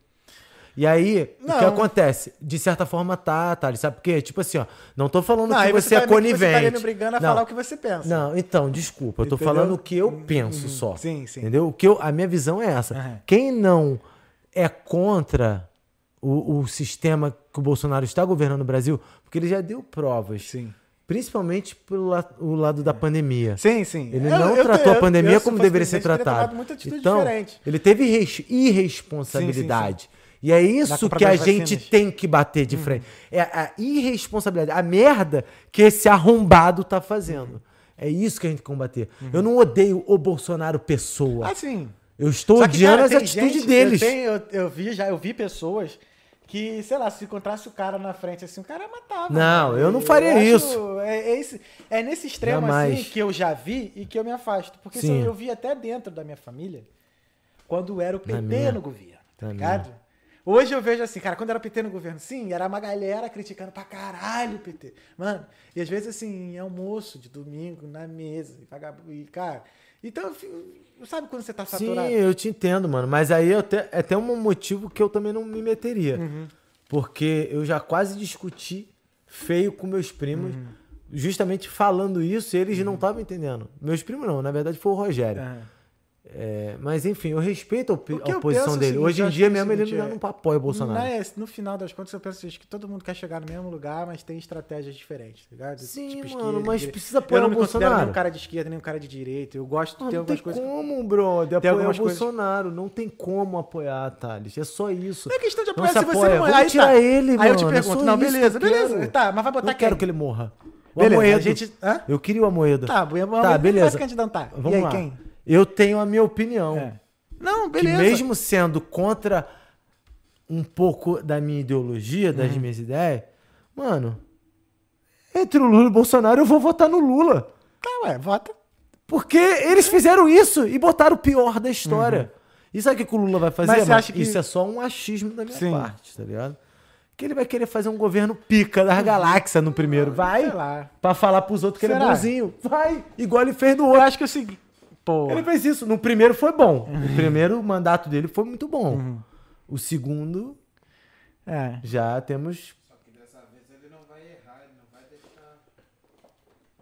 B: E aí, o que
A: Não.
B: acontece? De certa forma tá, tá, sabe por quê? Tipo assim, ó, não tô falando
A: Não,
B: que
A: aí
B: você,
A: você
B: é
A: tá meio que você tá
B: conivente.
A: me obrigando a
B: Não,
A: falar o que você pensa.
B: não, então, desculpa, eu tô
A: Entendeu? Uhum.
B: falando o que eu penso só.
A: Sim, sim.
B: Entendeu? O que eu, a minha visão é essa.
A: Aham.
B: Quem não é contra o, o sistema que o Bolsonaro está governando o Brasil, porque ele já deu provas,
A: Sim.
B: principalmente pelo la- o lado da pandemia.
A: É. Sim, sim.
B: Ele
A: Eu-
B: não
A: eu-
B: tratou
A: eu-
B: a pandemia
A: eu, se
B: como
A: fosse
B: deveria ser
A: presidente, teria
B: tratada.
A: tomado muita atitude
B: Então,
A: diferente.
B: ele teve irres- irresponsabilidade. E é
A: Da
B: isso
A: compra
B: que a
A: das vacinas.
B: gente tem que bater
A: Uhum.
B: de frente. É a irresponsabilidade, a merda que esse arrombado tá fazendo. É isso que a gente tem que combater.
A: Uhum.
B: Eu não odeio o Bolsonaro pessoa.
A: Assim.
B: Eu estou
A: Só que,
B: odiando
A: cara,
B: as
A: tem
B: atitudes
A: gente-
B: deles.
A: Eu, tenho- eu- eu vi já, eu vi pessoas que, sei lá, se encontrasse o cara na frente assim, o cara matava.
B: Não,
A: cara.
B: eu não faria
A: acho-
B: isso.
A: É, é esse- é nesse extremo
B: Jamais.
A: assim que eu já vi e que eu me afasto. Porque se
B: Sim.
A: eu, eu vi até dentro da minha família quando era o PT
B: minha.
A: no governo, tá
B: Na
A: ligado? Hoje eu vejo assim, cara, quando era PT no governo, sim, era uma galera criticando pra caralho o PT. Mano, e às vezes assim, em almoço de domingo, na mesa, e vagabundo, e cara. Então, eu fico- sabe quando você tá saturado?
B: Sim, eu te entendo, mano. Mas aí eu te, é até um motivo que eu também não me meteria.
A: Uhum.
B: Porque eu já quase discuti feio com meus primos,
A: Uhum.
B: justamente falando isso, e eles não estavam entendendo. Meus primos não, na verdade foi o Rogério.
A: Aham.
B: É, mas enfim, eu respeito a, opi-
A: O que
B: a
A: eu
B: posição
A: penso é o
B: dele.
A: seguinte,
B: Hoje
A: eu
B: em
A: acho
B: dia
A: que é o
B: mesmo ele
A: seguinte,
B: já
A: é-
B: não apoia o Bolsonaro.
A: Na- assim, no final das contas, eu penso isso, que todo mundo quer chegar no mesmo lugar, mas tem estratégias diferentes, tá ligado?
B: Sim,
A: Tipo,
B: mano,
A: esquerda,
B: mas
A: direita. Eu
B: precisa apoiar
A: não
B: o
A: me considero nem
B: Bolsonaro.
A: um cara de esquerda, nem um cara de direita. Eu gosto de
B: Ah,
A: ter
B: não tem
A: algumas coisas. que-
B: como, brother,
A: Tem
B: apoiar o
A: algumas coisas-
B: Bolsonaro. Não tem como apoiar, Thales. É só isso.
A: Não é questão de
B: Não
A: apoiar
B: se
A: se você
B: apoia.
A: não
B: Vamos
A: aí
B: tirar
A: tá.
B: ele,
A: Aí eu
B: mano,
A: te
B: é
A: pergunto,
B: só
A: não,
B: isso que eu
A: beleza, beleza.
B: quero.
A: Tá, mas vai
B: Eu
A: botar
B: não
A: quem?
B: quero que ele morra. O
A: Beleza,
B: Amoedo.
A: a gente- hã?
B: Eu queria o Amoedo.
A: Tá, o Amoedo
B: tá,
A: não
B: beleza.
A: vai se candidatar.
B: Vamos
A: E aí,
B: lá.
A: quem?
B: Eu tenho a minha opinião.
A: É. Não,
B: Que
A: beleza.
B: mesmo sendo contra
A: Uhum.
B: um pouco da minha ideologia, das minhas ideias, mano, Entre o Lula e o Bolsonaro, eu vou votar no Lula.
A: Tá, ué, vota.
B: Porque eles fizeram isso e botaram o pior da história. E sabe o que que o Lula vai fazer?
A: Uhum. Mas você acha que-
B: Isso é só um achismo da minha
A: Sim.
B: parte, tá ligado? Que ele vai querer fazer um governo pica
A: Uhum.
B: das galáxias no primeiro. Vai!
A: Sei lá.
B: Pra falar pros outros que ele é
A: Será?
B: bonzinho. Vai! Igual ele fez no
A: Eu
B: outro.
A: acho que é o seguinte. Pô. Uhum.
B: Ele fez isso. No primeiro foi bom. O primeiro mandato dele foi muito bom. O segundo,
A: É.
B: já temos.
C: Só que dessa vez ele não vai errar, ele não vai deixar.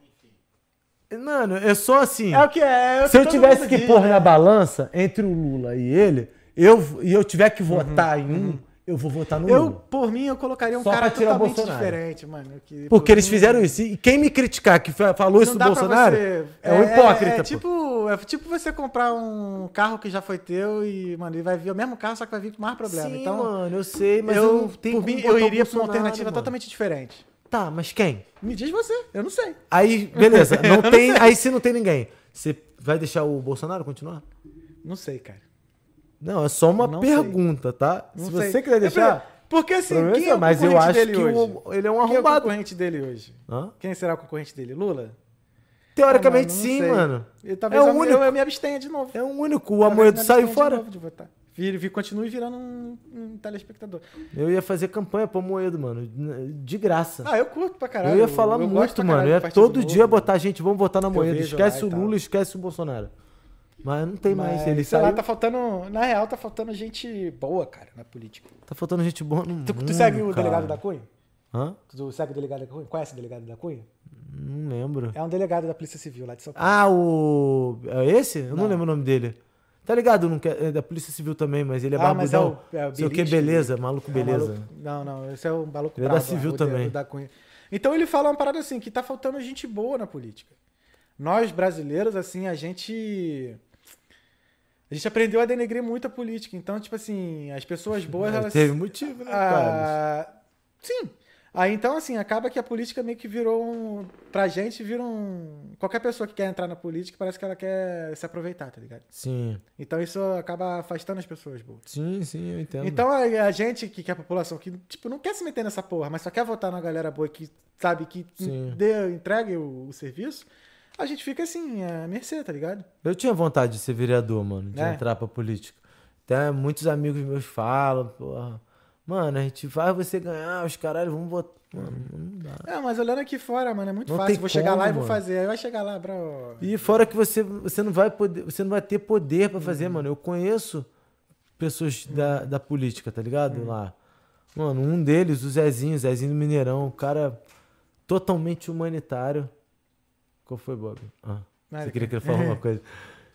C: Enfim.
B: Mano, é só assim.
A: É o que é. é o
B: Se eu
A: todo
B: tivesse
A: mundo
B: que
A: diz,
B: pôr
A: né?
B: na balança entre o Lula e ele, eu, e eu tiver que votar em um, eu vou votar no
A: Uhum. Eu,
B: Lula.
A: por mim, eu colocaria um
B: Só
A: cara
B: pra tirar o
A: totalmente
B: Bolsonaro.
A: diferente, mano. que por
B: Porque eles
A: mim-
B: fizeram isso. E quem me criticar que fa- falou isso do
A: dá pra
B: Bolsonaro
A: você-
B: é um hipócrita.
A: É,
B: pô.
A: tipo, é tipo você comprar um carro que já foi teu e, mano, ele vai vir o mesmo carro, só que vai vir com mais problema.
B: Sim,
A: então,
B: mano, eu sei, mas eu,
A: eu,
B: não tenho
A: por mim,
B: como
A: eu
B: botar o
A: iria pra uma
B: Bolsonaro,
A: alternativa
B: mano.
A: totalmente diferente.
B: Tá, mas quem?
A: Me diz você, eu não sei.
B: Aí, beleza, não tem, aí se não tem ninguém, você vai deixar o Bolsonaro continuar?
A: Não sei, cara.
B: Não, é só uma
A: Não sei.
B: pergunta, tá?
A: Não
B: se
A: sei.
B: você quiser
A: É,
B: deixar,
A: Porque assim,
B: problema
A: quem
B: seu,
A: é o
B: mas eu
A: concorrente
B: acho
A: dele
B: que
A: hoje?
B: o- ele é
A: Quem é
B: um
A: o
B: arrombado.
A: concorrente dele hoje?
B: Hã?
A: Quem será o concorrente dele? Lula?
B: Teoricamente
A: Ah, mano, não
B: sim,
A: sei.
B: mano.
A: Eu, talvez
B: É o
A: eu,
B: único.
A: eu, eu me abstenha de novo.
B: É o único, o Amoedo
A: Talvez eu me
B: saiu
A: abstenha de
B: fora.
A: novo de votar. Vire, vi- continue virando um, um telespectador.
B: Eu ia fazer campanha pro Amoedo, mano, de graça.
A: Ah, eu curto pra caralho.
B: eu ia falar
A: eu gosto
B: muito,
A: pra
B: mano.
A: caralho
B: Eu
A: do
B: ia
A: Partido
B: todo
A: Novo,
B: dia
A: mano.
B: botar gente, vamos votar na Moeda.
A: vejo
B: Esquece
A: lá
B: o
A: e tal.
B: Lula, esquece o Bolsonaro. Mas não tem mais.
A: Mas,
B: Ele
A: sei
B: saiu.
A: lá, tá faltando. Na real, tá faltando gente boa, cara, na política.
B: Tá faltando gente boa no
A: Tu,
B: mundo,
A: tu segue o
B: Hum, cara.
A: delegado da Cunha?
B: Hã?
A: Tu segue o delegado da Cunha? Conhece o delegado da Cunha?
B: Não lembro.
A: É um delegado da Polícia Civil lá de São Paulo.
B: Ah, o... É esse? Eu não, lembro o nome dele. Tá ligado? Não quer- É da Polícia Civil também, mas ele é
A: Ah, mas é o-
B: barbudão.
A: é o
B: Sei o que,
A: Belisca,
B: beleza. Maluco,
A: É um
B: Ah, beleza.
A: maluco- não, não, esse é um maluco
B: Ele é da
A: brabo,
B: Civil
A: o de-
B: também.
A: o da Cunha. Então ele fala uma parada assim, que tá faltando gente boa na política. Nós, brasileiros, assim, a gente... A gente aprendeu a denegrir muito a política. Então, tipo assim, as pessoas boas,
B: Mas
A: elas...
B: Teve motivo, né, cara?
A: Ah, sim. Aí então, assim, acaba que a política meio que virou um. Pra gente, vira um. Qualquer pessoa que quer entrar na política parece que ela quer se aproveitar, tá ligado?
B: Sim.
A: Então isso acaba afastando as pessoas boas.
B: Sim, sim, eu entendo.
A: Então a, a gente, que, que é a população, que tipo, não quer se meter nessa porra, mas só quer votar na galera boa que sabe que
B: Sim.
A: dê, entregue o, o serviço, a gente fica assim, à mercê, tá ligado?
B: Eu tinha vontade de ser vereador, mano, de
A: É.
B: entrar pra política. Até muitos amigos meus falam, porra. Mano, a gente vai você ganhar, os caralho, vamos votar. Mano, não dá.
A: É, mas olhando aqui fora, mano, é muito
B: Ah. Não
A: fácil.
B: tem
A: Vou chegar
B: como,
A: lá e vou
B: mano.
A: fazer. Aí vai chegar lá, bro.
B: E fora que você, você não vai poder, você não vai ter poder pra fazer, mano. Eu conheço pessoas da, da política, tá ligado? Lá. Mano, um deles, o Zezinho, Zezinho do Mineirão, um cara totalmente humanitário. Qual foi, Bob? Ah,
A: Nada,
B: você queria que ele falasse uma coisa.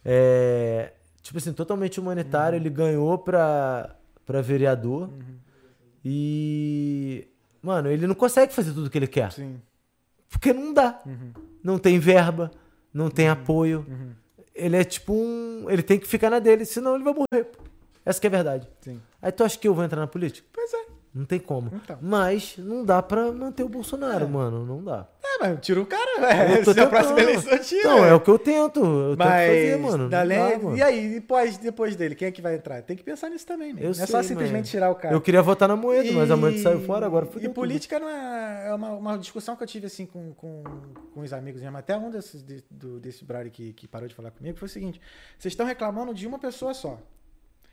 B: É, tipo assim, totalmente humanitário, ele ganhou pra, pra vereador. E. Mano, ele não consegue fazer tudo que ele quer.
A: Sim. uhum.
B: Porque não dá. Não tem verba, não tem apoio. Ele é tipo um. Ele tem que ficar na dele, senão ele vai morrer. pô. Essa que é a verdade.
A: Sim.
B: Aí tu acha que eu vou entrar na política?
A: Pois é.
B: Não tem como.
A: Então.
B: Mas não dá pra manter o Bolsonaro, mano. Não dá.
A: É, mas tira o cara, velho.
B: Eu tô
A: Se a próxima
B: tentando.
A: eleição tira.
B: Então, é o que eu tento. Eu tento
A: mas,
B: fazer, mano. Não
A: além-
B: dá, mano.
A: E aí, depois, depois dele, quem é que vai entrar? Tem que pensar nisso também, né?
B: Eu
A: não é
B: sei,
A: só simplesmente
B: mas-
A: tirar o cara.
B: Eu queria votar na moeda, mas a
A: E-
B: moeda saiu fora, agora fudeu
A: E
B: tudo.
A: política não é, é uma, uma discussão que eu tive assim com, com, com os amigos, mesmo. até um desses, de- do, desse brother que, que parou de falar comigo, foi o seguinte: vocês estão reclamando de uma pessoa só.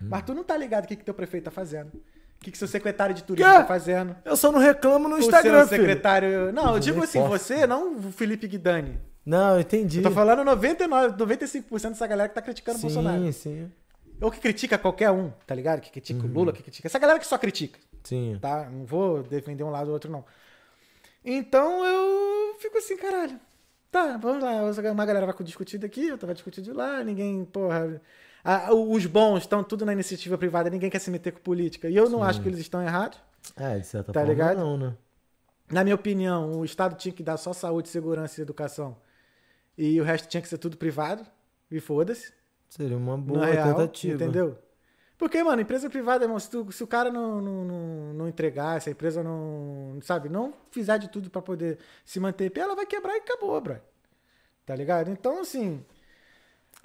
B: Hum.
A: Mas tu não tá ligado o que, que teu prefeito tá fazendo. O que, que seu secretário de turismo
B: Quê?
A: tá fazendo.
B: Eu só não reclamo no
A: O
B: Instagram,
A: seu
B: filho.
A: secretário. Não, eu digo
B: nem
A: assim,
B: posso.
A: você, não o Felipe Guidani.
B: Não, eu entendi.
A: Eu tô tá falando 99, 95% dessa galera que tá criticando o Bolsonaro.
B: sim, sim.
A: Ou que critica qualquer um, tá ligado? Que critica o Lula, que critica. Essa galera que só critica,
B: Sim.
A: tá? Não vou defender um lado ou outro, não. Então eu fico assim, caralho. Tá, vamos lá. Uma galera vai discutir daqui, outra vai discutir de lá, ninguém, porra. Ah, os bons estão tudo na iniciativa privada, ninguém quer se meter com política. E eu não acho que eles estão errados.
B: É, de certa
A: Tá
B: forma
A: ligado?
B: não, né?
A: Na minha opinião, o Estado tinha que dar só saúde, segurança e educação. E o resto tinha que ser tudo privado. E foda-se.
B: Seria uma boa
A: na real,
B: tentativa.
A: entendeu? Porque, mano, empresa privada, irmão, se, tu- se o cara não, não, não, não entregar, se a empresa não, sabe, não fizer de tudo pra poder se manter, ela vai quebrar e acabou, bro. Tá ligado? Então, assim...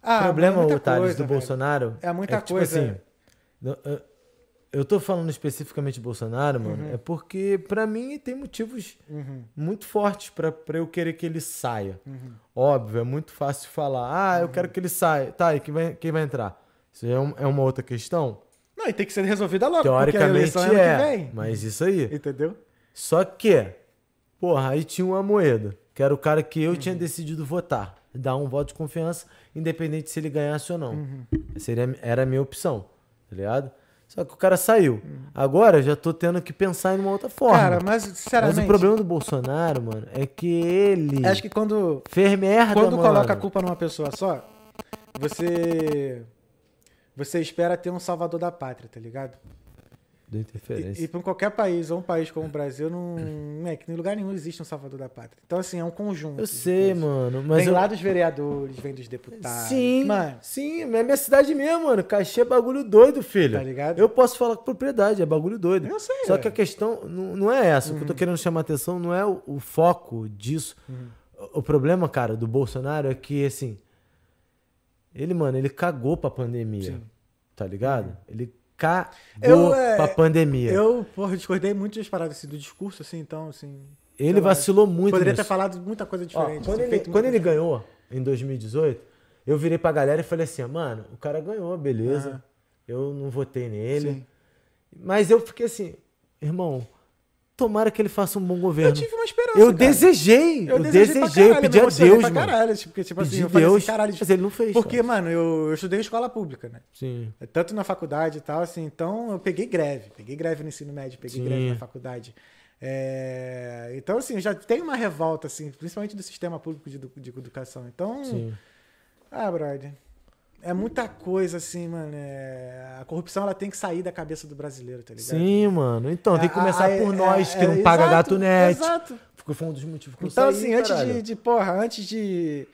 A: ah,
B: o problema,
A: mano, é
B: o
A: muita
B: Thales,
A: coisa,
B: do
A: velho.
B: Bolsonaro
A: É muita
B: que, tipo
A: coisa.
B: assim, no- eh, Eu tô falando especificamente de Bolsonaro, mano,
A: Uhum.
B: é porque pra mim tem motivos muito fortes pra pra eu querer que ele saia.
A: Uhum.
B: Óbvio, é muito fácil falar, ah, eu quero que ele saia. Tá, e quem vai, quem vai entrar? Isso é, um- é uma outra questão?
A: Não, e tem que ser resolvida logo,
B: Teoricamente
A: porque a eleição é, ano que
B: é,
A: vem.
B: mas isso aí.
A: Entendeu?
B: Só que, porra, aí tinha uma moeda, que era o cara que eu
A: Uhum.
B: tinha decidido votar. Dar um voto de confiança, independente se ele ganhasse ou não.
A: Uhum.
B: Seria, era a minha opção, tá ligado? Só que o cara saiu.
A: Uhum.
B: Agora eu já tô tendo que pensar em uma outra forma.
A: Cara, mas
B: mas
A: sinceramente,
B: o problema do Bolsonaro, mano, é que ele
A: acho que quando
B: fez merda,
A: quando
B: mano.
A: coloca a culpa numa pessoa só, você você espera ter um salvador da pátria, tá ligado?
B: Deu interferência.
A: E, e para qualquer país, ou um país como o Brasil, não, não é que em lugar nenhum existe um salvador da pátria. Então assim, é um conjunto.
B: Eu sei,
A: mano.
B: mano, mas
A: vem
B: eu...
A: lá dos vereadores, vem dos deputados.
B: Sim,
A: Mano,
B: sim, é minha cidade mesmo, mano. Cachê é bagulho doido, filho.
A: Tá ligado?
B: Eu posso falar com propriedade, é bagulho doido.
A: Eu sei, é. Uhum.
B: Só
A: ué.
B: que a questão não, não é essa. O que eu tô querendo chamar atenção não é o, o foco disso.
A: Uhum.
B: O, o problema, cara, do Bolsonaro é que, assim. Ele, mano, ele cagou pra pandemia. Tá ligado? Ele cagou
A: Uhum. Eu, é,
B: pra pandemia.
A: eu porra, discordei muito das paradas assim, do discurso, assim, então, assim.
B: ele vacilou muito
A: Poderia
B: nisso.
A: ter falado muita coisa
B: Ó,
A: diferente.
B: quando
A: assim,
B: ele,
A: feito muita
B: quando ele
A: coisa.
B: ganhou em 2018, eu virei pra galera e falei assim, mano, o cara ganhou, beleza. Eu não votei nele.
A: Sim.
B: Mas eu fiquei assim, irmão, tomara que ele faça um bom governo.
A: Eu tive uma esperança.
B: Eu
A: cara.
B: desejei, eu, desejei,
A: pra
B: eu
A: caralho,
B: pedi
A: eu
B: a
A: emocionei
B: Deus,
A: pra
B: mano.
A: Caralho, tipo, porque, tipo,
B: Pedi
A: assim, eu falei assim,
B: Deus,
A: caralho,
B: mas ele não fez.
A: Porque,
B: cara.
A: mano, eu, eu estudei em escola pública, né?
B: Sim.
A: Tanto na faculdade e tal, assim, então eu peguei greve. Peguei greve no ensino médio, peguei
B: Sim.
A: greve na faculdade. É, então, assim, eu já tem uma revolta, assim, principalmente do sistema público de, edu- de educação. Então,
B: Sim.
A: ah, brother. É muita coisa, assim, mano. é, A corrupção ela tem que sair da cabeça do brasileiro, tá ligado?
B: Sim, mano. Então, tem que começar
A: Ah, ah,
B: por
A: é,
B: nós,
A: é,
B: que
A: é,
B: não paga
A: exato,
B: gato net.
A: Exato.
B: Porque foi um dos motivos que eu
A: Então,
B: saí,
A: assim, antes
B: caralho.
A: de, de, porra, antes de.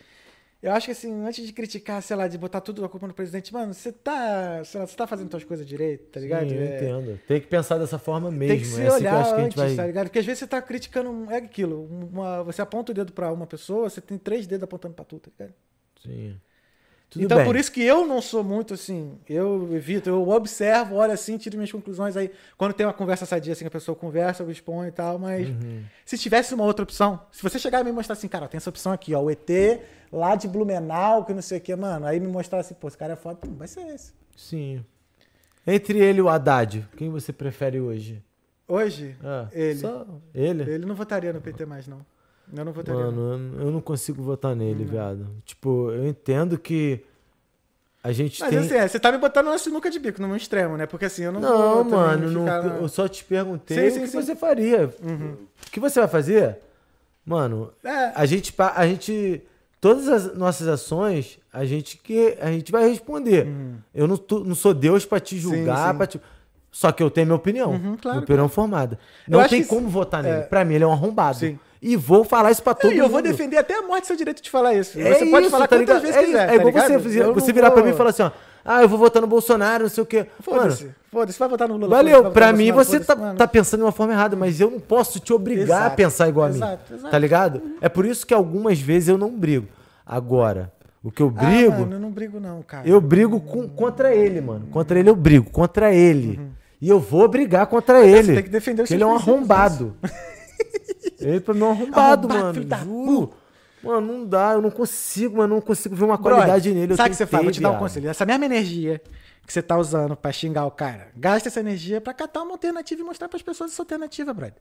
A: Eu acho que assim, antes de criticar, sei lá, de botar tudo a culpa no presidente, mano, você tá. Sei lá, você tá fazendo suas coisas direito, tá ligado?
B: Sim, eu
A: É,
B: entendo. Tem que pensar dessa forma mesmo.
A: Tem que se
B: é assim que eu
A: olhar
B: acho que a gente
A: antes,
B: vai...
A: tá ligado? Porque às vezes você tá criticando. É aquilo. uma- você aponta o dedo pra uma pessoa, você tem três dedos apontando pra tu, tá ligado?
B: Sim. Tudo
A: então,
B: bem.
A: por isso que eu não sou muito assim. Eu evito, eu observo, olho assim, tiro minhas conclusões. Aí, quando tem uma conversa sadia, assim, a pessoa conversa, eu respondo e tal. Mas
B: Uhum.
A: se tivesse uma outra opção, se você chegar e me mostrar assim, cara, ó, tem essa opção aqui, ó, o ET lá de Blumenau, que não sei o que, mano. Aí me mostrar assim, pô, esse cara é foda, pum, vai ser esse.
B: Sim. Entre ele e o Haddad, quem você prefere hoje?
A: Hoje,
B: Ah,
A: Ele.
B: só ele?
A: É. ele tá não votaria no PT mais, não. Eu não votaria. não.
B: Mano, eu n- eu não consigo votar nele, viado. Tipo, eu entendo que a gente
A: Mas
B: tem...
A: assim, é, você tá me botando numa sinuca de bico, num extremo, né? Porque assim, eu não,
B: não,
A: vou também
B: mano, não-
A: ficar na-
B: eu só te perguntei
A: Sim,
B: o
A: sim,
B: que
A: sim. Uhum.
B: você faria. O que você vai fazer? Mano,
A: É,
B: a gente pa- a gente todas as nossas ações a gente que a gente vai responder eu não, tô- não sou Deus pra te julgar
A: Uhum. sim.
B: pra te- só que eu tenho minha opinião
A: Uhum, claro,
B: minha opinião formada
A: Eu
B: não
A: acho
B: tem
A: que
B: como votar
A: é.
B: nele Pra mim ele é um arrombado
A: Sim. É,
B: e vou falar isso pra todo
A: e
B: mundo
A: eu vou defender até a morte seu direito de falar isso.
B: é
A: você
B: isso,
A: pode falar
B: tá
A: quantas
B: ligado?
A: vezes
B: é, isso.
A: quiser.
B: É
A: tá
B: igual
A: ligado?
B: você,
A: Eu
B: você
A: não
B: virar pra
A: vou-
B: mim e falar assim ó ah eu vou votar no Bolsonaro não sei o quê
A: Foda-se,
B: Mano,
A: foda-se, vai votar no Lula. foda-se,
B: Valeu,
A: vai
B: pra
A: votar no
B: mim
A: Bolsonaro,
B: você tá,
A: foda-se,
B: tá
A: mano.
B: pensando de uma forma errada, mas eu não posso te obrigar
A: Exato,
B: a pensar igual a mim.
A: exato, exato.
B: Tá ligado? É por isso que algumas vezes eu não brigo. Agora, o que eu
A: Ah,
B: brigo,
A: mano, eu não brigo, não, cara.
B: eu brigo com- contra ele, mano. Contra ele eu brigo, contra ele. E eu vou brigar contra ele.
A: tem que defender os
B: porque
A: seus
B: ele é um
A: princípios,
B: arrombado. ele pra mim é um arrombado,
A: Arrombado,
B: mano.
A: filho da
B: Juro. Mano, não dá, eu não consigo, mano. Não consigo ver uma
A: Brother,
B: qualidade nele. Eu
A: Sabe o que você
B: tentei,
A: faz? Vou te dar um
B: viado.
A: conselho. Essa mesma energia que você tá usando pra xingar o cara, gasta essa energia pra catar uma alternativa e mostrar pras pessoas essa alternativa, brother.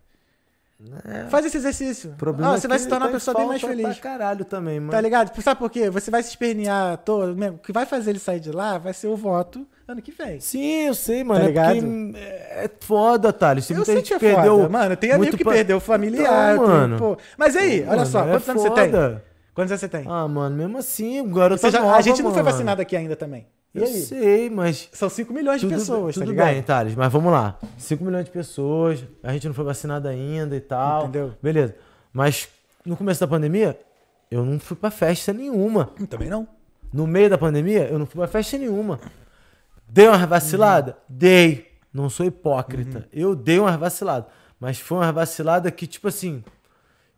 A: Faz esse exercício.
B: É. O problema
A: Ah,
B: é
A: você
B: que
A: vai se
B: ele
A: tornar
B: tá
A: uma
B: em
A: pessoa bem mais
B: falta
A: feliz.
B: Pra caralho também, mano.
A: Tá ligado? Sabe por quê? Você vai se espernear todo. O que vai fazer ele sair de lá vai ser o voto ano que vem.
B: Sim, eu sei, mano.
A: Tá
B: É porque
A: ligado?
B: É, é foda, Thales. Tem
A: Eu
B: muita
A: sei
B: gente
A: que é
B: perdeu.
A: foda. Mano, tem amigo
B: muito
A: que
B: pa-
A: perdeu familiar.
B: Então,
A: tem-
B: mano.
A: pô. Mas aí, olha
B: Mano,
A: só,
B: é
A: quantos anos você tem?
B: foda.
A: Quantos anos você tem?
B: Ah, mano, mesmo assim, o garoto
A: Você já-
B: nova,
A: a gente não foi
B: mano.
A: vacinado aqui ainda também. E
B: Eu
A: aí?
B: sei, mas.
A: São 5 milhões de
B: Tudo,
A: pessoas,
B: tudo
A: tá ligado?
B: bem, Thales, mas vamos lá. 5 milhões de pessoas, a gente não foi vacinado ainda e tal.
A: Entendeu?
B: Beleza. Mas no começo da pandemia, eu não fui pra festa nenhuma.
A: Também não.
B: No meio da pandemia, eu não fui pra festa nenhuma. Dei uma vacilada?
A: Uhum.
B: Dei. Não sou hipócrita. Eu dei uma vacilada. Mas foi uma vacilada que, tipo assim,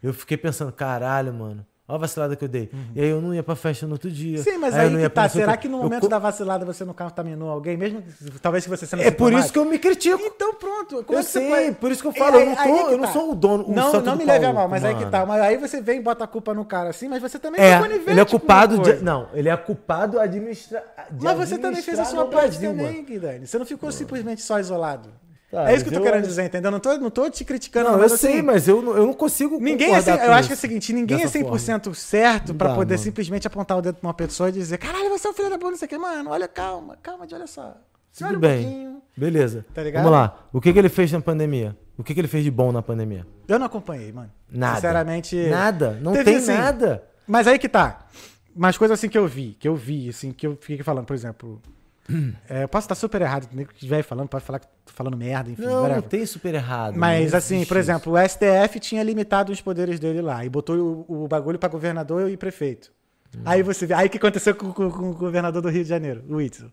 B: eu fiquei pensando, caralho, mano, Olha a vacilada que eu dei. E aí eu não ia pra festa no outro dia.
A: Uhum. Sim, mas
B: eu
A: aí,
B: não
A: que
B: ia pra
A: tá.
B: não sei o
A: Será
B: quê.
A: que no
B: Eu É
A: momento
B: co-
A: da vacilada você não contaminou alguém? Mesmo que- talvez que você sendo
B: É por isso que eu me critico.
A: Então pronto. Como
B: eu
A: é que você
B: sei,
A: pode-
B: por isso que eu
A: É,
B: falo, eu,
A: aí-
B: não,
A: aí
B: tô-
A: é que
B: eu não
A: tá.
B: sou o dono. O
A: Não,
B: santo
A: não
B: do
A: me leve a
B: pau,
A: mal, mas aí que
B: mano.
A: tá. Mas aí você vem e bota a culpa no cara assim, mas você também foi
B: É,
A: conivente
B: ele é
A: com uma
B: culpado de.
A: coisa.
B: Não, ele é culpado administra, de
A: tipo, Mas você também fez a
B: administrar
A: sua
B: no
A: parte
B: Brasil, mano.
A: também, Guilherme. Você não ficou simplesmente só isolado.
B: Tá,
A: é isso que eu
B: mas
A: tô
B: eu-
A: querendo dizer, entendeu? Não tô, não tô te criticando.
B: Não, eu
A: mas
B: sei,
A: assim,
B: mas eu, não- eu não consigo.
A: Ninguém é
B: concordar
A: cem-
B: com
A: eu acho que é o
B: isso,
A: seguinte, ninguém é
B: dessa
A: 100% certo pra
B: dá,
A: poder
B: mano.
A: simplesmente apontar o dedo pra uma pessoa e dizer, caralho, você é um filho da puta, não sei o que, mano, olha, calma, calma, de olha só. Você
B: forma.
A: olha
B: Tudo
A: um
B: bem.
A: pouquinho.
B: Beleza.
A: Tá ligado?
B: Vamos lá. O que, que ele fez na pandemia? O que, que ele fez de bom na pandemia?
A: Eu não acompanhei, mano.
B: Nada.
A: Sinceramente.
B: Nada. Não
A: Teve,
B: tem
A: assim,
B: nada.
A: Mas aí que tá. Mas coisas assim que eu vi, que eu vi, assim, que eu fiquei falando, por exemplo.
B: Hum.
A: é, eu posso estar super errado, nem que estiver falando, pode falar que tô falando merda, enfim,
B: Não, não
A: whatever.
B: tem super errado.
A: Mas
B: não
A: assim,
B: existe
A: por exemplo, o STF tinha limitado os poderes dele lá e botou o, o bagulho pra governador e prefeito.
B: Hum.
A: Aí você vê. Aí o que aconteceu com, com- com o governador do Rio de Janeiro, o Whitson?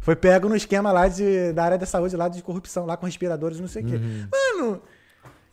A: Foi pego no esquema lá de, da área da saúde, lá de corrupção, lá com respiradores, não sei o quê.
B: Uhum.
A: Mano,
B: isso.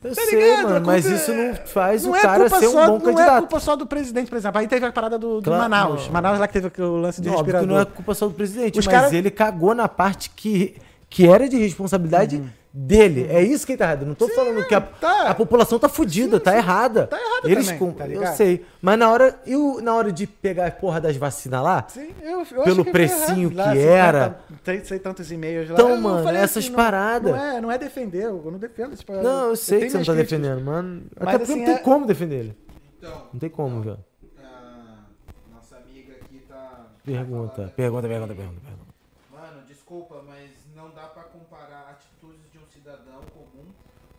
B: Eu
A: tá
B: sei,
A: ligado? A
B: mano, mas
A: culpa
B: isso
A: é-
B: não faz
A: não
B: o
A: é
B: cara
A: culpa
B: ser um
A: só-
B: bom
A: não é
B: candidato.
A: culpa só do presidente, por exemplo. Aí teve a parada do, do
B: Claro,
A: Manaus.
B: não.
A: Manaus lá que teve o lance de
B: Não, óbvio que
A: respirador.
B: não é culpa só do presidente,
A: Os
B: mas
A: cara-
B: ele cagou na parte que, que era de responsabilidade dele. É isso que tá errado. Eu Não tô falando que a,
A: Uhum. tá.
B: a população tá fudida, tá errada.
A: tá errada
B: Eles
A: também,
B: com-
A: tá
B: eu
A: ligado?
B: sei. Mas na hora, e o- na hora de pegar a porra das vacinas lá,
A: Sim, eu, eu acho
B: Pelo
A: que foi
B: precinho
A: errado. Lá, assim, né,
B: que
A: 50,
B: era.
A: Sei, sei tantos e-mails lá.
B: Então,
A: Eu não
B: mano,
A: falei assim,
B: essas
A: não-
B: paradas.
A: Não, é, não é defender, eu não defendo. Tipo,
B: não, eu sei
A: tenho
B: que você não
A: minhas
B: tá
A: críticas.
B: defendendo, mano.
A: Mas,
B: Até porque
A: assim,
B: não tem
A: é-
B: como defender ele.
C: Então,
B: Não tem como, velho.
C: a nossa amiga aqui tá. tá
B: Pergunta,
C: falando-
B: pergunta, pergunta, pergunta, pergunta.
C: Mano, desculpa, mas não dá pra comparar atitudes de um cidadão comum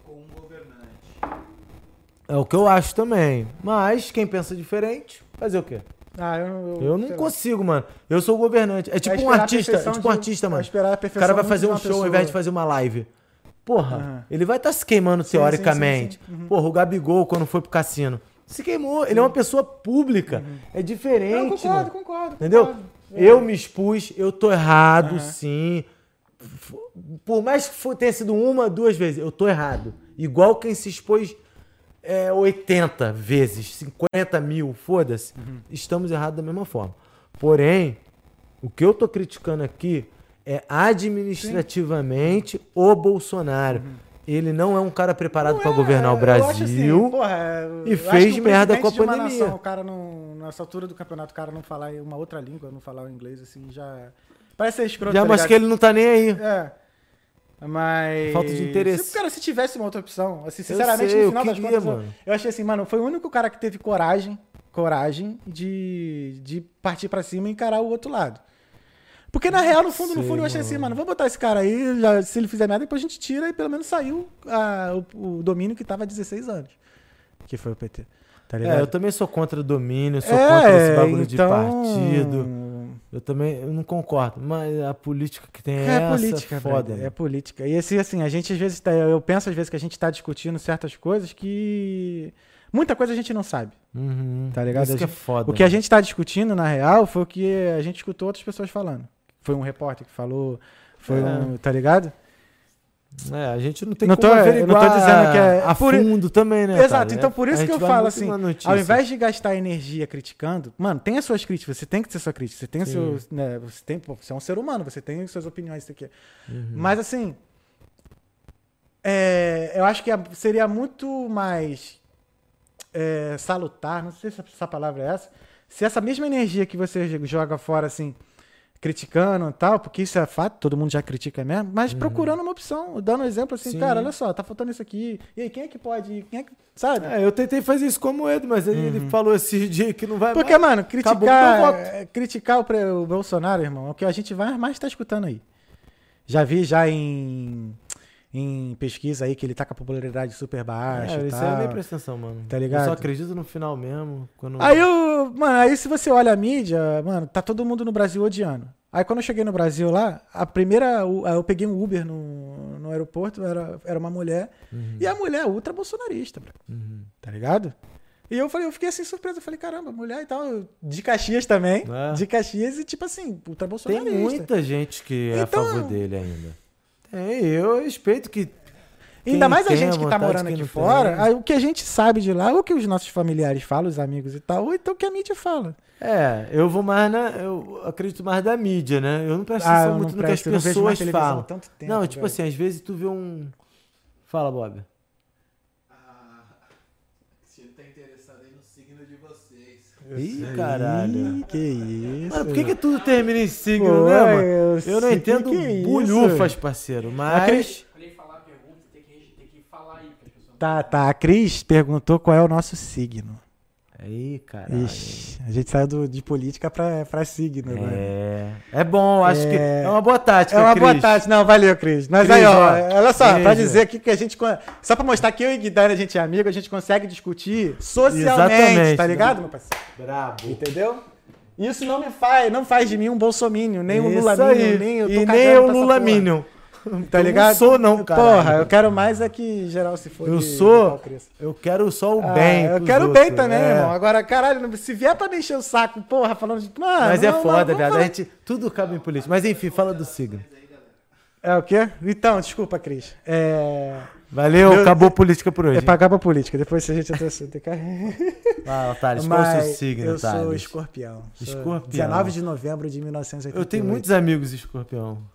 C: com um governante.
B: É o que eu acho também. Mas quem pensa diferente, fazer o quê?
A: Ah, eu, eu,
B: Eu não
A: sei lá.
B: consigo, mano. Eu sou o governante. É tipo um
A: esperar a
B: artista. É
A: perfeição
B: tipo um
A: de-
B: artista,
A: é
B: mano.
A: esperar a
B: o cara
A: perfeição
B: vai
A: de
B: fazer um
A: uma
B: show ao
A: pessoa.
B: invés de fazer uma live. Porra,
A: Aham.
B: ele vai estar se queimando teoricamente.
A: sim, Uhum. sim, sim.
B: Porra, o Gabigol, quando foi pro cassino, se queimou. Ele é uma pessoa pública. É diferente.
A: Uhum. Não,
B: mano.
A: concordo, concordo.
B: Entendeu?
A: concordo.
B: Eu me expus, eu tô errado, sim. F- Por mais que for- tenha sido uma, duas vezes, eu tô errado. Igual quem se expôs é, 80 vezes, 50 mil, foda-se.
A: Uhum.
B: Estamos errados da mesma forma. Porém, o que eu tô criticando aqui é administrativamente o Bolsonaro. Ele não é um cara preparado
A: Uhum. Não
B: pra
A: é,
B: governar o
A: eu acho assim,
B: Brasil.
A: porra, eu
B: e
A: acho que
B: fez
A: o
B: merda com a
A: presidente de uma
B: pandemia.
A: nação, o cara não, nessa altura do campeonato, o cara não falar uma outra língua, não falar o inglês, assim, já. Parece ser escroto.
B: Já,
A: tá
B: mas
A: ligado?
B: que ele não tá nem aí.
A: É. Mas.
B: Falta de interesse.
A: Se, cara, se tivesse uma outra opção, assim, sinceramente,
B: sei, eu
A: no final das
B: queria,
A: contas, eu-
B: mano.
A: eu achei assim, mano, foi o único cara que teve coragem, coragem de, de partir pra cima e encarar o outro lado. Porque na real, no fundo, no
B: sei,
A: fundo, eu achei assim,
B: mano.
A: mano, vamos botar esse cara aí, já- se ele fizer merda, depois a gente tira e pelo menos saiu ah, o, o domínio que tava há 16 anos. Que foi o PT. Tá ligado?
B: É, eu também sou contra o domínio, sou contra esse
A: então,
B: bagulho de partido. Eu também eu não concordo, mas a política que tem é,
A: É
B: essa
A: política,
B: foda. né?
A: foda. É política. E assim, assim, a gente às vezes tá, eu penso às vezes que a gente tá discutindo certas coisas que muita coisa a gente não sabe,
B: Uhum.
A: tá ligado?
B: Isso
A: A
B: que é
A: gente-
B: foda.
A: O que a gente tá discutindo na real foi o que a gente escutou outras pessoas falando. Foi um repórter que falou, foi
B: É.
A: um, tá ligado?
B: É, a gente não tem
A: Não
B: como
A: tô- eu não tô
B: averiguar
A: dizendo que é-
B: a
A: por-
B: fundo também, né?
A: Exato,
B: cara?
A: então por isso
B: A
A: que
B: gente
A: eu
B: vai
A: falo
B: muito
A: assim,
B: na notícia.
A: ao invés de gastar energia criticando, mano, tem as suas críticas, você tem que ter sua crítica, você tem o seu, né, você tem, pô, você é um ser humano, você tem suas opiniões, isso aqui.
B: Uhum.
A: Mas assim, é, eu acho que a- seria muito mais é, salutar, não sei se essa palavra é essa, se essa mesma energia que você joga fora assim, criticando e tal, porque isso é fato, todo mundo já critica mesmo, mas procurando uma opção, dando um exemplo assim,
B: Uhum. Sim.
A: cara, olha só, tá faltando isso aqui, e aí quem é que pode, quem é que, sabe? Uhum.
B: É, eu tentei fazer isso como ele, mas ele, ele falou esses dias que não vai
A: Porque,
B: mais.
A: mano,
B: Acabou com o meu
A: criticar,
B: voto.
A: é, criticar o, pre- o Bolsonaro, irmão, é o que a gente vai mais tá escutando aí. Já vi já em, em pesquisa aí que ele tá com a popularidade super baixa
B: É,
A: e
B: isso aí eu nem
A: tal.
B: presta atenção, mano.
A: Tá ligado?
B: Eu só acredito no final mesmo. Quando...
A: Aí o. Mano, aí se você olha a mídia, mano, tá todo mundo no Brasil odiando. Aí quando eu cheguei no Brasil lá, a primeira. o- Eu peguei um Uber no, no aeroporto, era, era uma mulher.
B: Uhum.
A: E a mulher é ultra bolsonarista, bro. Tá ligado? E eu falei, eu fiquei assim surpreso. Eu falei, caramba, mulher e tal. eu- De Caxias também.
B: É.
A: De Caxias e tipo assim, ultra
B: Tem
A: bolsonarista.
B: muita gente que é a
A: Então-
B: favor dele ainda. Tem, eu respeito que
A: Ainda
B: Quem
A: mais a
B: tem
A: gente que
B: a
A: tá
B: vontade,
A: morando
B: quem
A: aqui
B: não
A: fora,
B: tem.
A: aí o que a gente sabe de lá, ou o que os nossos familiares falam, os amigos e tal, ou então o que a mídia fala.
B: É, eu vou mais na. Eu acredito mais da mídia, né? Eu não presto
A: Ah, eu
B: atenção
A: não
B: muito no
A: presto, eu
B: que
A: não
B: as
A: vejo mais
B: pessoas
A: televisão há
B: falam.
A: tanto tempo,
B: não, tipo
A: velho.
B: assim, às vezes tu vê um. Fala, Bob.
C: Ah, Cristina tá interessado aí no signo de vocês.
B: Ih, caralho.
A: Ih, que isso.
B: Mano, por que, que tudo termina em signo,
A: Pô, é,
B: né, mano?
A: tá eu
B: Eu, não
A: sei
B: entendo
A: que que é
B: bulhufas, parceiro, mas.
D: Quando ele falar a pergunta, tem que, tem que falar aí pra pessoa.
A: Tá, tá. A Cris perguntou qual é o nosso signo.
B: Aí, cara.
A: Ixi, a gente saiu do- de política pra, pra signo, né?
B: Tá, É. É bom, acho
A: É.
B: que é uma boa tática.
A: É uma boa
B: Cris.
A: tarde, não, valeu, Cris. Mas
B: Cris,
A: aí, ó,
B: ó,
A: olha só, pra
B: Cris,
A: dizer aqui que a gente. con- Só pra mostrar que eu e Guidane a gente é amigo, a gente consegue discutir socialmente,
B: Exatamente.
A: tá ligado, meu parceiro?
B: Brabo.
A: Entendeu? Isso não me faz, não faz de mim um bolsomínio, nem um
B: Isso
A: Lula
B: aí.
A: nem eu tô
B: E nem
A: cagando
B: eu
A: pra essa
B: Lula
A: porra.
B: Minion.
A: Tá ligado?
B: Eu não sou, não, cara.
A: Porra, eu quero mais é que geral se for.
B: Eu
A: de-
B: sou-
A: de Cris.
B: Eu quero só o
A: Ah,
B: bem.
A: Eu
B: pros
A: quero bem
B: outros,
A: também,
B: é.
A: irmão. Agora, caralho, não- se vier pra me encher o saco, porra, falando de. Mano,
B: Mas
A: Ah, não,
B: é foda,
A: não,
B: viado.
A: não-
B: A gente, tudo cabe em política. Mas enfim, fala do signo.
A: É o quê? Então, desculpa, Cris. É.
B: Valeu,
A: Meu-
B: acabou a política por hoje.
A: É pagar pra política, depois se a gente entra assim, tem que-
B: Fala, Thales, qual é o
A: Mas
B: seu signo,
A: eu
B: Thales?
A: sou escorpião. Sou
B: Escorpião.
A: 19 de novembro de 1988.
B: Eu tenho muitos amigos escorpião.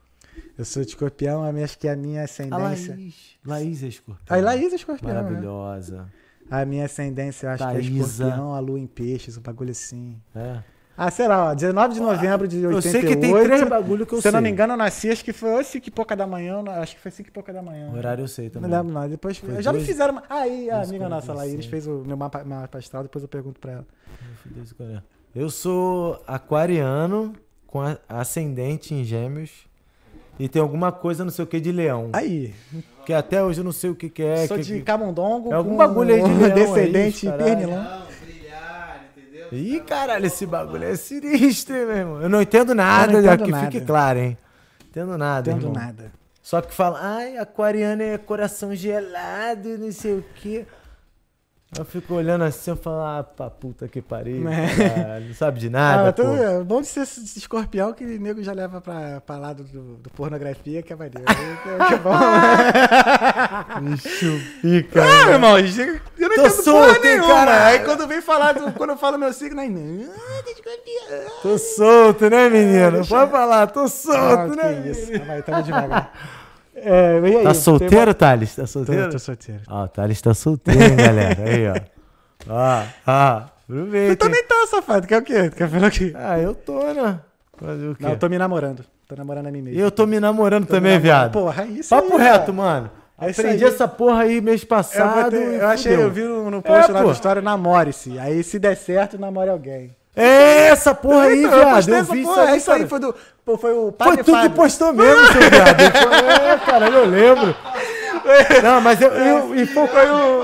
A: Eu sou de escorpião, a minha- acho que é a minha
B: A
A: ascendência.
B: Laís. Laís é escorpião.
A: A Ah, Laís é escorpião. né?
B: Maravilhosa.
A: A minha ascendência, eu acho que é
B: Thaísa.
A: escorpião, a lua em peixes, um bagulho assim.
B: É.
A: Ah, sei lá, ó, 19 de novembro de 88.
B: Eu sei que tem três bagulho que eu
A: Se
B: sei.
A: eu não me engano, eu nasci, acho que foi hoje 5 e pouca da manhã. eu não- Acho que foi 5 e pouca da manhã.
B: O horário eu sei
A: Não
B: também.
A: lembro, não. Depois,
B: Foi
A: já me
B: dois-
A: fizeram. uma- Aí a
B: dois
A: amiga nossa lá,
B: quarenta e
A: eles
B: cinco.
A: fez o meu mapa, mapa astral, depois eu pergunto pra ela.
B: Deus, qual é? Eu sou aquariano com a- ascendente em gêmeos. E tem alguma coisa, não sei o que, de leão.
A: Aí,
B: Que até hoje eu não sei o que, que é.
A: sou
B: que-
A: de
B: que-
A: camundongo.
B: É algum
A: com
B: bagulho aí de leão aí,
A: Descendente
B: caralho.
A: pernilão.
C: Não, brilhar, entendeu?
B: Ih, caralho, esse bagulho é sinistro, hein, meu irmão. Eu não entendo
A: Eu
B: nada,
A: não entendo
B: que
A: nada.
B: fique claro, hein? Entendo nada,
A: Entendo
B: irmão.
A: nada.
B: Só que fala, ai, aquariano é coração gelado, não sei o quê. Eu fico olhando assim, eu falo, ah, pra puta que pariu,
A: Né?
B: caralho, não sabe de
A: Ah,
B: nada,
A: eu tô-
B: pô.
A: é bom de ser esse escorpião que o nego já leva pra, pra lado do, do pornografia, que é maneiro. que é bom.
B: Chupica.
A: Ah, meu irmão, eu não
B: Tô
A: entendo porra
B: solto, hein,
A: nenhuma.
B: cara?
A: Aí quando vem falar, do- quando eu falo meu signo, aí. "Não, tem escorpião."
B: Tô solto, né, menino?
A: É, deixa
B: Pode falar, tô
A: Ah,
B: solto, né?
A: que
B: menino?
A: isso. Calma aí, tamo devagar. É, e aí,
B: Tá
A: tem
B: solteiro, Thales? Tá
A: uma- Tô,
B: solteiro?
A: tô solteiro.
B: Ó, o Thales tá solteiro, hein, galera. Aí, ó. Ó, ó, aproveita.
A: Tu
B: hein?
A: também tá, safado. Quer o quê? Tu Quer falar o quê?
B: Ah, eu tô, né? Fazer o quê?
A: Não, eu tô me namorando. Tô namorando a mim mesmo.
B: Eu tô me namorando
A: Tô me
B: também,
A: namorando.
B: viado.
A: Porra, é isso
B: Papo
A: aí,
B: reto,
A: cara.
B: mano.
A: É isso
B: Aprendi
A: aí. É,
B: essa porra aí mês
A: Eu,
B: passado.
A: botei-
B: e
A: eu achei,
B: fudeu.
A: eu vi no, no post
B: É,
A: lá
B: pô.
A: do história, namore-se. Aí se der certo, namore alguém.
B: É essa porra aí,
A: Então,
B: viado.
A: postei
B: Eu
A: essa
B: vi
A: porra,
B: isso aí,
A: isso aí
B: cara.
A: foi do. pô, foi o
B: Foi
A: Padre
B: tu que
A: Fábio.
B: postou mesmo, seu viado. Eu falei, É, caralho, eu lembro. Não, mas eu. eu e foi, foi o.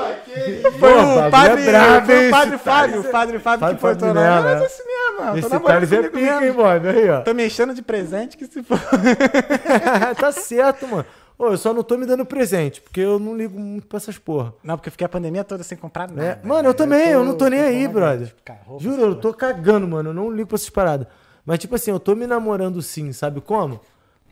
A: Foi
B: Pô,
A: o
B: Fábio
A: Padre,
B: é brabo,
A: foi
B: hein,
A: o Padre
B: esse
A: Fábio, o Padre Fábio que
B: Fábio
A: postou
B: Fábio
A: lá.
B: Nela,
A: Mas
B: né?
A: assim mesmo, mano. Tô
B: Esse
A: namorando
B: Thales é
A: comigo
B: pica, hein,
A: mesmo.
B: mano. Aí, ó.
A: Tô me enchendo de presente que se for.
B: tá certo, mano. Ô, eu só não tô me dando presente, porque eu não ligo muito pra essas porra.
A: Não, porque eu fiquei a pandemia toda sem comprar nada. né,
B: É, mano, eu também, eu não tô nem aí,
A: com
B: brother.
A: um cara, roupa, assim,
B: Juro, eu tô cagando, mano. Eu não ligo pra essas paradas. Mas, tipo assim, eu tô me namorando sim, sabe como?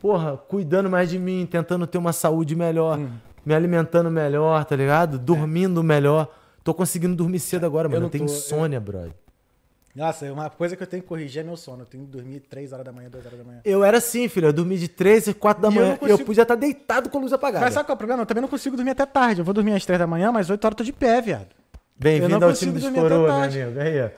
B: Porra, cuidando mais de mim, tentando ter uma saúde melhor,
A: Hum.
B: me alimentando melhor, tá ligado? Dormindo melhor. Tô conseguindo dormir cedo agora, mano. Eu,
A: não
B: tenho
A: tô, eu-
B: insônia, brother.
A: Nossa, é uma coisa que eu tenho que corrigir é meu sono. Eu tenho que dormir 3 horas da manhã, 2 horas da manhã.
B: Eu era assim, filho. Eu dormi de 3 e 4 da
A: E eu
B: manhã.
A: não
B: Eu,
A: consigo-
B: podia estar deitado com a luz apagada.
A: Mas sabe qual é o problema? Eu também não consigo dormir até tarde. Eu vou dormir às 3 da manhã, mas 8 horas eu tô de pé, viado. eu
B: Bem-vindo
A: não
B: ao
A: consigo
B: time dos
A: dormir até
B: coroa,
A: tarde.
B: meu amigo. Aí, ó.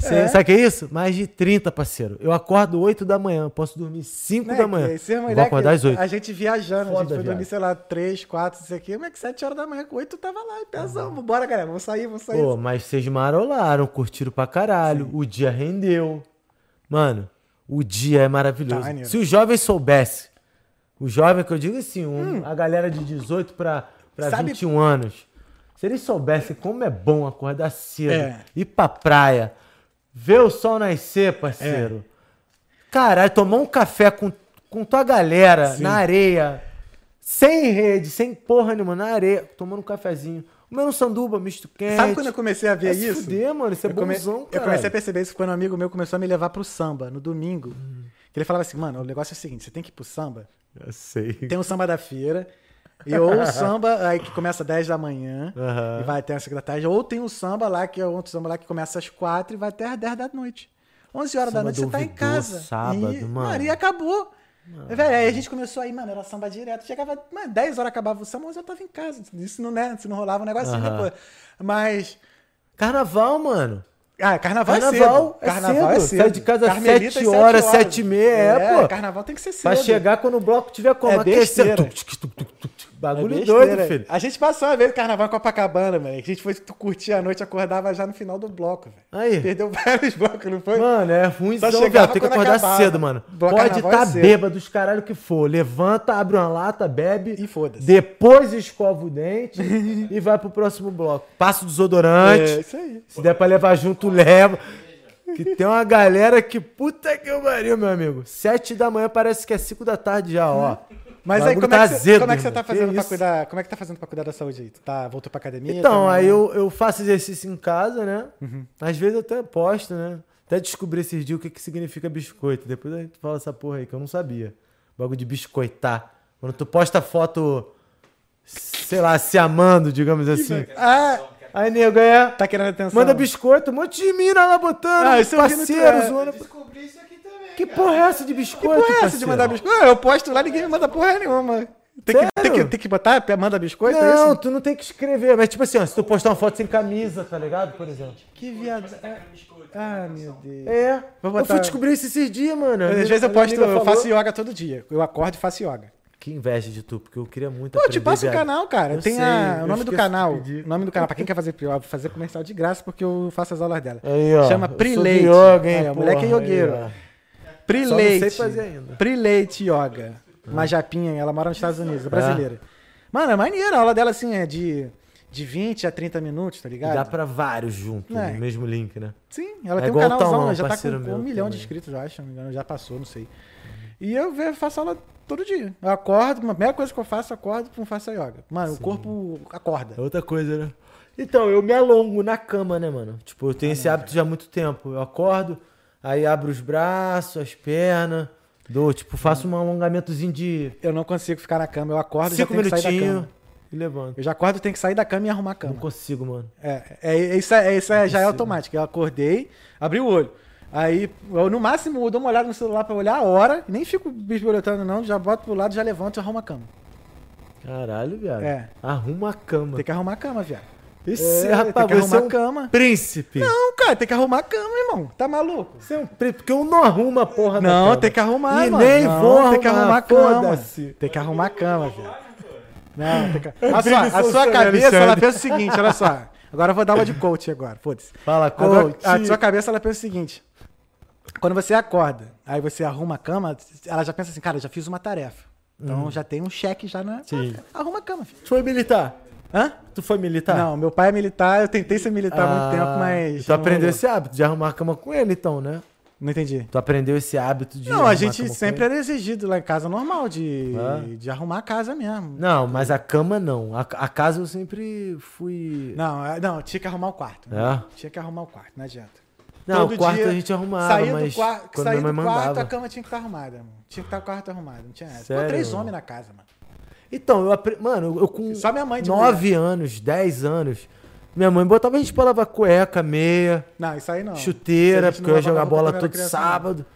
B: Cê-
A: É.
B: Sabe o que é isso? Mais de 30, parceiro. Eu acordo 8 da manhã, eu posso dormir 5 da manhã.
A: Esse é uma
B: Vou
A: ideia
B: acordar
A: que
B: às 8.
A: A gente viajando, a gente
B: Foda,
A: foi dormir,
B: viado.
A: sei lá, 3, 4, isso aqui. Mas que 7 horas da manhã, com 8 eu tava lá, e pesão. Vambora, galera, vamos sair, vamos sair.
B: Pô, mas vocês marolaram, curtiram pra caralho. O dia rendeu. Mano, o dia é maravilhoso.
A: Tá, maneiro.
B: Se o jovem soubesse, o jovem que eu digo assim, um- a galera de 18 pra, pra
A: Hum. Sabe-
B: 21 anos, se eles soubessem como é bom acordar cedo,
A: É.
B: ir pra praia, ver o sol nascer, parceiro.
A: É.
B: Caralho, tomar um café com, com tua galera na areia, sem rede, sem porra nenhuma, na areia, tomando um cafezinho. Comendo um sanduba, misto quente.
A: Sabe quando eu comecei a ver
B: Vai se
A: isso?
B: fuder, mano, isso tipo, é
A: eu, come-
B: bonzão,
A: eu comecei a
B: caralho.
A: perceber isso quando um amigo meu começou a me levar pro samba no domingo.
B: Hum.
A: Que ele falava assim, mano, o negócio é o seguinte, você tem que ir pro samba,
B: Eu sei.
A: tem o samba da feira. E ou o samba aí que começa às 10 da manhã
B: Aham.
A: e vai até as 5 da tarde, ou tem um samba lá, que é outro samba lá que começa às 4 e vai até às 10 da noite. 11 horas da
B: Samba
A: noite
B: do
A: você tá em
B: ouvidor,
A: casa.
B: sábado,
A: e,
B: mano.
A: e acabou. Velho, aí a gente começou aí, mano, era samba direto. Chegava, mano, 10 horas acabava o samba, 11 eu tava em casa. Isso não, né? Se não rolava um negocinho
B: Aham.
A: depois. Mas.
B: Carnaval, mano.
A: Ah, carnaval,
B: Carnaval
A: é cedo.
B: é cedo. Sai de casa às
A: Carmelita
B: sete
A: às sete
B: horas, sete e meia, é, pô.
A: Carnaval tem que ser cedo.
B: Pra chegar quando o bloco tiver como
A: É besteira.
B: aquecer. Tuc, tuc, tuc, tuc, tuc.
A: É
B: Bagulho
A: besteira.
B: doido, filho.
A: A gente passou uma vez carnaval em Copacabana, mano. A gente foi curtir a noite, acordava já no final do bloco, velho.
B: Aí.
A: Perdeu vários blocos, não foi?
B: Mano, é ruim
A: Só
B: velho.
A: chegava
B: Tem que
A: quando
B: acordar
A: acabava.
B: cedo, mano.
A: Bom,
B: Pode
A: carnaval
B: estar
A: é cedo.
B: bêbado, os caralho que for. Levanta, abre uma lata, bebe.
A: E foda-se.
B: Depois escova o dente e vai pro próximo bloco. Passa o desodorante.
A: É, isso aí.
B: Se der pra levar junto, leva. Que tem uma galera que puta que eu pariu, meu amigo. Sete da manhã parece que é cinco da tarde já, ó.
A: Mas
B: O
A: aí,
B: bagulho
A: como, é que
B: tá
A: você,
B: azedo,
A: como é que você
B: irmão.
A: tá fazendo
B: Que
A: pra
B: isso?
A: cuidar? Como é que tá fazendo pra cuidar da saúde aí? Tu Tá, voltou pra academia?
B: Então,
A: tá-
B: aí eu, eu faço exercício em casa, né?
A: Uhum.
B: Às vezes eu até posto, né? Até descobri esses dias o que, que significa biscoito. Depois a gente fala essa porra aí, que eu não sabia. O bagulho de biscoitar. Quando tu posta foto, sei lá, se amando, digamos assim.
A: Ah,
B: Aí, nego, é.
A: tá querendo atenção.
B: Manda biscoito, um monte de mina lá botando,
A: Ah, isso eu vi no
B: parceiro,
A: Twitter.
B: zoando.
C: Descobri isso aqui também.
B: Que
C: cara.
B: porra é essa de
A: Que
B: biscoito?
A: porra é essa de
B: parceiro?
A: mandar biscoito? Ah, Eu posto lá, ninguém me manda porra nenhuma. Tem que, tem que,
B: Sério?
A: tem que botar, manda biscoito? é
B: Não,
A: isso?
B: tu não tem que escrever. Mas tipo assim, ó, se tu postar uma foto sem camisa, tá ligado? Por exemplo.
A: Que viado. Ah, meu Deus.
B: É.
A: Vou
B: Eu
A: botar-
B: fui descobrir isso esses dias, mano.
A: Às
B: A
A: vezes eu
B: minha
A: posto,
B: amiga
A: eu
B: falou-
A: faço yoga todo dia. Eu acordo e faço yoga.
B: Que inveja de tu, porque eu queria muito
A: Pô, eu te
B: aprender,
A: passo o
B: viado.
A: canal, cara.
B: Eu
A: Tem
B: sei,
A: a,
B: eu
A: o nome do
B: esqueço
A: canal.
B: de pedir.
A: O nome do canal, pra quem quer fazer, eu vou fazer comercial de graça, porque eu faço as aulas dela.
B: Aí, ó.
A: Chama
B: Eu
A: Pri
B: sou de
A: Leite.
B: Yoga, hein,
A: Aí, ó, moleque é
B: porra,
A: yogueiro.
B: aí, ó. Só não sei
A: Prileite.
B: fazer ainda. Hum.
A: Prileite Yoga. Uma japinha, ela mora nos Estados Unidos, é brasileira. Mano, é maneira. A aula dela, assim, é de, de 20 a 30 minutos, tá
B: E
A: ligado?
B: Dá pra vários juntos,
A: É.
B: no mesmo link, né?
A: Sim, ela
B: É
A: tem um
B: igual o
A: canalzão,
B: Taumão,
A: ela já tá com
B: parceiro
A: um
B: meu
A: milhão de
B: também.
A: inscritos, eu acho. se não me engano, Já passou, não sei. E eu ve- faço aula todo dia. Eu acordo, a primeira coisa que eu faço, eu acordo e faço a yoga. Mano, o corpo acorda.
B: É outra coisa, né? Então, eu me alongo na cama, né, mano? Tipo, eu
A: Ah,
B: tenho esse
A: é.
B: hábito já há muito tempo. Eu acordo, aí abro os braços, as pernas, dou, tipo, faço um alongamentozinho de
A: Eu não consigo ficar na cama, eu acordo e já
B: cinco
A: tenho que sair da
B: minutinhos
A: cama.
B: e levanto.
A: Eu já acordo e tenho que sair da cama e arrumar a
B: Não
A: cama.
B: consigo, mano.
A: É, é, é isso, é, isso é, já é
B: Impossível.
A: automático. Eu acordei, abri o olho. Aí, eu, no máximo, eu dou uma olhada no celular pra olhar a hora, nem fico bisbilhotando, não, já boto pro lado, já levanto e arrumo a cama.
B: Caralho, viado.
A: É.
B: Arruma a cama.
A: Tem que arrumar a cama, viado.
B: Esse,
A: É, tem
B: rapaz,
A: que arrumar
B: você é
A: a
B: um
A: cama.
B: príncipe.
A: Não, cara, tem que arrumar a cama, irmão. Tá maluco?
B: Você é um príncipe, porque eu não arrumo a porra da
A: Não,
B: tá cama.
A: tem que arrumar,
B: E
A: mano.
B: nem
A: Não,
B: vou
A: tem que
B: arrumar,
A: arrumar a cama.
B: foda-se.
A: Tem que arrumar a cama, velho. Não, tem que... A sua,
B: brigo
A: a
B: com o
A: sua
B: Sr.
A: cabeça,
B: Alexandre.
A: ela pensa o seguinte, olha só. Agora eu vou dar uma de coach agora, foda-se.
B: Fala,
A: Agora,
B: coach.
A: A sua cabeça, ela pensa o seguinte. Quando você acorda, aí você arruma a cama, ela já pensa assim, cara, eu já fiz uma tarefa. Então já tem um cheque já na...
B: Hum. Sim.
A: Arruma a cama, filho.
B: Tu foi militar?
A: Hã?
B: Tu foi militar?
A: Não, meu pai é militar, eu tentei ser militar há muito
B: Ah,
A: tempo, mas...
B: Tu
A: não rolou.
B: aprendeu esse hábito de arrumar a cama com ele, então, né?
A: Não entendi.
B: Tu aprendeu esse hábito de.
A: Não,
B: arrumar
A: a
B: cama
A: gente
B: com
A: sempre é-
B: ele?
A: era exigido lá em casa normal de,
B: Ah.
A: de arrumar a casa mesmo.
B: Não, mas a cama não. A, a casa eu sempre fui.
A: Não, é- não, tinha que arrumar o quarto.
B: É?
A: Tinha que arrumar o quarto, não adianta.
B: Não,
A: Todo
B: o quarto
A: dia,
B: a gente arrumava,
A: saía
B: mas
A: do, quar
B: quando
A: saía
B: minha mãe
A: do quarto,
B: mandava.
A: a cama tinha que estar arrumada, mano. Tinha que estar o quarto arrumado, não tinha essa. Pô,
B: Sério,
A: três
B: mano?
A: homens na casa, mano.
B: Então, eu aprendi. Mano, eu- eu com
A: Só minha mãe de
B: 9 anos, 10 anos, minha mãe botava a gente pra lavar cueca, meia,
A: Não, isso aí não. Isso
B: chuteira,
A: a gente
B: porque
A: não
B: eu ia jogar
A: lavava quando
B: bola
A: era
B: todo
A: criança, não.
B: sábado.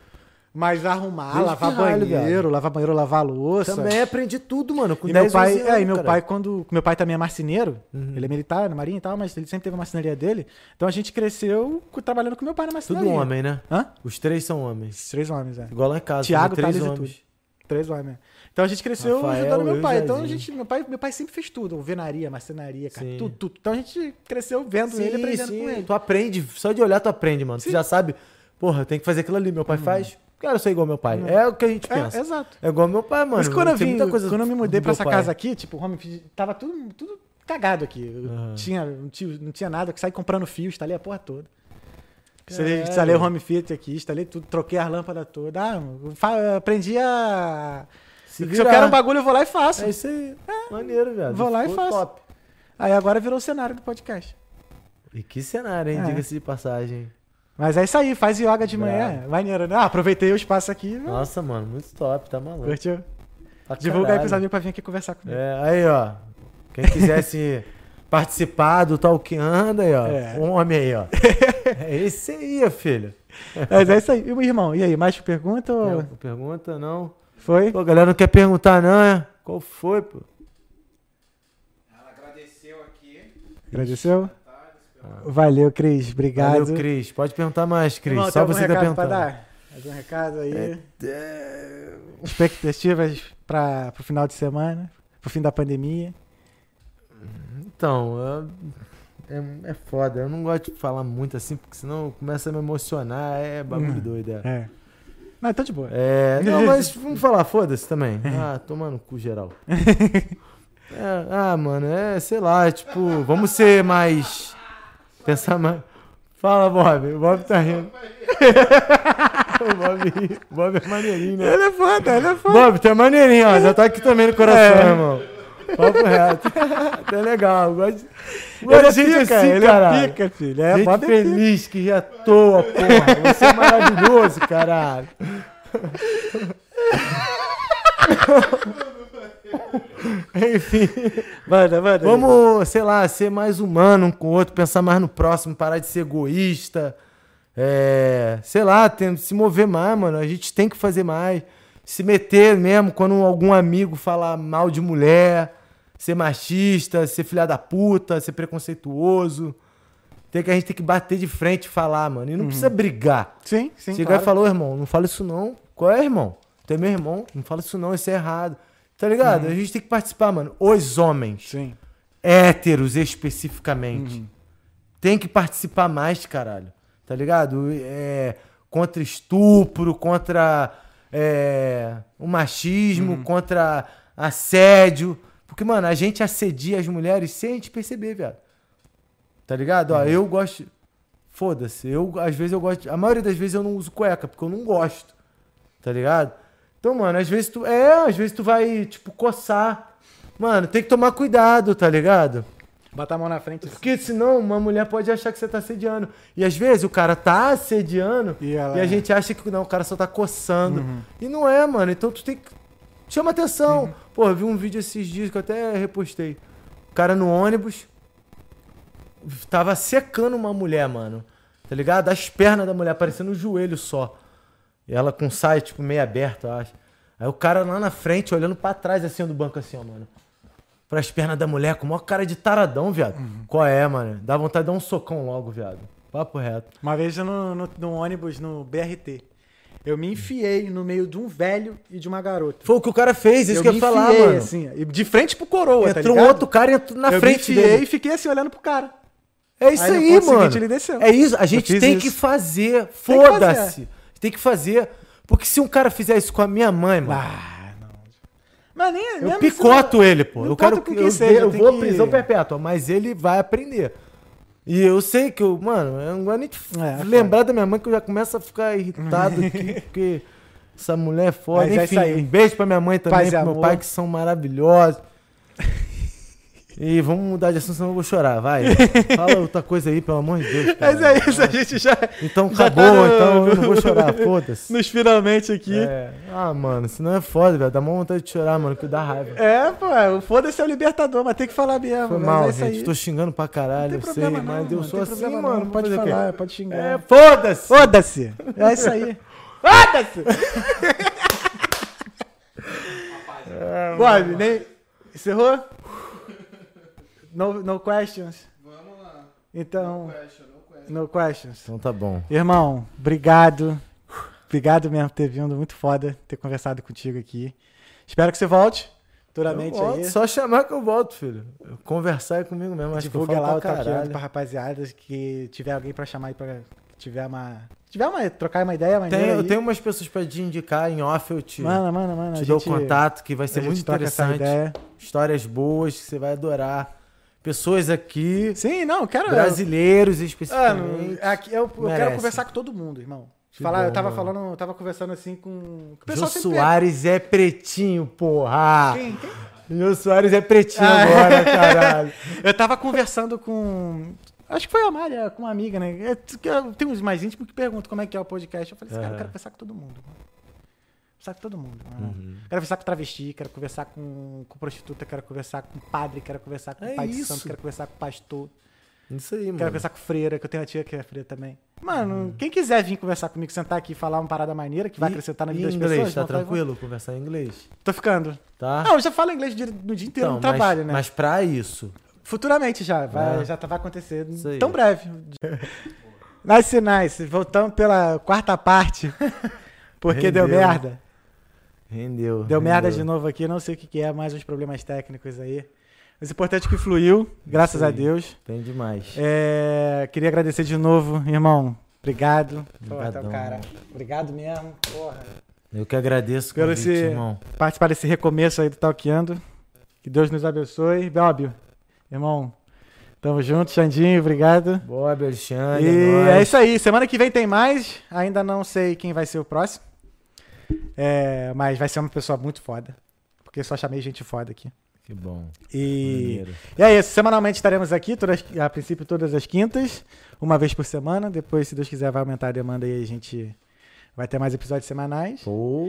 A: Mas arrumar,
B: Desde
A: lavar
B: pirralho,
A: banheiro,
B: viado.
A: lavar banheiro, lavar louça.
B: Também é aprendi tudo, mano. Com
A: E
B: 10
A: meu pai,
B: 11 anos,
A: é, e meu
B: cara.
A: pai quando, meu pai também é marceneiro,
B: Uhum.
A: ele é militar na marinha e tal, mas ele sempre teve a marcenaria dele. Então a gente cresceu co- trabalhando com meu pai na
B: Tudo
A: marcenaria.
B: homem, né?
A: Hã?
B: Os três são homens.
A: Esses três homens, é.
B: Igual lá em casa.
A: Thiago,
B: Tiago, três
A: Thales e
B: homens.
A: tudo. Três homens. Então a gente cresceu
B: Rafael,
A: ajudando
B: eu
A: meu
B: e
A: pai. Então a
B: Zezinho.
A: gente, meu pai, meu pai sempre fez tudo, alvenaria, marcenaria, cara,
B: Sim.
A: tudo, tudo. Então a gente cresceu vendo ele, aprendendo com ele.
B: Tu aprende, só de olhar tu aprende, mano.
A: Sim. Hum.
B: Tu já sabe, porra, tem que fazer aquilo ali, meu pai faz. Quero ser igual meu pai. É o que a gente
A: É,
B: pensa. É,
A: exato.
B: igual meu pai, mano.
A: Mas quando eu
B: Tem
A: vim,
B: muita coisa
A: quando eu me
B: do
A: mudei pra
B: meu
A: essa
B: pai.
A: casa aqui, tipo, o home fit- tava tudo, tudo cagado aqui. Eu tinha, não, tinha, não tinha nada, eu saí comprando fios, instalei a porra toda. Instalei,
B: Caralho.
A: instalei o home fit aqui, instalei tudo, troquei as lâmpadas todas. Ah, eu fa- aprendi a.
B: Se
A: Se, eu
B: virar.
A: quero um bagulho, eu vou lá e faço.
B: É isso aí. Maneiro, velho.
A: Vou lá e
B: Ficou
A: faço.
B: top.
A: Aí agora virou o cenário do podcast.
B: E que cenário, hein?
A: É.
B: Diga-se de passagem.
A: Mas é isso aí, faz yoga de É,
B: Bravo.
A: manhã. Maneiro, né? Ah, aproveitei o espaço aqui.
B: Nossa, mano, muito top, tá maluco.
A: Curtiu?
B: Pra
A: Divulga aí pros
B: caralho.
A: amigos pra vir aqui conversar comigo.
B: É, aí, ó. Quem quisesse participar do Talkando aí, ó.
A: É.
B: Um homem aí, ó. É esse aí, ó, filho.
A: Mas é isso aí. E o irmão, e aí, mais pergunta ou...
B: Não, pergunta não.
A: Foi?
B: Pô, a galera não quer perguntar, não, é? Qual foi, pô?
C: Ela agradeceu aqui,
A: Agradeceu?
C: tá? Eles
A: Valeu, Cris. Obrigado.
B: Valeu, Cris. Pode perguntar mais, Cris.
A: Irmão, tem
B: Só
A: algum
B: você tá
A: recado pra
B: perguntando. É,
A: dar? Algum recado aí? Expectativas para pro final de semana, pro fim da pandemia.
B: Então, é, é, é foda. Eu não gosto de falar muito assim, porque senão começa a me emocionar. É bagulho
A: Hum.
B: doido, é.
A: É. Não, então de boa.
B: É, não, mas vamos falar, foda-se também. Ah, toma no cu geral. É, ah, mano, é, sei lá, tipo, vamos ser mais. Pensar mais. Fala, Bob. O Bob tá rindo. o Bob, o Bob é maneirinho, né?
A: Ele é foda, ele é foda.
B: Bob, tu é maneirinho, ó. Já tá aqui também no coração,
A: É.
B: irmão. Papo reto. Até legal. eu Gosto,
A: Ele
B: gosto
A: é
B: de gente
A: pica,
B: assim,
A: ele
B: caralho.
A: é pica, filho. É,
B: gente
A: Bob é pica.
B: feliz que ria à toa, porra. Você é maravilhoso, caralho. Enfim,
A: Manda, manda.
B: vamos, sei lá, ser mais humano um com o outro, pensar mais no próximo, parar de ser egoísta. É, sei lá, tem, se mover mais, mano. A gente tem que fazer mais. Se meter mesmo quando algum amigo falar mal de mulher, ser machista, ser filha da puta, ser preconceituoso. Tem que a gente tem que bater de frente e falar, mano. E não precisa brigar.
A: Sim, Uhum. sim.
B: Chegar
A: claro.
B: e falar, ô irmão, não fala isso não. Qual é, irmão? Tu é meu irmão, não fala isso não, isso é errado. Tá ligado?
A: Uhum.
B: A gente tem que participar, mano. Os homens
A: Sim.
B: héteros especificamente. Tem que participar mais, caralho. Tá ligado? É, contra estupro, contra é, o machismo, contra assédio. Porque, mano, a gente assedia as mulheres sem a gente perceber, viado. Tá ligado? Ó, eu gosto. Foda-se. Eu, às vezes, eu gosto. A maioria das vezes eu não uso cueca, porque eu não gosto. Tá ligado? Então, mano, às vezes tu. É, às vezes tu vai, tipo, coçar. Mano, tem que tomar cuidado, tá ligado?
A: Botar a mão na frente.
B: Porque senão uma mulher pode achar que você tá assediando. E às vezes o cara tá assediando
A: E
B: e,
A: ela é. Uhum.
B: a gente acha que não, o cara só tá coçando. E não é, mano. Então tu tem que. Chama atenção. Pô, eu vi um vídeo esses dias que eu até repostei. O cara no ônibus tava secando uma mulher, mano. Tá ligado? As pernas da mulher, parecendo o joelho só. E ela com saia, tipo, meio aberta, eu acho. Aí o cara lá na frente, olhando pra trás, assim, ó, do banco, assim, ó, mano. Pras pernas da mulher, com o maior cara de taradão, viado.
A: Uhum.
B: Qual é, mano? Dá vontade de dar um socão logo, viado. Papo reto.
A: Uma vez eu no, no, no ônibus, no BRT, eu me enfiei no meio de um velho e de uma garota.
B: Foi o que o cara fez, isso que eu
A: me
B: ia falar,
A: enfiei,
B: mano.
A: assim, e de frente pro coroa, tá
B: Entrou um
A: ligado?
B: outro cara e entrou na
A: eu
B: frente
A: me enfiei
B: dele.
A: e fiquei assim, olhando pro cara.
B: É isso
A: Aí, no
B: aí,
A: ponto
B: mano.
A: seguinte, ele desceu.
B: É isso, a
A: Eu
B: gente
A: fiz
B: tem
A: isso.
B: que fazer.
A: Tem que fazer.
B: Foda-se. Tem que fazer. Porque se um cara fizer isso com a minha mãe, mano,
A: Ah, não. Mas nem, assim,
B: eu picoto ele, pô.
A: não
B: Eu quero
A: conta com
B: que
A: quem
B: eu,
A: seja,
B: eu
A: tem
B: vou à
A: que-
B: prisão perpétua, mas ele vai aprender. E eu sei que eu, mano, eu não gosto nem de
A: É, é
B: lembrar da minha mãe que eu já começo a ficar irritado aqui, porque essa mulher é foda.
A: Mas é
B: Enfim,
A: isso aí.
B: um beijo pra minha mãe também,
A: Paz e
B: pro meu
A: amor.
B: pai, que são maravilhosos. E vamos mudar de assunto, senão eu vou chorar, vai. Fala outra coisa aí, pelo amor de Deus. cara.
A: Mas é isso, a gente já.
B: Então
A: já
B: acabou,
A: tá no-
B: então eu não vou chorar, foda-se.
A: Nos finalmente aqui. É,
B: É. Ah, mano, senão é foda, velho. Dá uma vontade de chorar, mano, que dá raiva.
A: pô, o foda-se é o libertador, mas tem que falar mesmo.
B: Foi
A: mas
B: mal,
A: é isso
B: gente.
A: aí.
B: Tô xingando pra caralho,
A: Não tem
B: eu sei,
A: problema não,
B: mas eu
A: mano,
B: sou
A: tem
B: assim,
A: problema não,
B: mano.
A: Pode
B: fazer o quê?
A: falar, pode xingar.
B: É, foda-se!
A: Foda-se! É isso aí. Foda-se! Bob, nem. Encerrou? No, no questions?
C: Vamos lá.
A: Então,
C: Question, não question.
A: no questions.
B: Então tá bom.
A: Irmão, obrigado. Obrigado mesmo por ter vindo. Muito foda ter conversado contigo aqui. Espero que você volte futuramente
B: Eu volto,
A: aí.
B: Só chamar que eu volto, filho. Eu Conversar é comigo mesmo, acho que eu
A: Divulga
B: falo
A: lá o
B: pra
A: Taquiando
B: caralho.
A: pra rapaziada que tiver alguém pra chamar aí pra. que Tiver uma. Tiver uma. Trocar uma ideia, mas.
B: Tem- eu tenho umas pessoas pra te indicar em off, eu te,
A: Mano, mano, mano.
B: te
A: a
B: dou o
A: gente-
B: contato, que vai ser
A: a
B: muito
A: gente troca essa
B: interessante.
A: ideia.
B: Histórias boas que você vai adorar. Pessoas aqui,
A: Sim, não, eu quero.
B: brasileiros
A: Mano,
B: especificamente.
A: aqui eu, eu quero
B: Merece.
A: conversar com todo mundo, irmão.
B: Que
A: Falar, eu
B: bom,
A: tava
B: mano.
A: falando, eu tava conversando assim com. com O
B: Jô
A: pessoal sempre
B: Soares é pretinho, porra!
A: Quem? Quem?
B: Jô Soares é pretinho
A: Ah.
B: agora, caralho.
A: Eu tava conversando com. Acho que foi a Maria, com uma amiga, né? É, que eu- Tem uns mais íntimos que perguntam como é que é o podcast. Eu falei assim, cara, eu
B: Aham.
A: quero conversar com todo mundo. mano. Conversar com todo mundo. né?
B: Uhum.
A: Quero conversar com travesti, quero conversar com, com prostituta, quero conversar com padre, quero conversar com
B: É
A: pai de
B: isso.
A: santo, quero conversar com pastor,
B: Isso aí,
A: quero
B: mano.
A: conversar com freira, que eu tenho uma tia que é freira também. Mano, quem quiser vir conversar comigo, sentar aqui e falar uma parada maneira que vai
B: E-
A: acrescentar na
B: e
A: vida das
B: inglês,
A: pessoas.
B: tá
A: vontade-
B: tranquilo? Conversar em inglês,
A: Tô ficando.
B: tá?
A: Não, eu já falo inglês di- no dia inteiro
B: Então,
A: no trabalho,
B: mas,
A: né?
B: Mas pra isso,
A: Futuramente já, vai,
B: É.
A: já tá- vai acontecer
B: Isso aí.
A: tão breve. nice, nice. Voltamos pela quarta parte, porque deu
B: Rendeu.
A: merda.
B: rendeu.
A: Deu merda de
B: rendeu.
A: novo aqui, não sei o que, que é, mais uns problemas técnicos aí. Mas o importante é que fluiu, graças
B: Isso
A: a
B: aí.
A: Deus.
B: Tem demais.
A: É, queria agradecer de novo, irmão. Obrigado.
B: Obrigadão.
A: Pô, cara. Obrigado mesmo. Porra.
B: Eu que agradeço o
A: Pelo
B: convite,
A: esse-
B: irmão.
A: Participar desse recomeço aí do Talkeando. Que Deus nos abençoe. Bóbio, irmão, tamo junto. Xandinho, obrigado.
B: Bob, Alexandre,
A: E
B: nós.
A: é isso aí. Semana que vem tem mais. Ainda não sei quem vai ser o próximo. É, mas vai ser uma pessoa muito foda. Porque só chamei gente foda aqui.
B: Que bom.
A: E,
B: maneiro.
A: e é isso. Semanalmente estaremos aqui, todas, a princípio todas as quintas, uma vez por semana. Depois, se Deus quiser, vai aumentar a demanda e a gente vai ter mais episódios semanais.
B: Pô,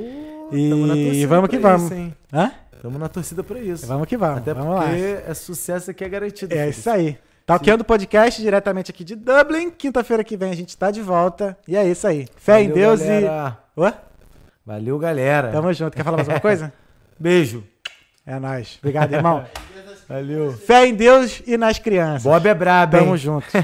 A: E
B: tamo na torcida
A: vamos que
B: pra
A: vamos.
B: Isso, hein?
A: Hã?
B: Tamo na torcida pra isso.
A: Vamos que vamos.
B: Até
A: vamos lá.
B: porque é sucesso aqui é garantido.
A: É isso aí. Talqueando podcast diretamente aqui de Dublin. Quinta-feira que vem a gente está de volta. E é isso aí. Fé em Deus
B: galera.
A: e. Ué?
B: Valeu, galera.
A: Tamo junto. Quer falar mais alguma coisa?
B: Beijo.
A: É nóis. Obrigado, irmão.
B: Valeu.
A: Fé em Deus e nas crianças.
B: Bob é brabo, hein?
A: Tamo junto.